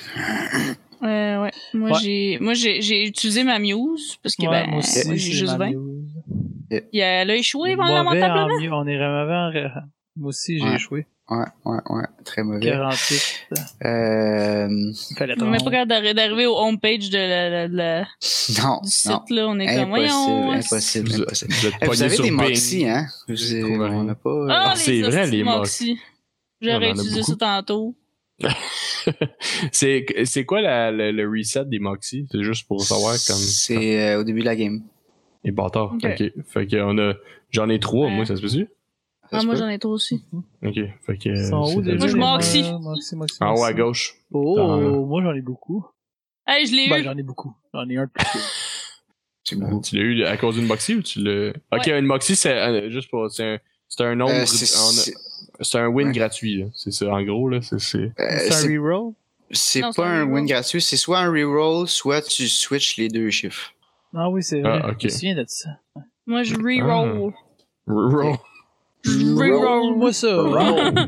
C: Euh, ouais. Moi,
A: Ouais.
C: j'ai, moi, j'ai, j'ai utilisé ma muse, parce que,
A: Ouais,
C: ben,
A: moi aussi,
C: moi, j'ai
A: j'ai
C: juste
A: ma
C: 20.
A: muse.
C: Il a, elle a échoué, ben,
A: Mauvais en
C: lamentablement.
A: mieux, On est mauvais en ré- Moi aussi, j'ai
D: Ouais.
A: échoué.
D: Ouais, ouais, ouais, très mauvais.
A: 48.
D: Euh,
A: Fallait
C: On est pas
A: trente.
C: capable d'arri- d'arriver au homepage de la, la- de la-
D: non,
C: du
D: non.
C: site, là. On est comme, voyons.
D: Impossible, impossible,
B: Vous-
D: impossible.
B: Vous êtes
D: Eh, vous
B: pognés
D: avez
B: sur
D: des
B: Bing.
D: moxies, hein? Vous
B: J'ai
D: avez-
B: trouvé
D: on
B: rien.
D: n'a pas... euh,
C: Ah,
B: Ah, c'est
C: les
B: vrai,
C: hosties
B: les
C: de Moxie.
B: On en
C: J'aurais
B: a
C: utilisé ça
B: beaucoup.
C: tantôt.
B: c'est c'est quoi la- le, le reset des Moxie? C'est juste pour savoir comme.
D: C'est euh, au début de la game.
B: Les bâtards.
C: Ok.
B: Ok. Fait que on a. J'en ai trois,
C: Ouais.
B: moi, ça se peut-tu?
D: Ça
C: Ah,
D: se
C: moi,
D: peut?
C: j'en ai trop aussi.
B: Ok. Fait que.
A: Ils sont
B: euh,
A: où
B: c'est- Ah
A: déjà?
C: Moi, je
A: les-
C: Moxie.
A: euh, Moxie, Moxie,
B: En haut à
A: Moxie.
B: gauche.
A: Oh, moi j'en ai beaucoup.
C: Hey, je l'ai
A: Ben,
C: eu.
A: j'en ai beaucoup. J'en ai un de plus. que-
D: C'est beaucoup.
B: Tu l'as eu à cause d'une Moxie ou tu l'as. Ok, une Moxie, c'est euh, juste pour. C'est un, c'est un nombre.
D: Euh, c'est-
B: en-
D: c'est
B: C'est un win
D: Ouais.
B: gratuit, là. C'est ça, en gros, là. C'est- C'est.
D: euh,
A: C'est
D: c'est-
A: un reroll?
D: c'est
C: Non, c'est
D: pas
C: un
D: un
C: reroll.
D: win gratuit, c'est soit un reroll, soit tu switches les deux chiffres.
A: Ah oui, c'est vrai.
B: Ah, ok.
A: Je me souviens de ça.
C: Moi, je reroll.
B: Reroll.
C: Je reroll.
A: Roll-moi ça.
D: Ah,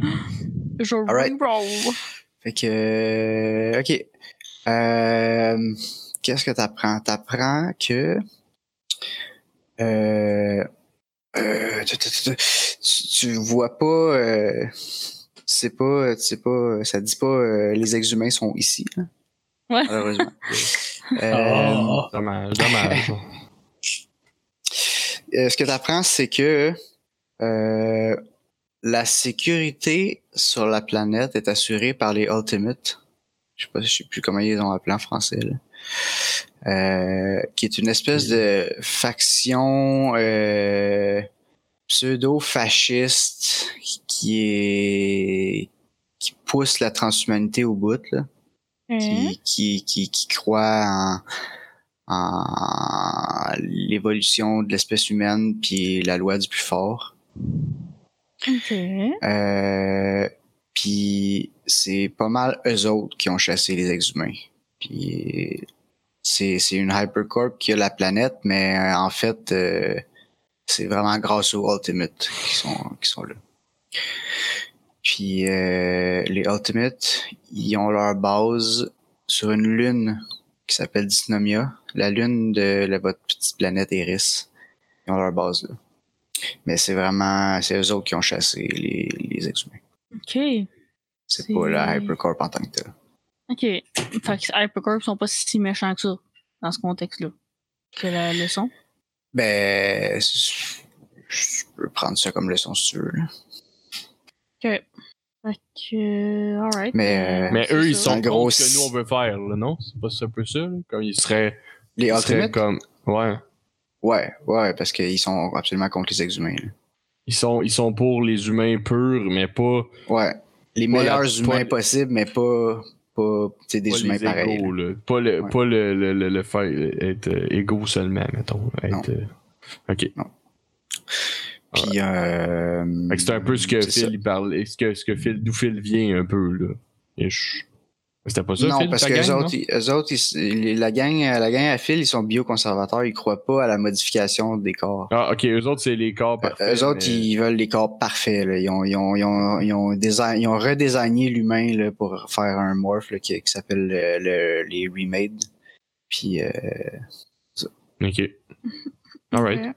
C: Je
D: Alright.
C: reroll.
D: Fait que, euh, ok. Euh, Qu'est-ce que t'apprends? T'apprends que euh, euh, tu, tu- tu- tu- tu vois pas, euh, c'est pas, c'est pas, ça dit pas euh, les exhumés sont ici, là,
C: Ouais.
D: malheureusement. Euh,
A: Ah.
B: *laughs* Dommage,
D: *laughs*
B: dommage.
D: Euh, ce que tu apprends, c'est que euh, la sécurité sur la planète est assurée par les Ultimates. Je sais pas, je sais plus comment ils ont appelé en français. Là. Euh, qui est une espèce de faction euh, pseudo-fasciste qui- qui est qui pousse la transhumanité au bout. Là
C: Hein?
D: qui, qui, qui, qui croit en, en l'évolution de l'espèce humaine puis la loi du plus fort.
C: Ok.
D: Euh, puis c'est pas mal eux autres qui ont chassé les exhumains. Puis c'est c'est une hypercorp qui a la planète, mais euh, en fait euh, c'est vraiment grâce aux Ultimates qui sont qui sont là. Puis euh, les Ultimates, ils ont leur base sur une lune qui s'appelle Dysnomia, la lune de la, votre petite planète Eris. Ils ont leur base là. Mais c'est vraiment, c'est eux autres qui ont chassé les, les exhumains.
C: Ok.
D: C'est
C: C'est-
D: pas la Hypercorp en tant que tel.
C: Ok. Fait que Hypercorp sont pas si méchants que ça dans ce contexte-là. C'est la leçon.
D: Ben, c- je peux prendre ça comme leçon si tu veux. là.
C: Ok. Fait que. Alright.
D: Mais, euh,
B: Mais eux, ils sont
D: En gros,
B: contre ce que nous, on veut faire, là, non? C'est pas ça, un peu ça, là? Comme ils seraient,
D: Les
B: ils seraient
D: Ultimates?
B: comme. Ouais.
D: Ouais, ouais, parce qu'ils sont absolument contre les exhumains. là.
B: Ils sont, ils sont pour les humains purs, mais pas,
D: Ouais. Les
B: Pas la-
D: meilleurs
B: pas
D: humains
B: le-
D: possibles, mais pas, pas tu sais, des
B: pas
D: humains
B: les
D: pareils.
B: égaux, là. Pas le,
D: Ouais.
B: pas le, le, le, le faire être euh, égaux seulement, mettons.
D: Non.
B: Être, euh, ok.
D: là. Puis, euh,
B: Fait que c'est un peu ce que
D: c'est ça.
B: Phil il parlait, ce que, ce que Phil, d'où Phil vient un peu, là. Ish. C'était pas ça,
D: non,
B: Phil,
D: parce
B: ta
D: que
B: gang,
D: les
B: non?
D: autres, ils- eux autres, ils s- les- la gang, la gang à fil, ils sont bioconservateurs. Ils croient pas à la modification des corps.
B: Ah, ok, eux autres, c'est les corps parfaits.
D: Euh, eux autres,
B: mais-
D: ils veulent les corps parfaits. là. Ils ont, ils ont, ils ont, ils ont, désign- ils ont redesigné l'humain là, pour faire un morph là, qui, qui s'appelle le- le- les remade. Puis, euh,
B: Ok. Alright.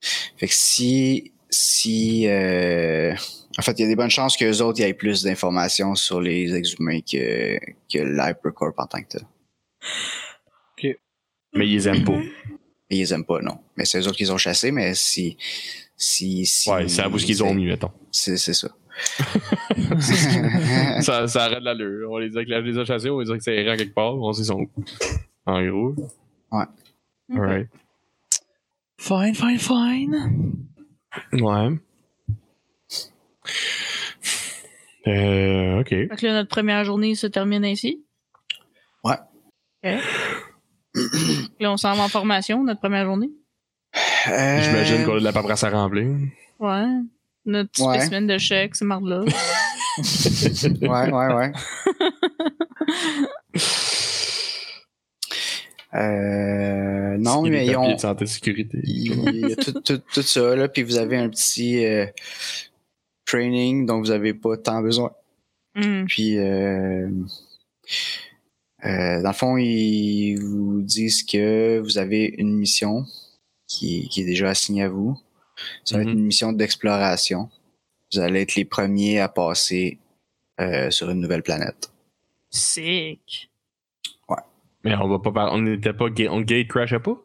D: fait que si, si, euh, en fait, il y a des bonnes chances que les autres y aient plus d'informations sur les exhumains que que l'hypercorp en tant que tel.
B: Mais ils les aiment
D: *laughs*
B: pas.
D: Et ils les aiment pas, non. Mais c'est eux autres qu'ils ont chassés, mais si, si, si.
B: Ouais, c'est à vous ce qu'ils ont mis, mettons.
D: C'est,
B: *laughs*
D: c'est ça. *laughs* hein?
B: ça, ça arrête l'allure. On les a, on les a chassés, on les a que ça irait quelque part, on sait son En gros. Alright.
A: Fine, fine, fine.
B: Ouais. Euh, ok.
C: Fait que là, notre première journée se termine ainsi.
D: Ouais.
C: Ok. là, on s'en va en formation, notre première journée.
D: Euh,
B: J'imagine qu'on a de la paperasse à remplir.
C: Ouais. Notre petit
D: Ouais.
C: spécimen de chèque, c'est marre
D: *laughs*
C: là.
D: Ouais, ouais, ouais. *laughs* Euh, non,
B: Signer
D: mais
B: des
D: ils
B: papiers
D: ont.
B: de santé et sécurité.
D: Il y a tout, tout, tout ça, là, puis vous avez un petit euh, training dont vous avez pas tant besoin.
C: Hmm.
D: Puis, euh, euh, dans le fond, ils vous disent que vous avez une mission qui, qui est déjà assignée à vous. Ça va
B: Mhm.
D: être une mission d'exploration. Vous allez être les premiers à passer euh, sur une nouvelle planète.
C: Sick.
B: Mais on va pas par- On n'était pas. ga- On gate crashait pas?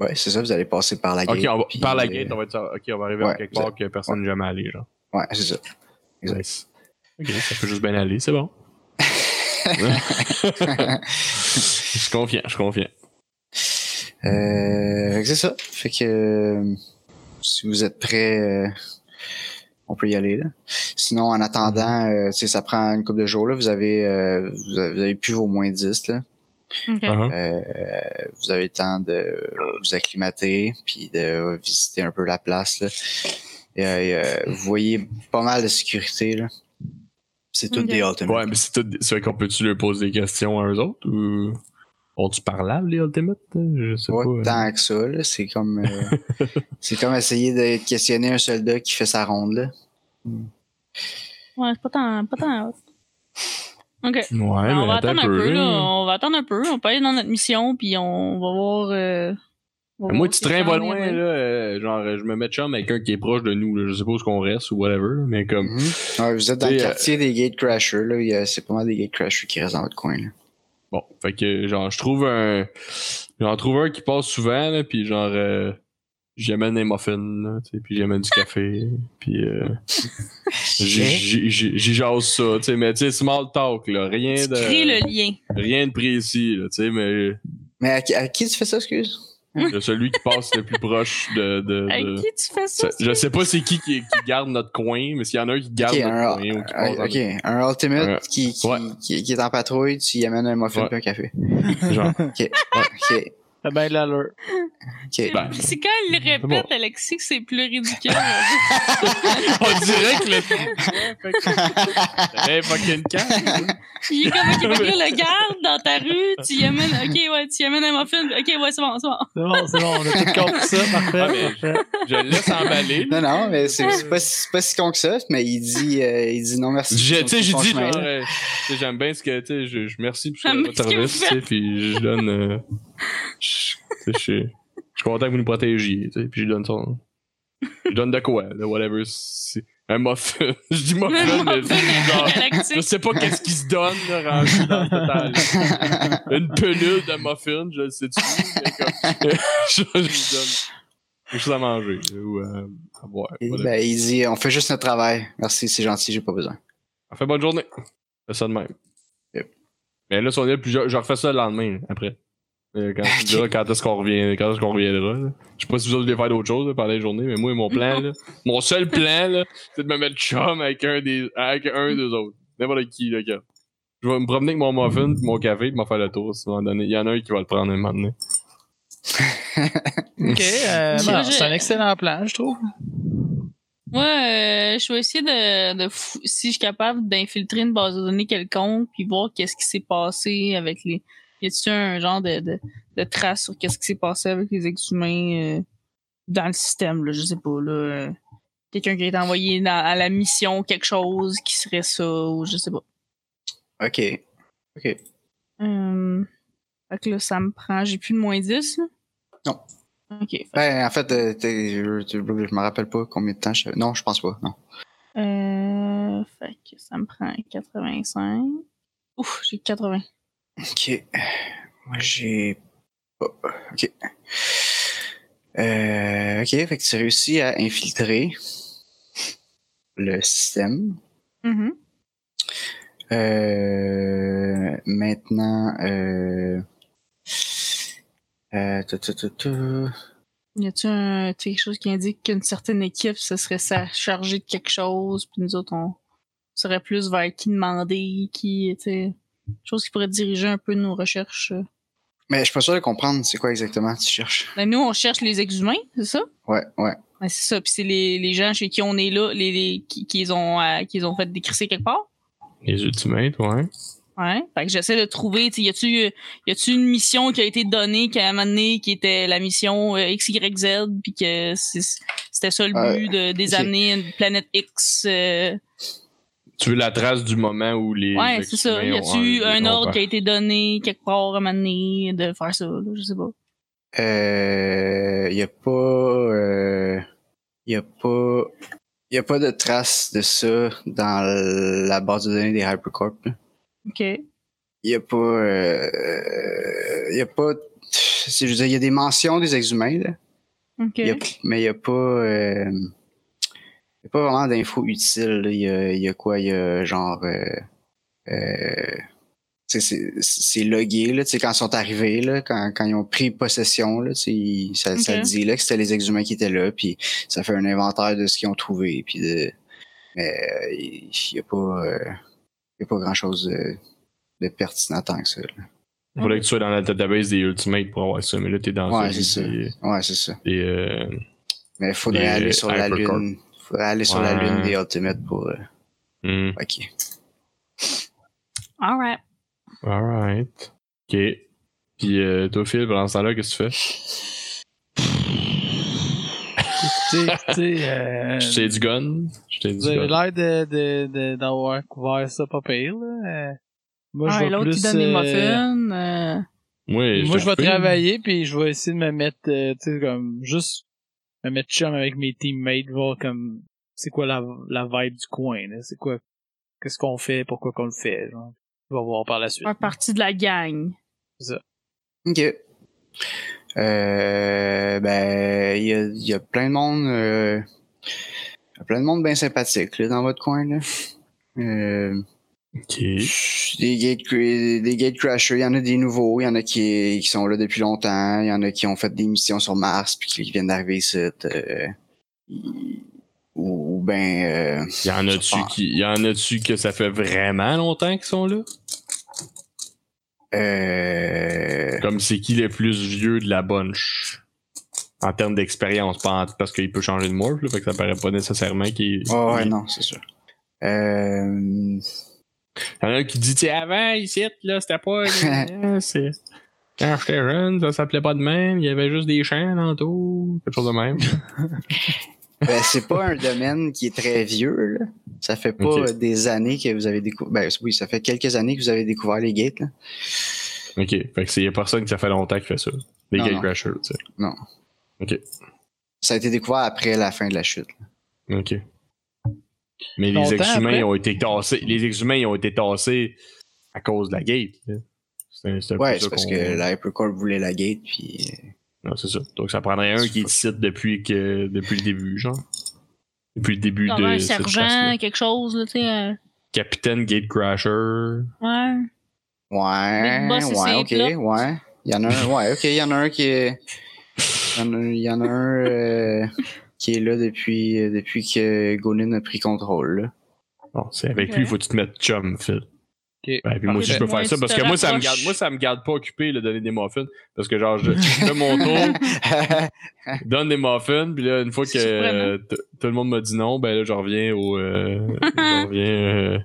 D: Ouais, c'est ça, vous allez passer par la gate.
B: Ok, on va,
D: puis,
B: par la
D: euh,
B: gate, on va être. sur- Ok, on va arriver à
D: ouais,
B: quelque part que personne n'est jamais allé, genre.
D: Ouais, c'est ça. Exact. *laughs*
B: Nice. Ok, ça peut juste bien aller, c'est bon. je suis confiant, je suis confiant.
D: Euh, fait que c'est ça. Fait que euh, si vous êtes prêts, euh, on peut y aller là. Sinon, en
B: Mhm.
D: attendant, euh, tu sais, ça prend une couple de jours là. Vous avez, euh, vous avez, vous avez plus vos moins 10 là.
C: Ok.
B: Uh-huh.
D: Euh, vous avez le temps de vous acclimater puis de visiter un peu la place là. Et, euh, et, euh, vous voyez pas mal de sécurité là. C'est tout
C: Ok.
D: des Ultimates.
B: Ouais, mais c'est tout. C'est vrai qu'on peut-tu leur poser des questions à eux autres ou. Ont-tu parlable, les Ultimates Je sais
D: Pas
B: pas.
D: tant que ça, là. C'est comme, euh,
B: *laughs*
D: c'est comme essayer de questionner un soldat qui fait sa ronde, là.
C: Ouais, c'est pas tant. Pas tant... Ok.
B: Ouais,
C: Alors, on
B: mais
C: va
B: attends
C: attendre un peu, là.
B: là.
C: On va attendre un peu. On peut aller dans notre mission, puis on va voir. euh, on va
B: Moi,
C: voir
B: tu
C: si
B: train va
C: j'en ai,
B: loin,
C: ouais.
B: là. euh, genre, je me mets de chum avec un qui est proche de nous, là. Je sais pas où est-ce qu'on reste ou whatever, mais comme.
D: Mhm. Ouais, vous êtes dans le
B: Et, euh,
D: quartier des Gatecrashers, là. Il y a- C'est pas mal des Gatecrashers qui restent dans votre coin, là.
B: Bon, fait que, genre, je trouve un. J'en trouve un qui passe souvent, là, pis genre. Euh, J'amène des muffins, là, tu sais, pis j'amène du café, pis euh, j'y- j'y j'y- j'y jase ça, tu sais, mais tu sais, small talk, là, rien
C: Tu
B: de...
C: crées le lien.
B: Rien de précis, là, tu sais, mais
D: Mais à, qui- à qui tu fais ça, excuse?
C: Hum.
B: de celui qui passe le plus proche de... de,
C: Avec
B: de-
C: qui tu fais ça?
B: Ça, je sais pas c'est qui, qui qui garde notre coin, mais s'il y en a un qui garde
D: Ok,
B: notre
D: un-
B: coin ou qui
D: Ah,
B: passe dans
D: ok, un Ultimate
B: Ouais.
D: qui, qui,
B: Ouais.
D: qui, qui est en patrouille, tu y amènes un muffin
B: Ouais.
D: puis
B: *laughs*
D: un café.
B: notre- genre,
D: Ok,
A: Eh Ben, là, là.
D: ok.
B: ben,
C: *laughs* C'est quand il le
B: bon.
C: répète, Alexis, que c'est plus ridicule. *laughs*
B: on dirait que le fait que- Hey, fucking calme.
C: il est comme, ok, fait que là, le garde dans ta rue, tu y amènes, ok, ouais, tu y amènes un muffin, ok, ouais, c'est bon, c'est bon.
A: C'est bon, c'est bon, on a tout compris ça, parfait.
B: Ah, mais-
A: parfait.
B: Je le laisse emballer. là.
D: Non, non, mais c'est c'est pas, si- c'est pas si con que ça, mais il dit, euh, il dit non merci.
B: Je-
D: Ils sont
B: Tu sais, j'ai
D: sur ton
B: dit,
D: chemin,
B: genre,
D: là.
B: euh, tu sais, j'aime bien ce que, tu sais, je, je merci pour ce
C: J'aime
B: votre
C: Ah, ce que vous
B: service, tu sais, puis je donne, euh, je, tu sais, je suis je suis content que vous nous protégiez, tu sais, puis je donne son, je donne de quoi, là, whatever, c'est un muffin, *laughs* je dis muffin, mais c'est genre, Je
C: Alexis,
B: sais pas qu'est-ce qui se donne, là, rendu dans le total. Une pelule de muffin, je le sais-tu, mais comme, *laughs* je, je lui donne quelque chose à manger, là, ou euh, à boire.
D: Et
B: voilà.
D: ben, il dit, on fait juste notre travail. Merci, c'est gentil, j'ai pas besoin.
B: Fait bonne journée. Fais ça de même.
D: Yep.
B: Mais là, si on est plusieurs, je refais ça le lendemain, là, après. Euh, Quand tu diras quand est-ce qu'on revient, quand est-ce qu'on reviendra. là. Je sais pas si vous autres voulez faire d'autres choses là, pendant la journée, mais moi, mon plan, là, mon seul plan, là, c'est de me mettre chum avec un des, avec un des autres. N'importe qui, là, gars. Je vais me promener avec mon muffin, pis mon café, puis m'en faire le tour. sinon, à un moment donné, Il y en a un qui va le prendre un moment donné.
A: Ok, euh,
C: Moi,
A: non,
C: je-
A: c'est un excellent plan, je trouve.
C: moi, euh, je vais essayer de, de fou- si je suis capable d'infiltrer une base de données quelconque, puis voir qu'est-ce qui s'est passé avec les, y a-t-il un genre de, de, de trace sur qu'est-ce qui s'est passé avec les ex-humains euh, dans le système, là, je sais pas, là. euh, Quelqu'un qui est envoyé dans- à la mission, quelque chose qui serait ça, ou je sais pas.
D: Ok. Ok.
C: Euh, fait que là, ça me prend. J'ai plus de moins 10, là?
D: Non.
C: Ok. fait-
D: Ben, en fait, euh, t'es- je, je, je me rappelle pas combien de temps je... Non, je pense pas, non.
C: Euh, fait que ça me prend 85. Ouf, j'ai 80.
D: Ok. Moi, j'ai. pas. ok. Euh, ok, fait que tu réussis à infiltrer le système.
C: Mhm.
D: Euh, maintenant, euh, euh, tout, tout, tout, tout.
C: Y a-tu un- tu sais, quelque chose qui indique qu'une certaine équipe, ce serait ça, chargée de quelque chose, puis nous autres, on serait plus vers qui demander, qui, tu sais, chose qui pourrait diriger un peu nos recherches.
D: Mais je suis pas sûr de comprendre c'est quoi exactement tu cherches.
C: Ben, nous, on cherche les ex-humains, c'est ça?
D: Ouais, ouais.
C: Ben, c'est ça, puis c'est les, les gens chez qui on est là, les, les, qui, qui les ont, euh, qui les ont fait décrisser quelque part.
B: Les ultimates, ouais.
C: Ouais. Fait que j'essaie de trouver, tu sais, y a-tu, y a-tu une mission qui a été donnée, qui a amené, qui était la mission euh, XYZ, puis que c'est- c'était ça le
D: Ouais.
C: but de, des
D: Ok.
C: amener à une planète X. euh,
B: Tu veux la trace du moment où les.
C: ouais,
B: les
C: c'est ça. Y
B: ex-humains ont
C: a-tu
B: enlevé-
C: un
B: ont
C: ordre
B: par-
C: qui a été donné quelque part à un moment donné de faire ça, là, je sais pas.
D: Euh, y a pas, euh, y a pas, y a pas de traces de ça dans la base de données des Hypercorp. là.
C: Ok.
D: Il y a pas. Euh, il y a pas. c'est- Je veux dire, il y a des mentions des exhumés, là.
C: Ok.
D: Il y a- mais il n'y a pas. euh, il y a pas vraiment d'infos utiles. là. Il y a, il y a quoi Il y a genre. euh, euh, c'est- c'est c'est logué là, tu sais, quand ils sont arrivés là, quand, quand ils ont pris possession là, tu sais, ils- ça, ça
C: Ok.
D: dit là que c'était les exhumains qui étaient là, puis ça fait un inventaire de ce qu'ils ont trouvé, puis de mais euh, il n'y a pas euh, il y a pas grand chose de, de pertinent tant que ça. là.
B: Il fallait que tu sois dans la database des Ultimates pour avoir ça, mais là, t'es dans
D: Ouais,
B: ça,
D: c'est
B: des-
D: Ouais, c'est ça.
B: des, euh,
D: Mais il faudrait
B: Les
D: aller sur la
B: Hypercore.
D: lune, faudrait aller sur la
B: Ouais.
D: lune des Ultimates pour euh,
B: hmm.
D: OK.
C: Alright.
B: Alright. Ok. Puis euh, toi, Phil, pendant ce temps-là, qu'est-ce que tu fais?
A: Écoutez, écoutez, euh,
B: Je t'ai du gun. Je t'ai du
A: vous avez
B: gun.
A: l'air de, de, de- d'avoir couvert ça pas pire, là. Euh, Moi,
C: Ah,
A: je
C: et
A: vais
C: l'autre qui
A: plus,
C: donne des
A: euh,
C: muffins. euh,
B: Ouais,
A: Moi,
B: te
A: je vais
B: fais.
A: travailler, puis je vais essayer de me mettre, euh, tu sais, comme, juste me mettre chum avec mes teammates, voir comme, c'est quoi la, la vibe du coin, là, c'est quoi, qu'est-ce qu'on fait, pourquoi qu'on le fait, genre. On va voir par la suite.
C: faire partie de la gang.
D: OK. Euh, ben, il y a, il y a plein de monde, euh, il y a plein de monde bien sympathique là, dans votre coin. Là. Euh,
B: Ok.
D: des, gate, des gatecrashers, il y en a des nouveaux, il y en a qui, qui sont là depuis longtemps, il y en a qui ont fait des missions sur Mars puis qui viennent d'arriver ici. euh, y- ou, ou ben, euh,
B: Y en a-tu
A: Ah.
B: qui, y en a-tu que ça fait vraiment longtemps qu'ils sont là?
D: euh,
B: Comme c'est qui le plus vieux de la bunch? En termes d'expérience, pas en- parce qu'il peut changer de morph, là, fait que ça paraît pas nécessairement qu'il.
D: ouais, Ah ouais,
B: il-
D: non, c'est sûr. Euh,
B: y en a un qui dit, tu sais, avant, ici, là, c'était pas. euh, c'est- Quand j'étais jeune, ça s'appelait pas de même, il y avait juste des champs dans tout, quelque chose de même.
D: Ben, c'est pas un domaine qui est très vieux, là. Ça fait pas
B: Ok.
D: euh, des années que vous avez découvert. Ben, oui, ça fait quelques années que vous avez découvert les gates, là.
B: Ok, fait que c'est y a personne qui ça fait longtemps qui fait ça. Des
D: Non, non.
B: gatecrashers, tu sais.
D: Ça a été découvert après la fin de la chute. là.
B: Ok. Mais les
A: Longtemps
B: exhumains
A: après?
B: ont été tassés. Les exhumains ils ont été tassés à cause de la gate. là. C'est un, c'est un peu
D: Ouais,
B: ça
D: c'est parce
B: qu'on-
D: que la Hypercore voulait la gate, puis euh,
B: Non, c'est ça. Donc ça prendrait un
D: C'est
B: qui est
D: pas-
B: ici depuis que depuis le début, genre. Depuis le début
C: Comme
B: de
C: un
B: cette place-là.
C: sergent, quelque chose, là, tu sais. euh,
B: Capitaine Gatecrasher.
C: Ouais.
D: ouais,
C: Big Boss, c'est
D: ouais,
C: ses
D: ok,
C: plats.
D: ouais. Il y en a un, ouais, ok, il y en a un qui est, il y en a, il y en a un euh, qui est là depuis euh, depuis que Gonin a pris contrôle. Là.
B: Bon, c'est avec lui,
C: Ouais.
B: faut que tu te mettes chum, Phil.
A: Ok.
B: Ben, puis moi aussi, je peux faire
C: Parfait.
B: ça
C: Moins
B: parce
C: tu te
B: que moi ça, me
C: rapproches.
B: garde, moi, ça me garde pas occupé de donner des muffins. Parce que, genre, je je fais
C: *laughs*
B: mon tour, donne des muffins, puis là, une fois que
C: C'est surprenant.
B: euh, t- tout le monde m'a dit non, ben là, je reviens au. euh,
C: *laughs*
B: je reviens. euh,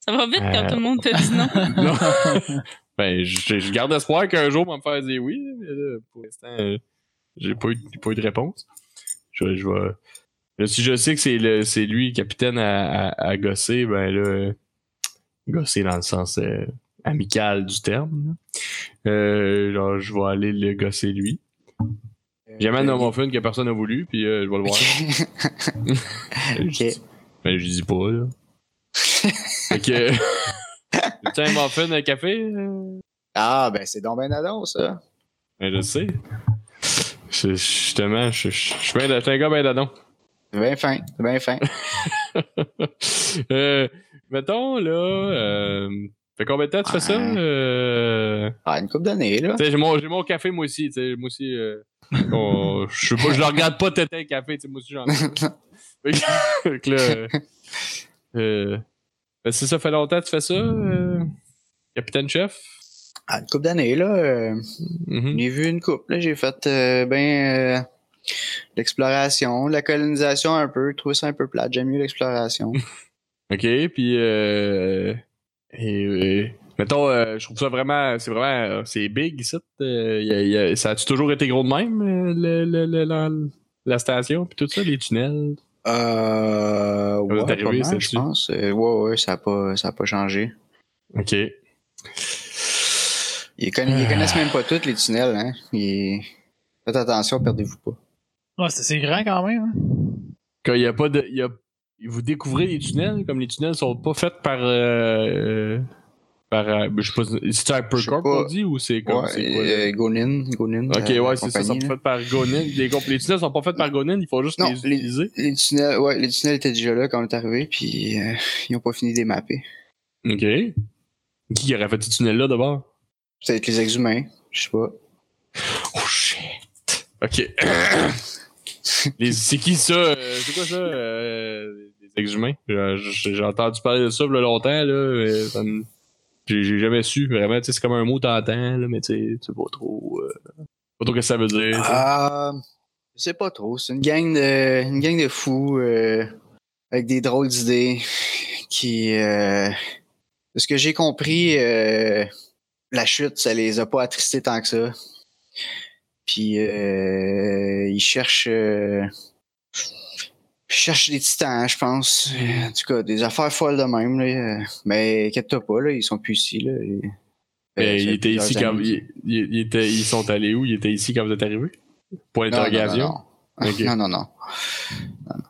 C: Ça va vite
B: Euh,
C: quand tout le monde
B: *laughs*
C: te dit non.
B: non. ben, je je garde espoir qu'un jour, on va me faire dire oui, mais là, pour l'instant, euh, j'ai pas eu, j'ai pas eu de réponse. Je, je vais. là, si je sais que c'est le- c'est lui, capitaine à, à, à gosser, ben là, euh, gosser dans le sens euh, amical du terme, là. Euh, genre, je vais aller le gosser lui.
D: *laughs*
B: J'amène dans mon fun que personne n'a voulu, puis euh, je vais le voir.
D: Ok.
B: Ben, je dis pas, là. fait que. Tiens, un muffin, un café? euh?
D: Ah, ben c'est donc ben Adon, ça.
B: Ben, je le sais. Je- Justement, je je- je suis bien- je suis un gars ben dadon.
D: C'est bien fin, c'est bien fin.
B: Euh, mettons, là. Euh, fait combien de temps tu fais ça?
D: Ouais.
B: Euh,
D: Ah, une coupe d'années, là.
B: tu sais, j'ai mon, j'ai mon café, moi aussi. tu sais, Moi aussi. euh, on- je sais pas, je le regarde pas têter un café. tu sais, Moi aussi, j'en ai. Fait que- fait que là, euh, euh, ben, c'est ça, fait longtemps que tu fais ça, euh, Capitaine Chef?
D: Ah, une coupe d'années, là. euh,
B: Mhm.
D: J'ai vu une coupe, là. J'ai fait, euh, ben, euh, l'exploration, la colonisation un peu. Je trouvais ça un peu plate. J'aime mieux
B: *laughs*
D: l'exploration.
B: OK, puis euh, et, euh, mettons euh, je trouve ça vraiment c'est vraiment euh, c'est big ça. euh, y a- y a- ça a-tu toujours été gros de même euh, le- le- le- la, la station puis tout ça les tunnels.
D: euh, ouais,
B: êtes arrivé,
D: pas mal,
B: c'est-tu?
D: je pense. Euh, ouais, ouais, ça a pas, ça a pas changé.
B: OK.
D: Ils, conna- ils
B: Ah.
D: connaissent même pas tous les tunnels, hein. Ils- Faites attention, perdez-vous pas.
A: Ouais, c'est, c'est grand quand même, hein.
B: Quand il y a pas de y a- vous découvrez les tunnels comme les tunnels sont pas faits par euh, euh, par euh, je sais pas c'est Hypercorp
D: Je sais pas.
B: qu'on dit ou c'est comme
D: Ouais,
B: c'est quoi, là?
D: euh, Gonin, Gonin.
B: OK,
D: la- la
B: ouais, c'est ça, ils sont
D: compagnie,
B: pas
D: là.
B: faits par Gonin. Les, comp- les tunnels sont pas faits par Gonin, il faut juste
D: Non,
B: les
D: les-
B: utiliser.
D: Les tunnels, ouais, les tunnels étaient déjà là quand on est arrivé, puis euh, ils ont pas fini de les mapper.
B: OK. Qui aurait fait ce tunnel-là d'abord?
D: Peut-être les exhumains, je sais pas.
B: Oh shit!
D: *coughs*
B: Ok. Les- c'est qui ça? euh, c'est quoi ça? euh, les exhumains? Euh, J'ai j'ai entendu parler de ça il y a longtemps, là. mais ça me- J'ai j'ai jamais su, vraiment. tu sais, C'est comme un mot t'entends, là, mais tu sais, tu sais pas trop. euh, Pas trop ce que ça veut dire. tu sais.
D: Ah, je sais pas trop. C'est une gang de, une gang de fous euh, avec des drôles d'idées *laughs* qui, euh, de ce que j'ai compris, euh, la chute, ça les a pas attristés tant que ça. Puis euh, ils cherchent, euh, ils cherchent des titans, je pense. En tout cas, des affaires folles de même. Là. Mais inquiète-toi pas, là, ils sont plus ici. Là. Ils-
B: Mais
D: Euh,
B: ils
D: ça fait
B: étaient ici
D: plusieurs
B: quand.
D: années.
B: Ils, ils- ils étaient- ils sont allés où? Ils étaient ici quand vous êtes arrivés? Point
D: Non, non, non,
B: d'interrogation.
D: non. Ah,
B: Ok.
D: Non, non, non. Non, non.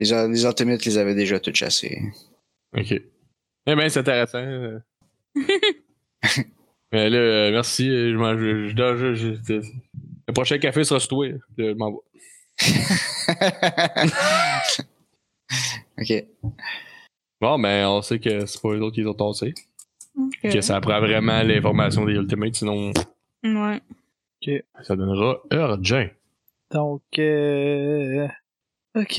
D: Les, or- les Artemites les avaient déjà tous chassés. *laughs*
B: Ok. Eh ben, c'est intéressant. euh. Mais là, euh, merci. euh, Je, m'en- je- je- je- je- je- le prochain café sera sur toi. Je, je m'en vais.
D: ok.
B: Bon, mais on sait que c'est pas eux autres qui les ont tassés.
C: Ok.
B: Que ça prend vraiment l'information des Ultimates, sinon
C: Ouais.
B: ça donnera urgent.
A: Donc, euh... ok.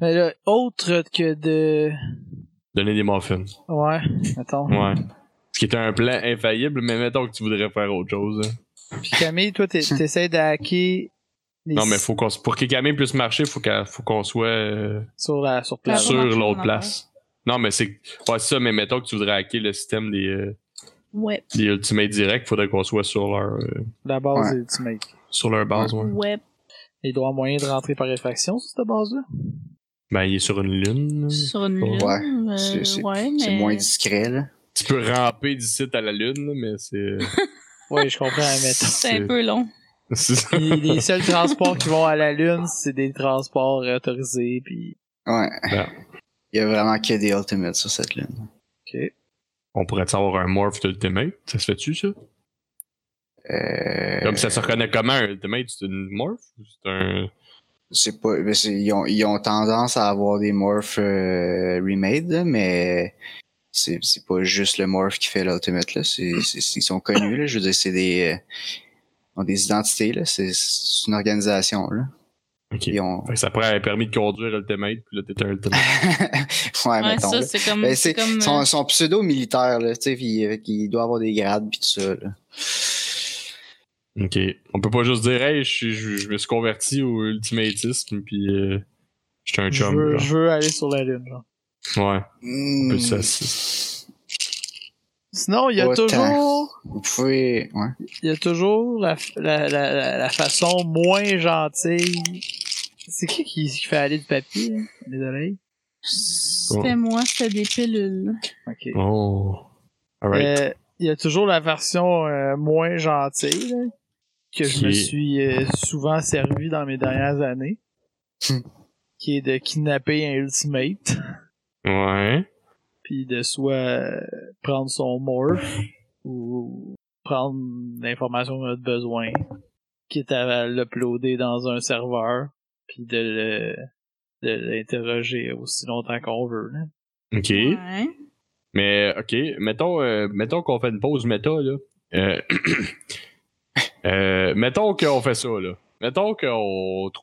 A: Mais là, autre que de...
B: Donner des muffins.
A: Ouais, attends.
B: Ouais. Ce qui était un plan infaillible, mais mettons que tu voudrais faire autre chose. hein.
A: Puis Camille, toi, t'es- t'essaies de hacker les
B: Non, mais faut qu'on, s- pour que Camille puisse marcher, faut qu'elle- faut qu'on soit euh,
A: sur la sur
C: Ouais,
A: place.
C: faut
B: sur
C: marcher
B: l'autre
C: en
B: place. Non, mais c'est, ouais, c'est ça, mais mettons que tu voudrais hacker le système des, euh,
C: Web.
B: des Ultimates directs, faudrait qu'on soit sur leur, euh,
A: La base
D: Ouais.
A: ultimate.
B: sur leur base, ouais.
C: Web.
A: Il doit y avoir moyen de rentrer par effraction sur cette base-là.
B: Ben, il est sur une lune.
C: Sur une lune.
D: Ouais.
C: euh,
D: C'est- c'est-
C: ouais, mais...
D: C'est moins discret, là.
B: Tu peux ramper d'ici à la lune, mais c'est, *laughs*
A: Ouais, je comprends, admettons.
C: C'est
B: C'est-
C: un peu long.
B: c'est ça.
A: Puis les seuls transports qui vont à la Lune, c'est des transports autorisés, puis...
D: Ouais.
B: Ouais.
D: Il y a vraiment que des Ultimates sur cette lune.
B: On pourrait savoir un morph d'Ultimate. Ça se fait-tu, ça?
D: Euh,
B: Comme ça se reconnaît comment un Ultimate? C'est une morph? ou C'est un.
D: c'est pas, mais c'est- ils, ont, ils ont tendance à avoir des morphs euh, remade, là, mais c'est c'est pas juste le morph qui fait l'ultimate. Là. C'est- c'est- ils sont connus, là. Je veux dire, c'est des. euh, ils ont des identités, là. C'est c'est une organisation, là.
B: Ok.
D: Ils ont. *laughs*
B: Fait que ça prend un permis de conduire Ultimate, puis là, t'es un Ultimate.
D: ouais,
C: Ouais,
D: mettons.
C: ça,
D: là.
C: c'est comme...
D: Ben,
C: c'est
D: c'est
C: comme
D: son,
C: euh,
D: son pseudo militaire là, tu sais, puis, euh, qui doit avoir des grades puis tout ça. Là.
B: Ok. On peut pas juste dire, hey, je, suis- je- je me suis converti au Ultimatisme, puis euh, j'étais un
A: Je
B: chum.
A: veux,
B: genre.
A: je veux aller sur la Lune, genre.
B: Ouais.
D: Hmm.
B: peut ça,
A: Sinon, il y a
D: Autant.
A: toujours...
D: Vous pouvez, ouais.
A: Il y a toujours la, la, la, la, la façon moins gentille... C'est qui, qui qui fait aller le papier, hein? les oreilles?
C: C'était moi, c'était euh, des pilules.
A: Ok.
B: Oh. Alright.
A: Euh, il y a toujours la version euh, moins gentille là, que je
B: Qui
A: me
B: est-
A: suis euh, souvent servi dans mes dernières années,
B: Hmm.
A: qui est de kidnapper un ultimate,
B: Ouais.
A: puis de soit euh, prendre son
B: *laughs*
A: morph ou prendre l'information qu'on a de besoin, quitte à l'uploader dans un serveur, puis de le de l'interroger aussi longtemps qu'on veut. là.
B: Ok.
C: Ouais.
B: Mais ok, mettons, euh, mettons qu'on fait une pause méta là. Euh, *coughs* euh, mettons qu'on fait ça là. Mettons qu'on trou-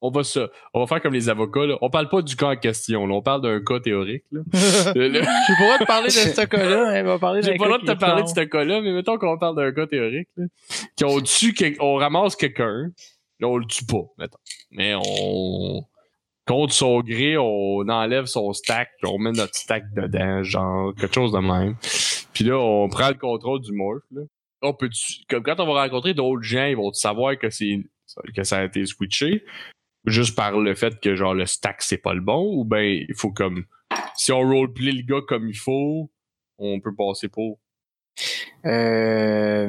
B: on va ça, on va faire comme les avocats là. On parle pas du cas en question, là. on parle d'un cas théorique là.
A: Je
B: Euh, là,
A: suis pas le droit de
B: *laughs*
A: parler de ce cas-là, hein, on va parler
B: J'ai
A: d'un cas
B: pas le droit de
A: qui est
B: te parler de
A: sombre.
B: ce cas-là, mais mettons qu'on parle d'un cas théorique là. Qu'on tue, quel- on ramasse quelqu'un, là, on le tue pas, mettons. Mais on contre son gré, on enlève son stack, puis on met notre stack dedans, genre quelque chose de même. Puis là, on prend le contrôle du morph. Là. On peut tu- comme quand on va rencontrer d'autres gens, ils vont savoir que c'est que ça a été switché juste par le fait que genre le stack c'est pas le bon ou ben il faut comme si on roleplay le gars comme il faut, on peut passer pour
D: Euh,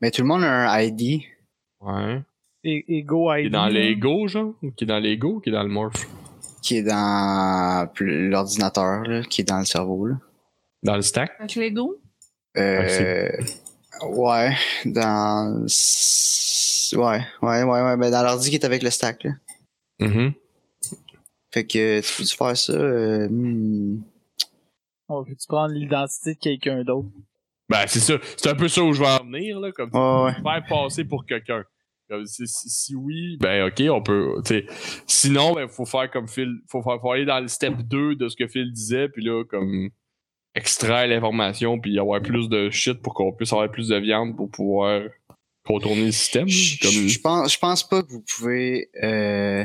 D: mais tout le monde a un ID.
B: ouais,
A: Et, et Go
B: qui est
A: ID,
B: dans
A: là.
B: l'ego genre, ou qui est dans l'ego, ou qui est dans le morph,
D: qui est dans pl- l'ordinateur, là, qui est dans le cerveau. Là.
B: dans le stack.
C: Avec l'ego.
D: Euh, ouais, dans... Ouais, ouais, ouais, ouais, ben dans l'ordi qui est avec le stack. Là.
B: Mhm.
D: Fait que tu peux faire ça... euh, hmm.
A: On peut-tu prendre l'identité de quelqu'un d'autre?
B: Ben, c'est ça. C'est un peu ça où je vais en venir, là. Comme
D: Ouais, ouais.
B: faire passer pour quelqu'un. Comme si, si, si oui, ben ok, on peut. tu sais. Sinon, ben faut faire comme Phil. Faut, faire, faut aller dans le step 2 de ce que Phil disait, puis là, comme extraire l'information, puis avoir plus de shit pour qu'on puisse avoir plus de viande pour pouvoir contourner le système. là.
D: Je,
B: Comme,
D: je- je pense, je pense pas que vous pouvez euh,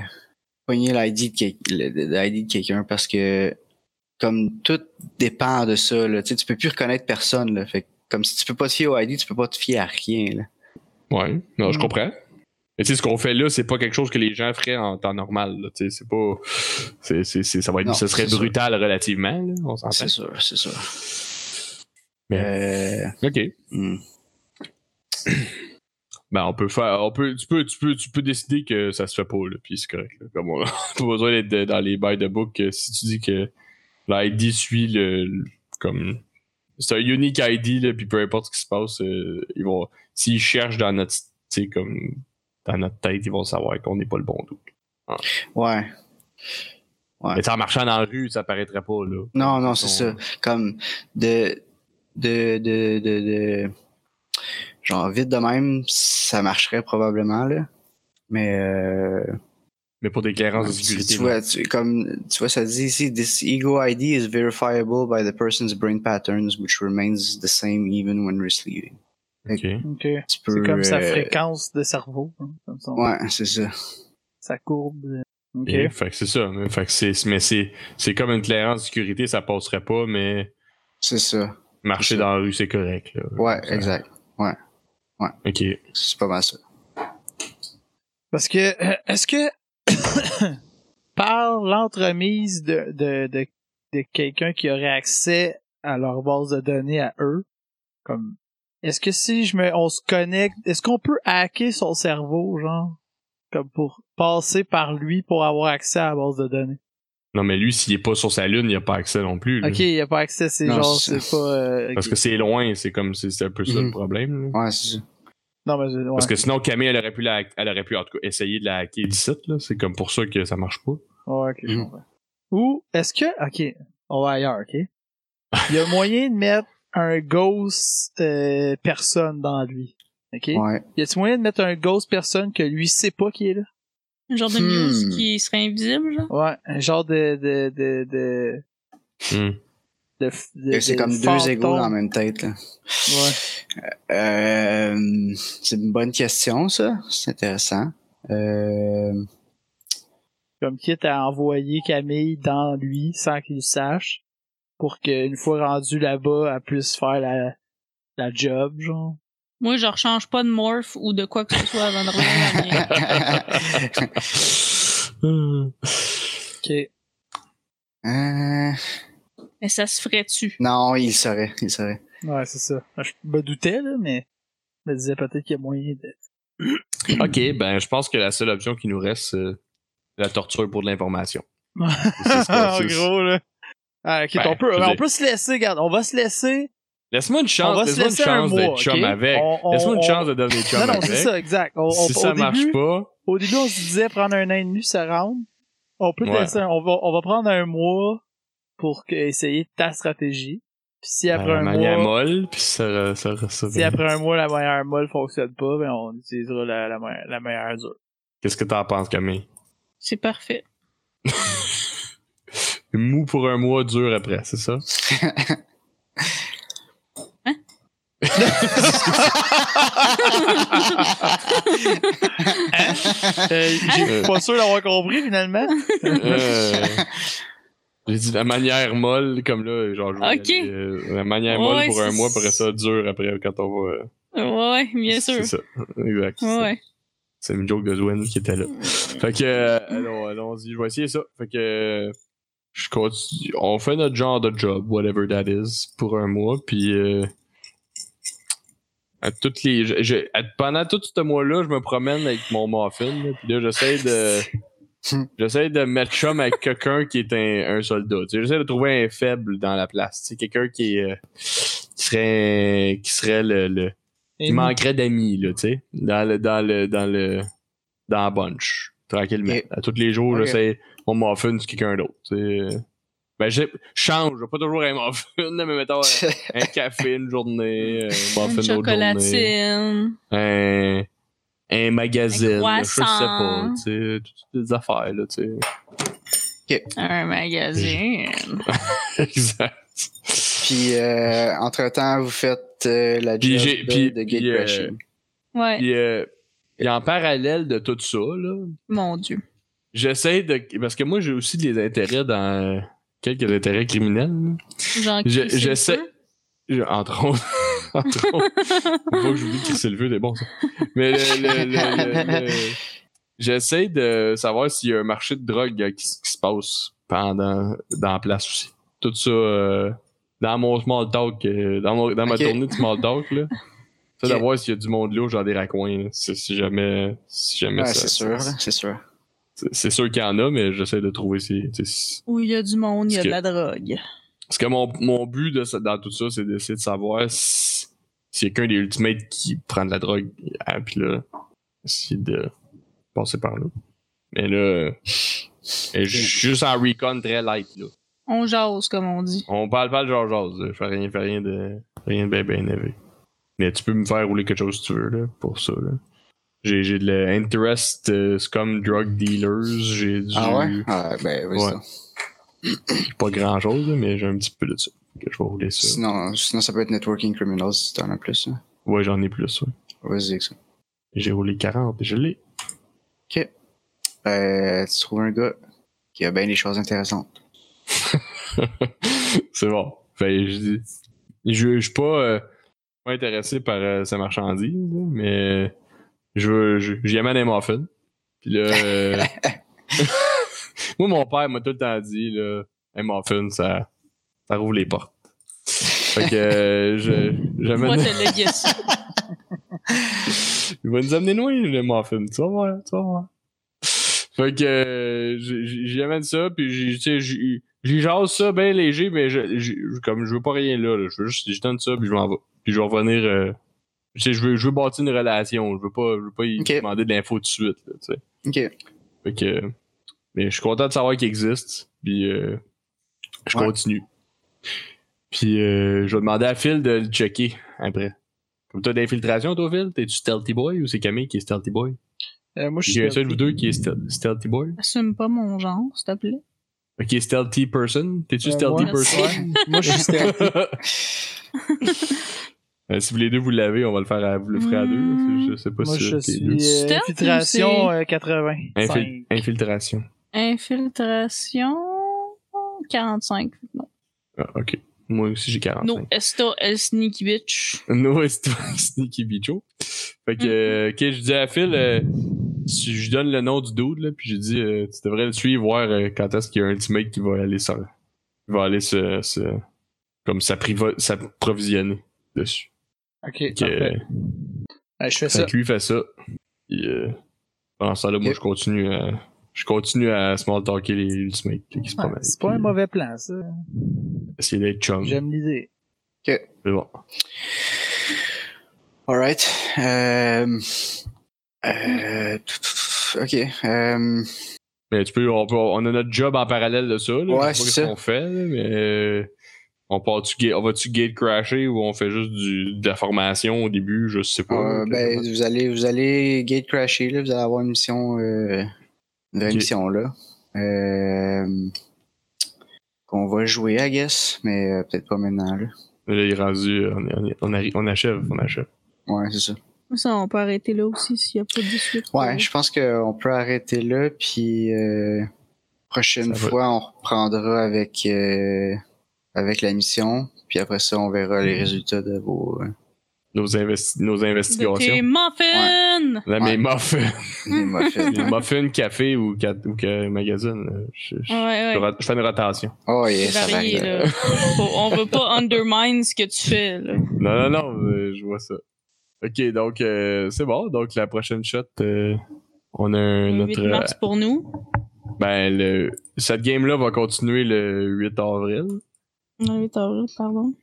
D: pogner l'ID de, quel- le- de- de l'ID de quelqu'un parce que comme tout dépend de ça, là, tu sais, tu peux plus reconnaître personne. Là, fait que comme si tu peux pas te fier au ID, tu peux pas te fier à rien. Là.
B: Ouais, non, je
A: Mm.
B: comprends. Mais tu sais, ce qu'on fait là, c'est pas quelque chose que les gens feraient en temps normal. là. Tu sais, c'est pas. c'est- c'est- c'est- ça va être,
D: Non,
B: ce serait
D: c'est sûr.
B: brutal relativement, là, on s'entend.
D: C'est sûr, c'est sûr.
B: Mais-
D: Euh,
B: Ok.
D: hmm.
B: Ben, on peut faire. On peut, tu, peux, tu, peux, tu peux décider que ça se fait pas, là, puis c'est correct. là. Comme on a *laughs* pas besoin d'être de- dans les bails de book. que Si tu dis que l'ID suit le. le- comme. C'est un unique ID, là, puis peu importe ce qui se passe, euh, ils vont. S'ils cherchent dans notre. Tu sais, comme. Dans notre tête, ils vont savoir qu'on n'est pas le bon doute.
D: Ouais.
B: Mais tu sais, en marchant dans la rue, ça paraîtrait pas, là.
D: Non, non, c'est
B: On-
D: ça. Comme de, de, de, de, de- genre vite de même, ça marcherait probablement là. Mais euh,
B: Mais pour des clairances de
D: tu-
B: sécurité.
D: tu
B: là.
D: vois, tu- comme tu vois, ça dit ici, this ego ID is verifiable by the person's brain patterns, which remains the same even when we're sleeping. euh,
B: Ok.
A: Ok.
D: Tu
A: C'est
D: peux,
A: comme sa
D: euh,
A: fréquence de cerveau, hein, comme son-
D: Ouais, c'est ça.
A: sa courbe. euh, Ok.
B: Et, fait que c'est ça. mais- Fait que c'est, mais c'est, c'est comme une clairance de sécurité, ça passerait pas, mais
D: C'est ça.
B: marcher
D: C'est ça.
B: dans la rue, c'est correct. Là.
D: Ouais,
B: Ça-
D: exact.
B: Ok.
D: C'est pas mal ça.
A: Parce que, euh, est-ce que *coughs* par l'entremise de, de, de, de quelqu'un qui aurait accès à leur base de données à eux, comme, est-ce que si je me, on se connecte, est-ce qu'on peut hacker son cerveau, genre, comme pour passer par lui pour avoir accès à la base de données?
B: Non, mais lui, s'il est pas sur sa lune, il a pas accès non plus. là.
A: Ok, il n'y a pas accès, c'est
D: Non,
A: genre,
D: c'est-
A: c'est pas, euh,
B: Mmh. Parce
A: ok.
B: que c'est loin, c'est comme c'est, c'est un peu ça le
D: Mhm.
B: problème. là.
D: Ouais, c'est ça.
A: non, mais, ouais.
B: Parce que sinon, Camille, elle aurait pu, la, elle aurait pu en tout cas, essayer de la hacker d'ici. Là. C'est comme pour ça que ça marche pas.
A: Ouais, ok, je
D: Mhm.
A: comprends. Ou est-ce que. Ok, on va ailleurs,
D: *laughs*
A: ok? Il y a moyen de mettre un ghost euh, personne dans lui. Ok?
D: Ouais.
A: Y a-t-il moyen de mettre un ghost personne que lui sait pas qui est là?
C: Un genre de
D: Hmm.
C: muse qui serait invisible, genre.
A: Ouais, un genre de. de. de. de.
D: *laughs*
B: Hmm.
A: de, f- de-
D: Et C'est
A: de
D: comme deux
A: fantôme.
D: égaux dans la même tête là.
A: Ouais.
D: Euh, c'est une bonne question, ça. C'est intéressant. Euh, *laughs*
A: Comme quitte à envoyer Camille dans lui sans qu'il le sache. Pour qu'une fois rendue là-bas, elle puisse faire la. la job, genre.
C: Moi, je rechange pas de morph ou de quoi que ce soit avant de revenir à
B: *laughs*
C: rien.
B: Hmm.
A: Ok.
D: euh,
C: Mais ça se ferait-tu?
D: non, il saurait, il saurait.
A: Ouais, c'est ça. Ah, Je me doutais, là, mais je me disais peut-être qu'il y a moyen de.
B: ok, ben je pense que la seule option qui nous reste, c'est la torture pour de l'information. C'est ce
A: *laughs*
B: que-
A: en
B: c'est-
A: gros, là. Ah, ok,
B: Ben,
A: on, peut,
B: je veux
A: on
B: dire-
A: peut se laisser, regarde, on va se laisser.
B: Laisse-moi une
A: on va
B: chance,
A: se
B: laisse-moi une
A: laisser un
B: chance
A: mois.
B: d'être
A: ok?
B: chum avec.
A: On- on-
B: Laisse-moi une
A: on-
B: chance de devenir chum
A: Non, non,
B: avec.
A: c'est ça, exact. On-
B: si
A: on-
B: ça
A: au,
B: marche
A: début,
B: pas,
A: au début, on se disait prendre un an et demi, ça rentre. On peut te
B: Ouais.
A: laisser un- on, va, on va prendre un mois pour que- essayer ta stratégie. Puis si après
B: la
A: un
B: manière
A: mois.
B: molle, puis ça, ça, ça, ça-
A: Si après un mois la meilleure molle fonctionne pas, ben on utilisera la, la, me- la meilleure dure.
B: Qu'est-ce que t'en penses, Camille?
C: C'est parfait.
B: Mou pour un mois, dur après,
A: *laughs*
B: c'est ça? *laughs*
A: Euh, J'ai pas sûr d'avoir compris finalement.
B: Euh, *laughs* J'ai dit la manière molle, comme là, genre, je vais
C: Ok.
B: y aller, euh, la manière
C: Ouais,
B: molle pour
C: c'est-
B: un mois, après ça, dur après, quand on va... euh,
C: Ouais, bien sûr.
B: C'est ça, exact.
C: Ouais, ouais.
B: C'est une joke de Zwen qui était là. Fait que, euh, allons, allons-y, je vais essayer ça. Fait que, euh, je continue. On fait notre genre de job, whatever that is, pour un mois, puis euh, à toutes les, je- je- à- pendant tout ce mois-là, je me promène avec mon muffin, là, puis là, j'essaie de, j'essaie de mettre chum avec quelqu'un qui est un, un soldat. Tu sais, j'essaie de trouver un faible dans la place, tu sais, quelqu'un qui, est, euh, qui serait, qui serait le- le il manquerait d'amis, là, tu sais, dans le, dans le, dans le, dans le bunch, tranquillement.
D: Ok.
B: À tous les jours,
D: Ok.
B: j'essaie mon muffin sur quelqu'un d'autre, tu sais. Ben, j'ai- change, je vais pas toujours un muffin, mais mettons un, un café une journée, un muffin
C: Une
B: l'autre journée,
C: chocolatine.
B: un, un magazine,
C: Un
B: là, je sais pas,
C: croissant.
B: tu sais, toutes des affaires, là, tu sais. *laughs*
C: Un magazine.
B: exact.
D: *laughs* Puis, euh, entre-temps, vous faites euh, la
B: Puis
D: job
B: j'ai-
D: de,
B: puis-
D: de
B: puis, euh,
D: gatecrashing.
C: Ouais.
B: Puis, euh, puis en parallèle de tout ça, là,
C: Mon Dieu.
B: j'essaie de. Parce que moi, j'ai aussi des intérêts dans. Quelques intérêts criminels, là.
C: Genre,
B: Je-
C: crisser le
B: j'essaie-
C: feu.
B: Je- Entre autres. *laughs* entre autres. Faut pas que j'oublie que c'est le feu, c'est bon, ça. Mais le- le- le- le- le- j'essaie de savoir s'il y a un marché de drogue euh, qui, s- qui se passe pendant, dans la place aussi. Tout ça, euh, dans mon small talk, euh, dans, mon- dans ma
D: Ok.
B: tournée de small talk, là. Ça,
D: Ok.
B: d'avoir s'il y a du monde là, genre des raccoins, là. Si, si jamais, si jamais
D: Ouais,
B: ça-
D: c'est sûr,
B: ça-
D: là, c'est sûr.
B: c'est- C'est sûr qu'il y en a, mais j'essaie de trouver si, tu sais, si-
C: Où il y a du monde, il y a
B: Parce
C: de la drogue.
B: parce que mon, mon but de, ça- dans tout ça, c'est d'essayer de savoir si- s'il y a qu'un des Ultimates qui prend de la drogue. Ah, puis là, essayer de passer par là. Mais là,
D: *laughs*
B: euh, je suis juste en recon très light. Là.
C: On jase, comme on dit.
B: On parle pas de genre jase. là. Je fais rien, fais rien de rien de bien bien élevé. Mais tu peux me faire rouler quelque chose si tu veux là, pour ça. Là. J'ai, j'ai de l'interest euh, c'est comme drug dealers. J'ai du
D: Ah ouais? Ah, ben, oui,
B: Ouais.
D: ça.
B: pas grand chose, mais j'ai un petit peu de ça. Fait Que je vais rouler ça.
D: Sinon, sinon, ça peut être Networking Criminals si t'en as plus. hein.
B: Ouais, j'en ai plus. ouais.
D: Vas-y avec ça.
B: J'ai roulé 40, je l'ai.
D: Euh, tu trouves un gars qui a bien des choses intéressantes.
B: *laughs* c'est bon. Fait, que je dis, je, je suis pas, euh, pas intéressé par euh, sa marchandise, là, mais je veux- je- j'y amène un muffin. Puis là, euh, *laughs* moi, mon père m'a tout le temps dit, là, un muffin, ça, ça rouvre les portes. Fait que euh, je- j'amène.
C: Moi, te *laughs* léguer ça.
B: Il va nous amener loin, le muffin. Tu vas voir, tu vas voir. Fait que euh, j- j- j'y amène ça, puis j'y- tu sais, j'y j'y jase ça bien léger, mais je, j'y- comme je veux pas rien là, là, je veux juste, je donne ça, puis je m'en vais. Puis je vais revenir, euh, tu sais, je veux, je veux bâtir une relation, je veux pas, je veux pas y
D: Ok.
B: demander de l'info tout de suite, là, tu sais.
D: Ok.
B: Fait que, mais je suis content de savoir qu'il existe, puis euh, je
D: Ouais.
B: continue. Puis euh, je vais demander à Phil de le checker après. Comme t'as d'infiltration, toi, Phil? T'es-tu Stealthy Boy ou c'est Camille qui est Stealthy Boy?
A: Euh, moi, je
B: J'ai
A: suis
B: un seul de vous deux qui est stealth- Stealthy Boy.
C: Assume pas mon genre, s'il te plaît.
B: Ok, Stealthy Person. T'es-tu
A: Euh,
B: Stealthy
A: moi,
B: Person?
A: moi, je suis stealth.
B: *laughs*
A: *laughs*
B: Euh, si vous les deux vous l'avez, on va le faire à, vous le ferez à deux. là.
C: Mm.
B: Je sais pas
A: Hmm, Moi,
B: si
A: je
B: t'es
A: suis
B: deux.
A: euh,
C: Stealth,
A: infiltration
C: c'est-
A: euh, 80.
B: Infil- infiltration.
C: Infiltration. 45. Non.
B: Ah, ok. Moi aussi, j'ai 45.
C: No, esta el sneaky bitch.
B: No, c'est toi, *laughs* Sneaky Bicho. Fait
A: Mm-hmm.
B: que, euh, ok, je dis à Phil, euh, si je lui donne le nom du dude, là, puis je dis, euh, tu devrais le suivre, voir euh, quand est-ce qu'il y a un teammate qui va aller ça, qui va aller se, se- comme ça s'approvisionner dessus.
A: Ok,
B: Fait que,
A: parfait. Euh, je fais ça.
B: Fait que lui fait ça. Puis, euh, pendant ce temps-là, moi,
D: Ok.
B: je continue à, je continue à small talker les ultimates là, qui se
A: Ouais,
B: promènent.
A: c'est pas un
B: Puis,
A: mauvais plan, ça.
B: Essayer d'être chum.
A: J'aime l'idée.
B: C'est bon.
D: Alright. Euh... Euh... Ok. Euh...
B: Mais tu peux, on, peut- on a notre job en parallèle de ça. Là.
D: Ouais,
B: Je sais pas
D: c'est
B: ce
D: ça.
B: qu'on fait, là, mais euh, on part-tu ga- on va-tu gate crasher ou on fait juste du, de la formation au début, je sais pas.
D: Euh,
B: Quelque
D: ben,
B: chose.
D: vous allez, vous allez gate crasher, là. Vous allez avoir une mission, euh, une vraie
B: Ok.
D: mission, là. Euh, qu'on va jouer, I guess, mais euh, peut-être pas maintenant, là.
B: Là, il est rendu, on, est- on, est- on arri- on achève, on achève.
D: Ouais, c'est ça.
C: Ça, on peut arrêter là aussi s'il n'y a pas de suite.
D: Ouais, je pense qu'on peut arrêter là, puis euh, prochaine
B: Ça va.
D: fois, on reprendra avec, euh, avec la mission, puis après ça, on verra
B: Mhm.
D: les résultats de vos... euh,
B: Nos, investi- nos
C: De
B: investigations.
C: tes muffins!
B: Là,
D: Ouais.
B: mes
D: *laughs*
B: muffins,
D: des muffins.
B: les muffins café ou, ca- ou ca- magazine. là, Je, je- je
C: Ouais, ouais.
B: ra- je fais une rotation.
D: oh,
C: C'est
D: yeah, ça
C: varié,
D: va. *laughs*
C: là. Faut- on veut pas undermine ce que tu fais, là.
B: Non, non, non, euh, je vois ça. Ok, donc euh, c'est bon. Donc la prochaine shot, euh, on a un-
C: Le 8
B: notre euh,
C: mars pour nous.
B: Ben, le, cette game-là va continuer le 8 avril.
C: Le 8 avril, pardon.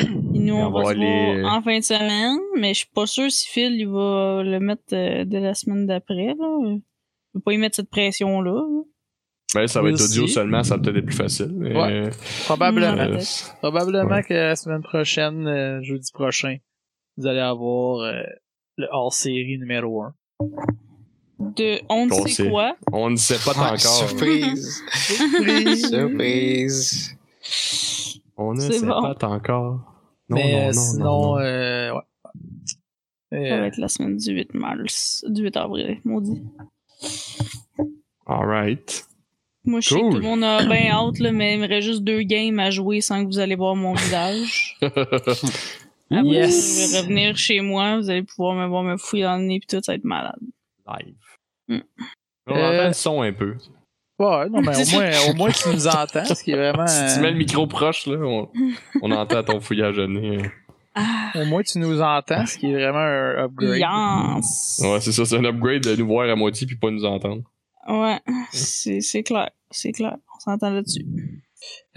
C: Et nous,
B: Et
C: on,
B: on
C: va
B: va
C: se
B: aller-
C: voir en fin de semaine, mais je suis pas sûr si Phil il va le mettre euh, de la semaine d'après. là. Je peux pas y mettre cette pression-là. là.
B: Ouais, Ben, ça va être
A: Aussi.
B: audio seulement, ça va peut-être être plus facile. mais,
A: Ouais,
B: euh,
A: Probablement.
C: Ouais.
A: Probablement
B: Hmm. Ouais.
A: que la semaine prochaine, euh, jeudi prochain, vous allez avoir euh, le hors-série numéro
B: *laughs*
A: 1.
C: De on ne
B: Qu'on
C: sait
B: sait.
C: quoi.
B: on ne sait pas
D: Ah,
B: encore.
D: Surprise!
B: *laughs*
D: Surprise!
B: On ne
C: C'est
B: sait
C: bon.
B: pas encore. Non,
A: Mais
B: non,
A: euh,
B: non,
A: sinon,
B: non, non.
A: euh, ouais.
C: Ça va
A: Euh,
C: être la semaine du 8 mars. Du 8 avril, maudit.
B: All right.
A: *laughs*
C: Moi, je sais que
B: Cool.
C: tout le monde a bien hâte, là, mais il me reste juste deux games à jouer sans que vous allez voir mon visage.
A: *laughs* Ah
C: Après,
A: Euh, Yes.
C: Je vais revenir chez moi, vous allez pouvoir me voir me fouiller dans le nez, puis tout, ça va être malade.
B: Live.
C: Mm.
B: On
A: Euh,
B: entend le son un peu.
A: ouais, non, mais au moins, au moins tu nous entends, ce qui est vraiment.
B: *laughs* Si tu mets
A: euh,
B: le micro proche, là, on, on entend ton fouillage à nez. hein.
C: Ah,
A: au moins tu nous entends, ce qui est vraiment un upgrade.
C: yes!
B: Ouais, c'est ça, c'est un upgrade de nous voir à moitié puis pas nous entendre.
C: Ouais, c'est c'est clair, c'est clair. On s'entend là-dessus.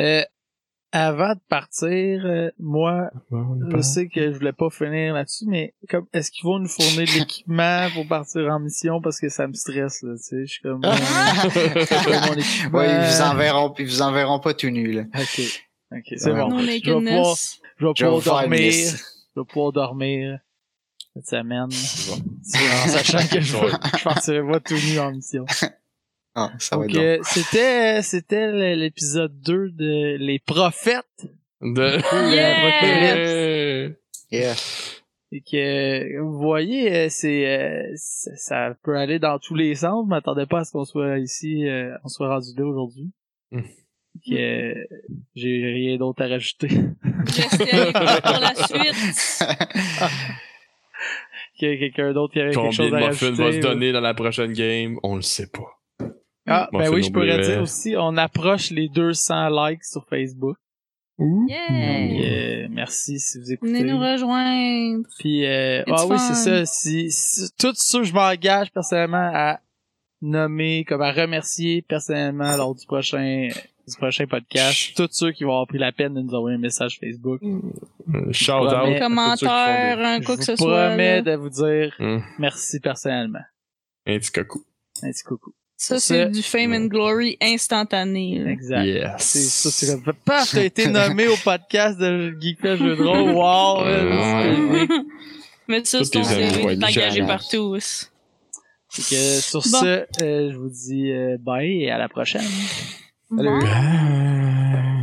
A: Euh, avant de partir, euh, moi, je sais que je voulais pas finir là-dessus, mais comme est-ce qu'ils vont nous fournir de l'équipement pour partir en mission parce que ça me stresse là, tu sais, je suis comme euh, je veux mon équipement.
D: Ouais, ils
B: Ben.
D: vous enverront, ils vous enverront pas tout nu, là.
A: Ok, ok, c'est
D: Ouais.
A: bon.
C: Non,
A: Je vais pouvoir,
C: nakedness.
A: je vais
D: Je vais
A: pouvoir
D: vous faire une
A: dormir,
D: liste.
A: je vais pouvoir dormir cette semaine, *laughs* en sachant que je, vais- je partirai pas tout nu en mission.
D: Ah, ça va
A: Donc
D: être long.
A: euh, c'était c'était le- l'épisode 2 de les prophètes
B: *laughs* De... *laughs*
A: Yeah!
D: Yeah.
A: Et que vous voyez, euh, c'est euh, ça, ça peut aller dans tous les sens. Je m'attendais pas à ce qu'on soit ici, euh, on soit rendu là aujourd'hui.
B: Mm.
A: Que euh, j'ai rien d'autre à rajouter. *laughs*
C: Restez à l'écoute pour la suite.
A: que quelqu'un d'autre qui avait quelque
B: Combien
A: chose
B: de
A: à
B: muffins va se
A: rajouter.
B: donner dans la prochaine game? On le sait pas.
A: Ah, ben
B: Muffin
A: oui, je pourrais
B: oublié.
A: dire aussi, on approche les 200 likes sur Facebook.
C: Yeah!
A: Euh, merci si vous
C: Venez
A: écoutez.
C: nous rejoindre.
A: Puis euh,
C: It's
A: ah oui,
C: fun.
A: c'est ça. Si, si- tout ça, je m'engage personnellement à nommer, comme à remercier personnellement lors du prochain du prochain podcast, tous ceux qui vont avoir pris la peine de nous envoyer un message Facebook.
B: Euh, Shout
A: Je promets-
B: out.
A: Eh, Un
C: commentaire, un hein, quoi que
A: je
C: ce
A: vous
C: soit.
A: promets
C: là.
A: de vous dire
B: Hum.
A: merci personnellement.
B: Un petit cocou.
A: Un petit coucou.
C: Ça,
A: Ça-
C: c'est du fame and glory instantané. là.
A: Exact.
B: Yes.
A: C'est ça, c'est comme paf, t'as été nommé au podcast de Geek Fest Jeux de rôle. Wow!
B: Ouais.
A: ouais,
C: Mais ça,
B: Tous
C: c'est ton
B: tes amis
C: CV,
B: vont
C: t'es
B: être
C: engagé
D: jaloux.
C: partout.
A: c'est- Fait que sur
C: Bon.
A: ce, euh, je vous dis euh, bye et à la prochaine.
C: Bon.
B: Bye.